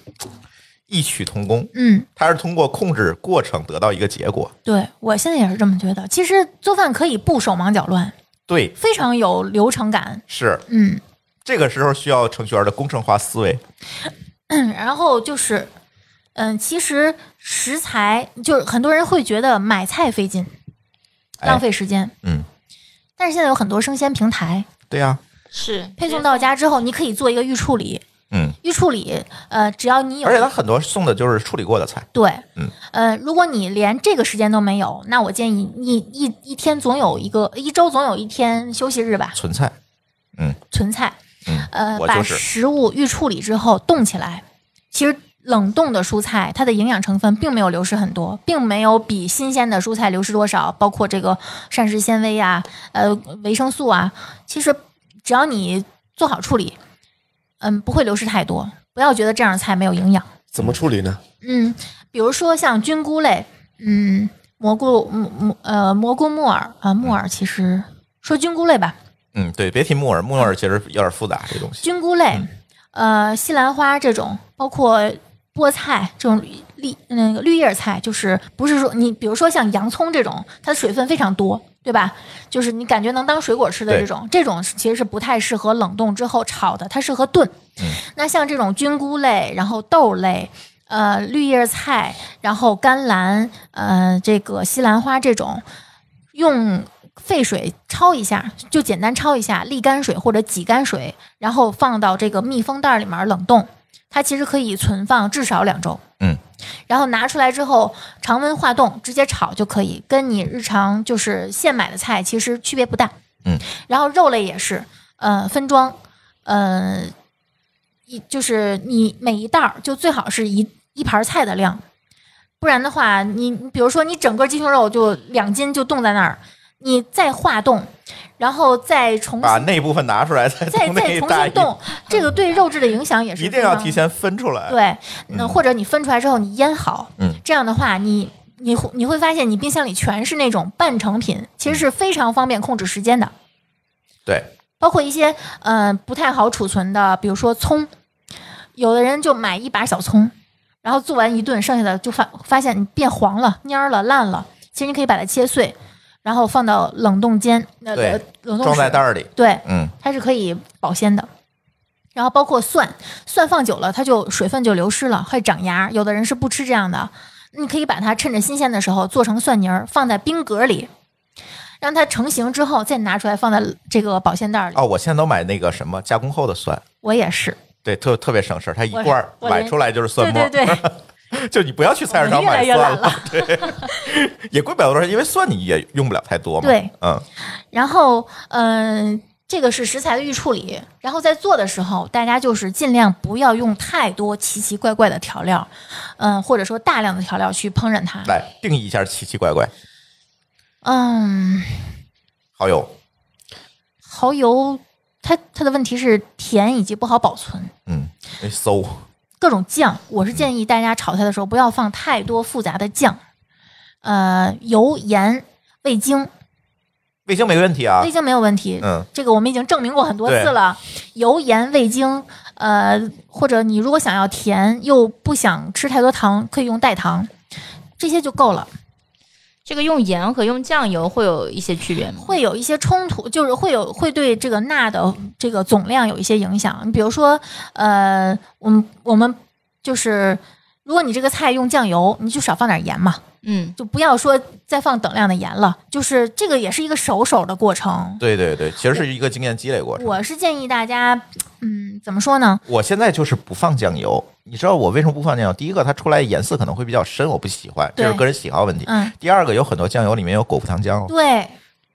A: 异曲同工，
D: 嗯，
A: 他是通过控制过程得到一个结果。
D: 对我现在也是这么觉得。其实做饭可以不手忙脚乱，
A: 对，
D: 非常有流程感。
A: 是
D: 嗯，
A: 这个时候需要程序员的工程化思维。
D: 嗯然后就是，嗯，其实食材就是很多人会觉得买菜费劲，
A: 哎
D: 浪费时间。
A: 嗯，
D: 但是现在有很多生鲜平台，
A: 对啊呀、
C: 是
D: 配送到，家之后，你可以做一个预处理。
A: 嗯，
D: 预处理，呃，只要你有
A: 而且他很多送的就是处理过的菜。
D: 对，
A: 嗯，
D: 呃，如果你连这个时间都没有，那我建议你一一天总有一个，一周总有一天休息日吧，
A: 存菜，
D: 存菜，
A: 嗯
D: 呃，
A: 我
D: 把
A: 就是
D: 食物预处理之后冻起来。其实冷冻的蔬菜，它的营养成分并没有流失很多，并没有比新鲜的蔬菜流失多少，包括这个膳食纤维啊，呃，维生素啊，其实只要你做好处理，嗯，不会流失太多。不要觉得这样的菜没有营养。
B: 怎么处理呢？
D: 嗯，比如说像菌菇类，嗯，蘑菇，蘑蘑呃蘑菇木耳啊，木耳其实说菌菇类吧，
A: 嗯，对，别提木耳，木耳其实有点复杂这东西。嗯
D: 菌菇类，呃西兰花这种，包括菠菜这种绿那个绿叶菜，就是不是说你比如说像洋葱这种，它的水分非常多。对吧？就是你感觉能当水果吃的
A: 对
D: 这种，这种其实是不太适合冷冻之后炒的，它适合炖。
A: 嗯
D: 那像这种菌菇类，然后豆类，呃，绿叶菜，然后甘蓝，呃，这个西兰花这种，用沸水焯一下，就简单焯一下，沥干水或者挤干水，然后放到这个密封袋里面冷冻。它其实可以存放至少两周。
A: 嗯，
D: 然后拿出来之后，常温化冻，直接炒就可以，跟你日常就是现买的菜其实区别不大。
A: 嗯，
D: 然后肉类也是，呃，分装，呃，一就是你每一袋儿就最好是一一盘菜的量，不然的话，你你比如说你整个鸡胸肉就两斤就冻在那儿，你再化冻，然后再重
A: 把
D: 新
A: 那部分拿出来， 再
D: 再
A: 从那
D: 再
A: 一
D: 重
A: 大
D: 新冻，这个对肉质的影响也是
A: 一定
D: 非
A: 要
D: 常
A: 提前分出来。
D: 对，那
A: 嗯
D: 或者你分出来之后你腌好，
A: 嗯
D: 这样的话你你会你会发现你冰箱里全是那种半成品，其实是非常方便控制时间的，
A: 对，
D: 包括一些嗯、呃不太好储存的，比如说葱，有的人就买一把小葱，然后做完一顿，剩下的就发发现你变黄了、蔫儿了、烂了，其实你可以把它切碎，然后放到冷冻间，那、
A: 对
D: 呃、冷冻
A: 装在
D: 室
A: 袋儿里。
D: 对，
A: 嗯，
D: 它是可以保鲜的。然后包括蒜，蒜放久了，它就水分就流失了，会长芽。有的人是不吃这样的，你可以把它趁着新鲜的时候做成蒜泥儿，放在冰格里，让它成型之后再拿出来放在这个保鲜袋里。
A: 哦，我现在都买那个什么加工后的蒜，
D: 我也是，
A: 对，特特别省事儿，它一
D: 我
A: 罐儿
D: 我
A: 买
D: 连
A: 出来就是蒜
D: 对
A: 末
D: 对
A: 儿，
D: 对，
A: 就你不要去菜市
D: 我
A: 场
D: 越来
A: 买
D: 越
A: 蒜
D: 懒了。
A: 也贵不了多少钱，因为蒜你也用不了太多嘛。
D: 对，
A: 嗯，
D: 然后，嗯、这个是食材的预处理。然后在做的时候，大家就是尽量不要用太多奇奇怪怪的调料，嗯、或者说大量的调料去烹饪它。
A: 来定义一下奇奇怪怪，
D: 嗯，
A: 好友，
D: 蚝油它它的问题是甜以及不好保存。
A: 嗯，哎搜，
D: 各种酱，我是建议大家炒菜的时候不要放太多复杂的酱，呃，油、盐、味精，
A: 味精没问题啊
D: 味，精没有问题，
A: 嗯，
D: 这个我们已经证明过很多次了。油盐味精，呃，或者你如果想要甜又不想吃太多糖，可以用代糖，这些就够了。
C: 这个用盐和用酱油会有一些区别吗？
D: 会有一些冲突，就是会有会对这个钠的这个总量有一些影响。你比如说，呃，我们我们就是，如果你这个菜用酱油，你就少放点盐嘛，
C: 嗯，
D: 就不要说再放等量的盐了。就是这个也是一个熟手的过程。
A: 对对对，其实是一个经验积累过程。
D: 我是建议大家，嗯，怎么说呢？
A: 我现在就是不放酱油，你知道我为什么不放酱油？第一个，它出来颜色可能会比较深，我不喜欢，这是
D: 对
A: 个人喜好问题。
D: 嗯，
A: 第二个，有很多酱油里面有果葡糖浆哦，
D: 对，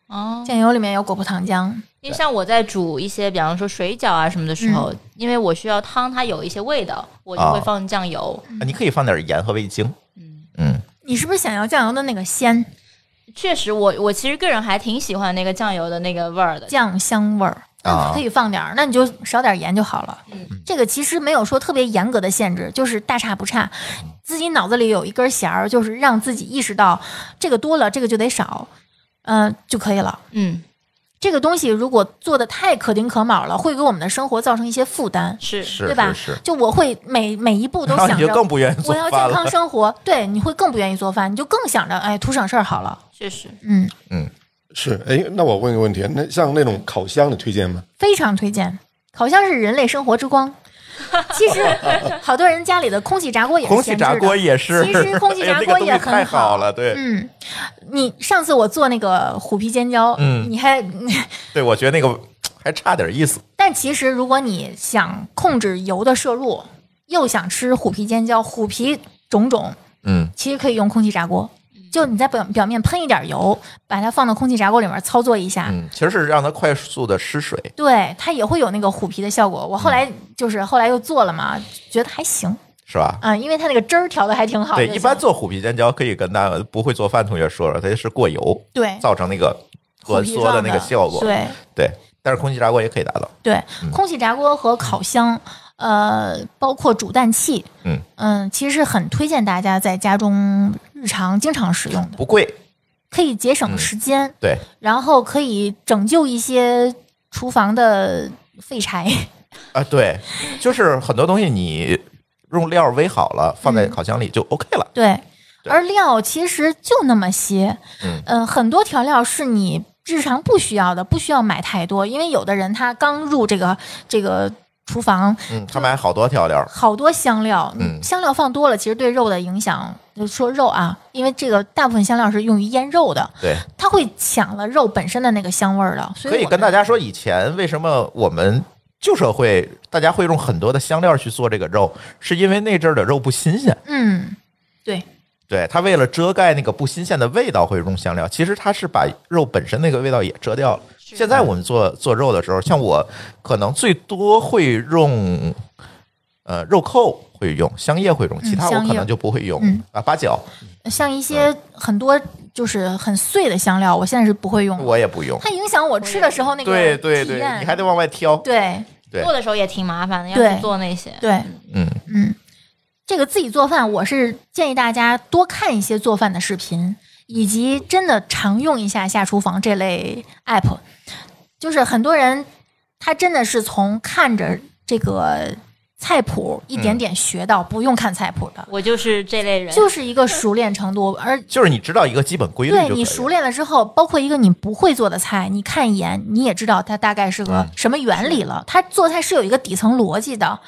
C: 哦，
D: 酱油里面有果葡糖浆，
C: 因为像我在煮一些，比方说水饺啊什么的时
D: 嗯
C: 候，因为我需要汤它有一些味道，我就会
A: 啊
C: 放酱油。
D: 嗯
A: 啊你可以放点盐和味精。
C: 嗯，
A: 嗯，
D: 你是不是想要酱油的那个鲜
C: 确实我，我其实个人还挺喜欢那个酱油的那个味儿的。
D: 酱香味儿？
A: 啊
D: 那可以放点儿，那你就少点盐就好了。
C: 嗯
D: 这个其实没有说特别严格的限制，就是大差不差。自己脑子里有一根弦儿，就是让自己意识到这个多了，这个就得少，嗯、就可以了。
C: 嗯，
D: 这个东西如果做的太可丁可卯了，会给我们的生活造成一些负担，
C: 是
A: 是
D: 对吧？
A: 是是。
D: 就我会每每一步都
A: 然后
D: 想
A: 你就
D: 着
A: 更不愿意做
D: 我要
A: 饭
D: 健
A: 了
D: 康。生活，对，你会更不愿意做饭，你就更想着哎图省事儿好了。
C: 确实，
D: 嗯，
B: 是，哎，那我问个问题，那像那种烤箱，你推荐吗？
D: 非常推荐，烤箱是人类生活之光。其实好多人家里的空气炸锅也是
A: 空气
D: 闲置
A: 炸
D: 的
A: 锅也是，
D: 其实空气
A: 哎呀
D: 炸
A: 那个
D: 锅
A: 东
D: 也
A: 西太
D: 很
A: 好了，对、
D: 嗯，你上次我做那个虎皮尖椒，
A: 嗯
D: 你还，
A: 对，我觉得那个还差点意思。
D: 但其实如果你想控制油的摄入，又想吃虎皮尖椒，虎皮种种，
A: 嗯，
D: 其实可以用空气炸锅。就你在表表面喷一点油，把它放到空气炸锅里面操作一下，
A: 嗯，其实是让它快速的失水。
D: 对它也会有那个虎皮的效果。我后
A: 嗯
D: 来就是后来又做了嘛，觉得还行，
A: 是吧？
D: 嗯，因为它那个汁儿调的还啊挺好就
A: 对，
D: 行。
A: 一般做虎皮尖椒可以跟大家不会做饭同学说了，它是过油
D: 对
A: 造成那个
D: 哎虎
A: 挛
D: 皮
A: 缩
D: 状
A: 的那个效果。嗯
D: 对
A: 对，但是空气炸锅也可以达到。
D: 对，空气炸锅和烤箱，呃，包括煮蛋器，
A: 嗯
D: 其实很推荐大家在家中日常经常使用的，
A: 不贵，
D: 可以节
A: 嗯
D: 省时间，
A: 对，
D: 然后可以拯救一些厨房的废柴。
A: 啊，对，就是很多东西你用料煨好了，放在
D: 嗯
A: 烤箱里就 OK 了。
D: 对，
A: 对
D: 而料其实就那么些，
A: 嗯
D: 呃很多调料是你日常不需要的，不需要买太多，因为有的人他刚入这个这个厨房，
A: 嗯，他买好多调料，
D: 好多香料，
A: 嗯
D: 香料放多了，其实对肉的影响，就说肉啊，因为这个大部分香料是用于腌肉的，
A: 对，
D: 它会抢了肉本身的那个香味儿的。所以
A: 可以
D: 我
A: 跟大
D: 们
A: 家说，以前为什么我们旧社会大家会用很多的香料去做这个肉，是因为那阵儿的肉不新鲜。
D: 嗯，对，
A: 对他为了遮盖那个不新鲜的味道，会用香料。其实他是把肉本身那个味道也遮掉了。
C: 是
A: 现在我们做做肉的时候，像我可能最多会用，呃，肉蔻会用，香叶会用，其他我
D: 香叶
A: 可能就不会用、
D: 嗯
A: 啊。八角
D: 像一
A: 嗯
D: 些很多就是很碎的香料，我现在是不会用的，
A: 我也不用。
D: 它影响我吃的时候那个
A: 对对
D: 体
A: 对
D: 验，
A: 你还得往外挑。
D: 对
A: 对
C: 做的时候也挺麻烦的，要
D: 对
C: 去做那些。
D: 对，
A: 嗯，
D: 嗯，这个自己做饭，我是建议大家多看一些做饭的视频，以及真的常用一下下厨房这类 app。就是很多人他真的是从看着这个菜谱一点点学到，不用看菜谱的，
C: 我就是这类人，
D: 就是一个熟练程度。而
A: 就是你知道一个基本规律就可以
D: 对
A: 了。
D: 你熟练了之后，包括一个你不会做的菜，你看一眼你也知道它大概是
A: 嗯
D: 个什么原理了。它做菜是有一个底层逻辑的，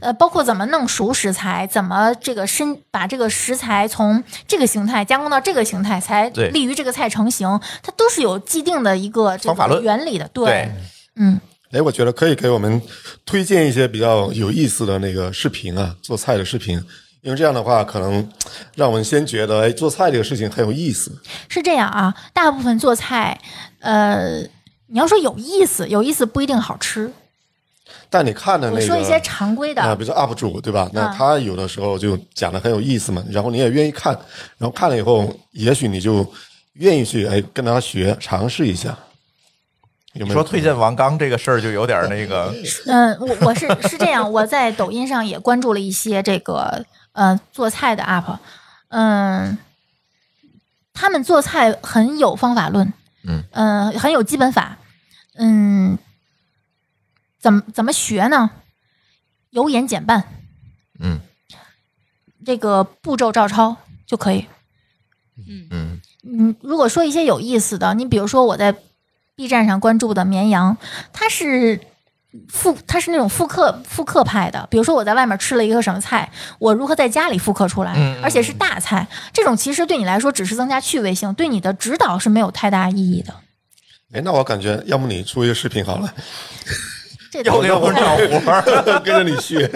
D: 呃，包括怎么弄熟食材，怎么这个深把这个食材从这个形态加工到这个形态，才
A: 对
D: 利于这个菜成型，它都是有既定的一个这
A: 方法
D: 个
A: 论
D: 原理的。对，
A: 对，
D: 嗯，
B: 哎，我觉得可以给我们推荐一些比较有意思的那个视频啊，做菜的视频，因为这样的话，可能让我们先觉得，哎，做菜这个事情很有意思。
D: 是这样啊，大部分做菜，呃。你要说有意思，有意思不一定好吃。
B: 但你看的那
D: 我
B: 个，
D: 说一些常规的，
B: 啊、比如说 UP 主对吧？那
D: 嗯
B: 他有的时候就讲的很有意思嘛，然后你也愿意看，然后看了以后，也许你就愿意去哎跟他学，尝试一下。有
A: 你
B: 没有
A: 说推荐王刚这个事儿就有点那个，
D: 嗯，我我是是这样，我在抖音上也关注了一些这个呃做菜的 UP，嗯，他们做菜很有方法论，
A: 嗯
D: 呃很有基本法，嗯，怎么怎么学呢？由简减半，
A: 嗯
D: 这个步骤照抄就可以。
C: 嗯，
A: 嗯，
D: 嗯，如果说一些有意思的，你比如说我在 B 站上关注的绵羊，它是复，它是那种复刻复刻派的。比如说我在外面吃了一个什么菜，我如何在家里复刻出来，
A: 嗯
D: 而且是大菜，这种其实对你来说只是增加趣味性，对你的指导是没有太大意义的。
B: 哎，那我感觉要不你出一个视频好了，
D: 这
A: 又给我们找活儿，
B: 跟着你学。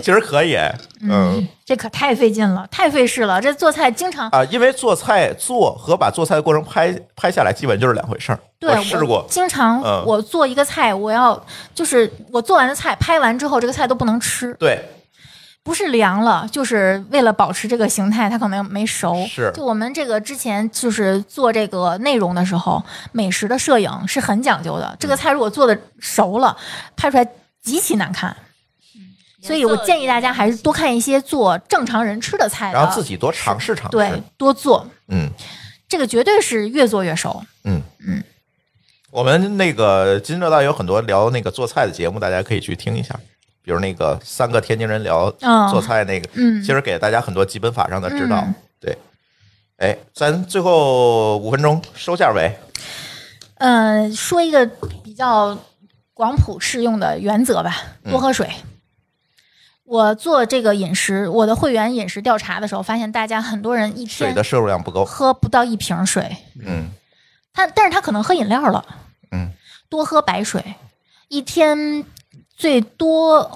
A: 其实可以，嗯
D: 这可太费劲了，太费事了。这做菜经常
A: 啊，因为做菜做和把做菜的过程拍拍下来，基本就是两回事儿。
D: 对，
A: 我试过，
D: 经常
A: 嗯
D: 我做一个菜，我要就是我做完的菜拍完之后，这个菜都不能吃，
A: 对，
D: 不是凉了，就是为了保持这个形态，它可能没熟。
A: 是
D: 就我们这个之前就是做这个内容的时候，美食的摄影是很讲究的。这个
A: 嗯
D: 菜如果做的熟了，拍出来极其难看。所以我建议大家还是多看一些做正常人吃的菜的，
A: 然后自己多尝试尝
D: 对
A: 试，
D: 多做，
A: 嗯。
D: 这个绝对是越做越熟。
A: 我们那个津津乐道有很多聊那个做菜的节目，大家可以去听一下，比如那个三个天津人聊
D: 嗯
A: 做菜那个，
D: 嗯
A: 其实给了大家很多基本法上的指导。
D: 嗯
A: 对，哎，咱最后五分钟收下尾，
D: 嗯，说一个比较广谱适用的原则吧，
A: 嗯
D: 多喝水。我做这个饮食，我的会员饮食调查的时候，发现大家很多人一
A: 水
D: 天
A: 的摄入量不够，
D: 喝不到一瓶水，
A: 嗯，
D: 他但是他可能喝饮料了，
A: 嗯，
D: 多喝白水，一天最多，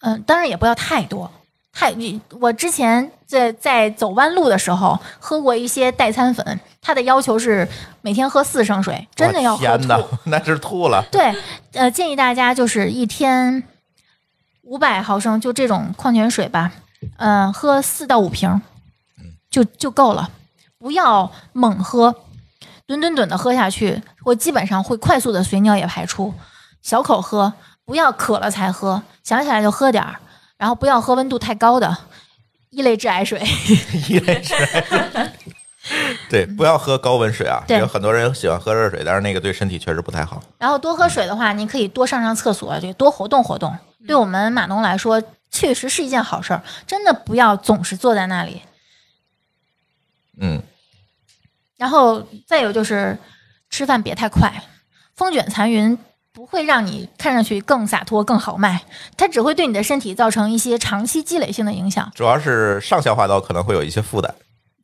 D: 嗯、当然也不要太多。太，你我之前在在走弯路的时候喝过一些代餐粉，它的要求是每天喝四升水，真的要
A: 我
D: 喝
A: 天
D: 吐。
A: 哪， 那是吐 了，
D: 对，呃，建议大家就是一天五百毫升，就这种矿泉水吧，嗯、喝四到五瓶，就就够了，不要猛喝，吨吨吨的喝下去，我基本上会快速的随尿液排出，小口喝，不要渴了才喝，想起来就喝点儿，然后不要喝温度太高的。一类致癌水，
A: 一类水。对，不要喝高温水啊！
D: 对
A: 有很多人喜欢喝热水，但是那个对身体确实不太好。
D: 然后多喝水的话，你可以多上上厕所，就多活动活动。对我们码农来说，确实是一件好事儿。真的不要总是坐在那里。
A: 嗯，
D: 然后再有就是，吃饭别太快，风卷残云不会让你看上去更洒脱、更豪迈，它只会对你的身体造成一些长期积累性的影响。
A: 主要是上消化道可能会有一些负担。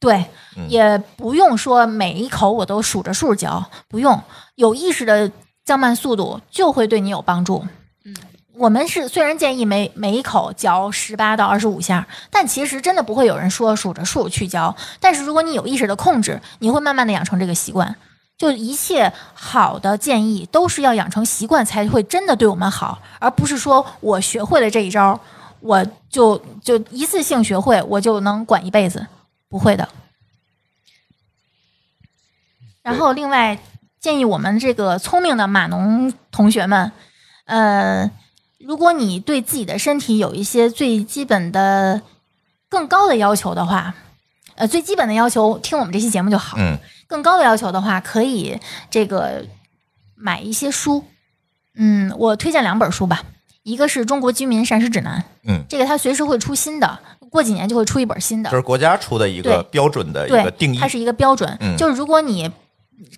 D: 对，
A: 嗯
D: 也不用说每一口我都数着数嚼，不用有意识的降慢速度，就会对你有帮助。
C: 嗯，
D: 我们是虽然建议每每一口嚼十八到二十五下，但其实真的不会有人说数着数去嚼。但是如果你有意识的控制，你会慢慢的养成这个习惯。就一切好的建议都是要养成习惯才会真的对我们好，而不是说我学会了这一招，我就就一次性学会，我就能管一辈子，不会的。然后另外建议我们这个聪明的码农同学们，呃，如果你对自己的身体有一些最基本的、更高的要求的话，呃，最基本的要求听我们这期节目就好。
A: 嗯，
D: 更高的要求的话，可以这个买一些书。嗯，我推荐两本书吧，一个是《中国居民膳食指南》，
A: 嗯
D: 这个它随时会出新的，过几年就会出一本新的
A: 这。是国家出的一个
D: 对
A: 标准的一
D: 对，
A: 个定义
D: 它。是一个标准。
A: 嗯
D: 就是如果你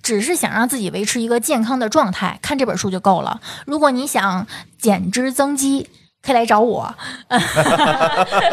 D: 只是想让自己维持一个健康的状态，看这本书就够了。如果你想减脂增肌，可以来找 我。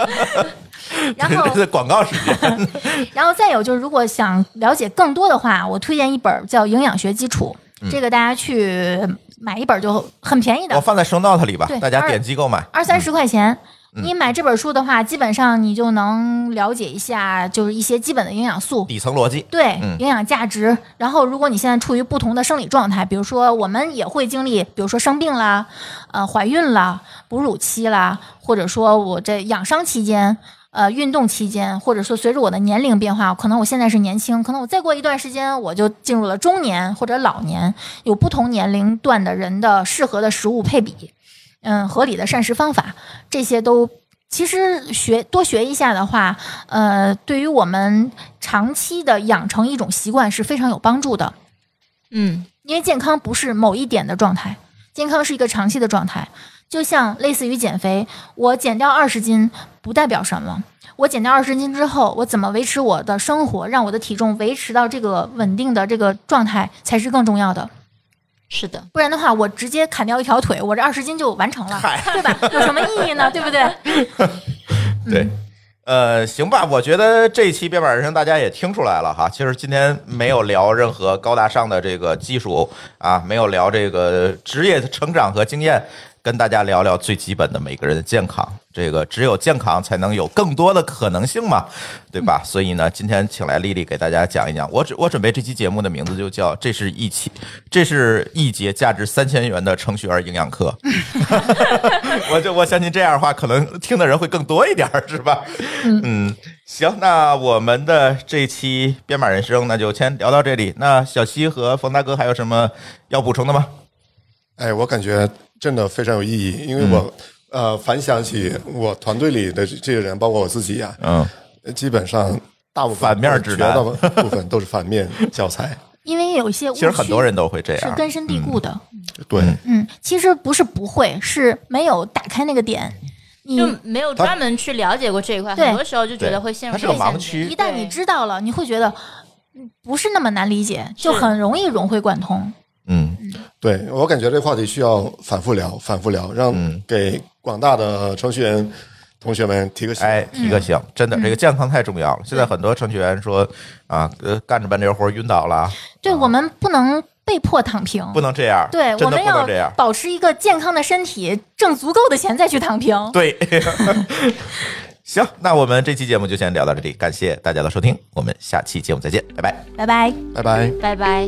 D: 然后，
A: 这是广告时 间。
D: 然后再有就是，如果想了解更多的话，我推荐一本叫《营养学基础》，这个大家去买一本就很便宜
A: 我
D: 的，
A: 放在 show note 里吧
D: 对，
A: 大家点击购买。
D: 二三十块钱。你买这本书的话，基本上你就能了解一下，就是一些基本的营养素，
A: 底层逻辑，
D: 对
A: 嗯，
D: 营养价值。然后，如果你现在处于不同的生理状态，比如说我们也会经历，比如说生病啦，呃，怀孕啦，哺乳期啦，或者说我这养伤期间。呃，运动期间，或者说随着我的年龄变化，可能我现在是年轻，可能我再过一段时间我就进入了中年或者老年，有不同年龄段的人的适合的食物配比，嗯，合理的膳食方法，这些都其实学多学一下的话，呃，对于我们长期的养成一种习惯是非常有帮助的。
C: 嗯
D: 因为健康不是某一点的状态，健康是一个长期的状态。就像类似于减肥，我减掉二十斤不代表什么。我减掉二十斤之后，我怎么维持我的生活，让我的体重维持到这个稳定的这个状态，才是更重要的。
C: 是的，
D: 不然的话，我直接砍掉一条腿，我这二十斤就完成了，对吧？有什么意义呢？对不对？
A: 对，呃，行吧，我觉得这一期编码人生大家也听出来了哈。其实今天没有聊任何高大上的这个技术啊，没有聊这个职业成长和经验，跟大家聊聊最基本的每个人的健康。这个只有健康才能有更多的可能性嘛，对吧？所以呢，今天请来丽丽给大家讲一讲。我准我准备这期节目的名字就叫“这是一期，这是一节价值三千元的程序员营养课”。 我就我相信这样的话，可能听的人会更多一点儿，是吧？嗯，行，那我们的这期编码人生那就先聊到这里。那小西和冯大哥还有什么要补充的吗？
B: 哎，我感觉真的非常有意义，因为我、
A: 嗯
B: 呃反想起我团队里的这这些人，包括我自己呀、
A: 嗯，
B: 基本上大部分
A: 反面指
B: 绝
A: 南
B: 大部分都是反面教 材。
D: 因为有一些误
A: 其
D: 区
A: 实很多人都会这
D: 是
A: 样。
D: 根深蒂固的。
B: 对，
D: 嗯，其实不是不会，是没有打开那个点。你
C: 就没有专门去了解过这一块，
D: 嗯对
C: 很多时候就觉
A: 对
C: 得会陷入
A: 它是个
C: 这陷
A: 盲
C: 阱
A: 区
D: 一旦你知道了，你会觉得嗯不是那么难理解，就很容易融会贯通。
A: 嗯，
B: 对我感觉这个话题需要反复聊，反复聊，让给广大的程序员同学们提个醒。
A: 哎，
D: 嗯
A: 提个醒，真的，这个健康太重要了。现在很多程序员说啊，呃，干着半截活儿晕倒了，
D: 对我们不能被迫躺平，
A: 啊不能这样，
D: 对，
A: 真的
D: 我们
A: 不能这
D: 要
A: 样。
D: 保持一个健康的身体，挣足够的钱再去躺平。
A: 对， 行，那我们这期节目就先聊到这里，感谢大家的收听，我们下期节目再见，拜拜。
D: 拜拜。
B: 拜拜。
C: 拜拜。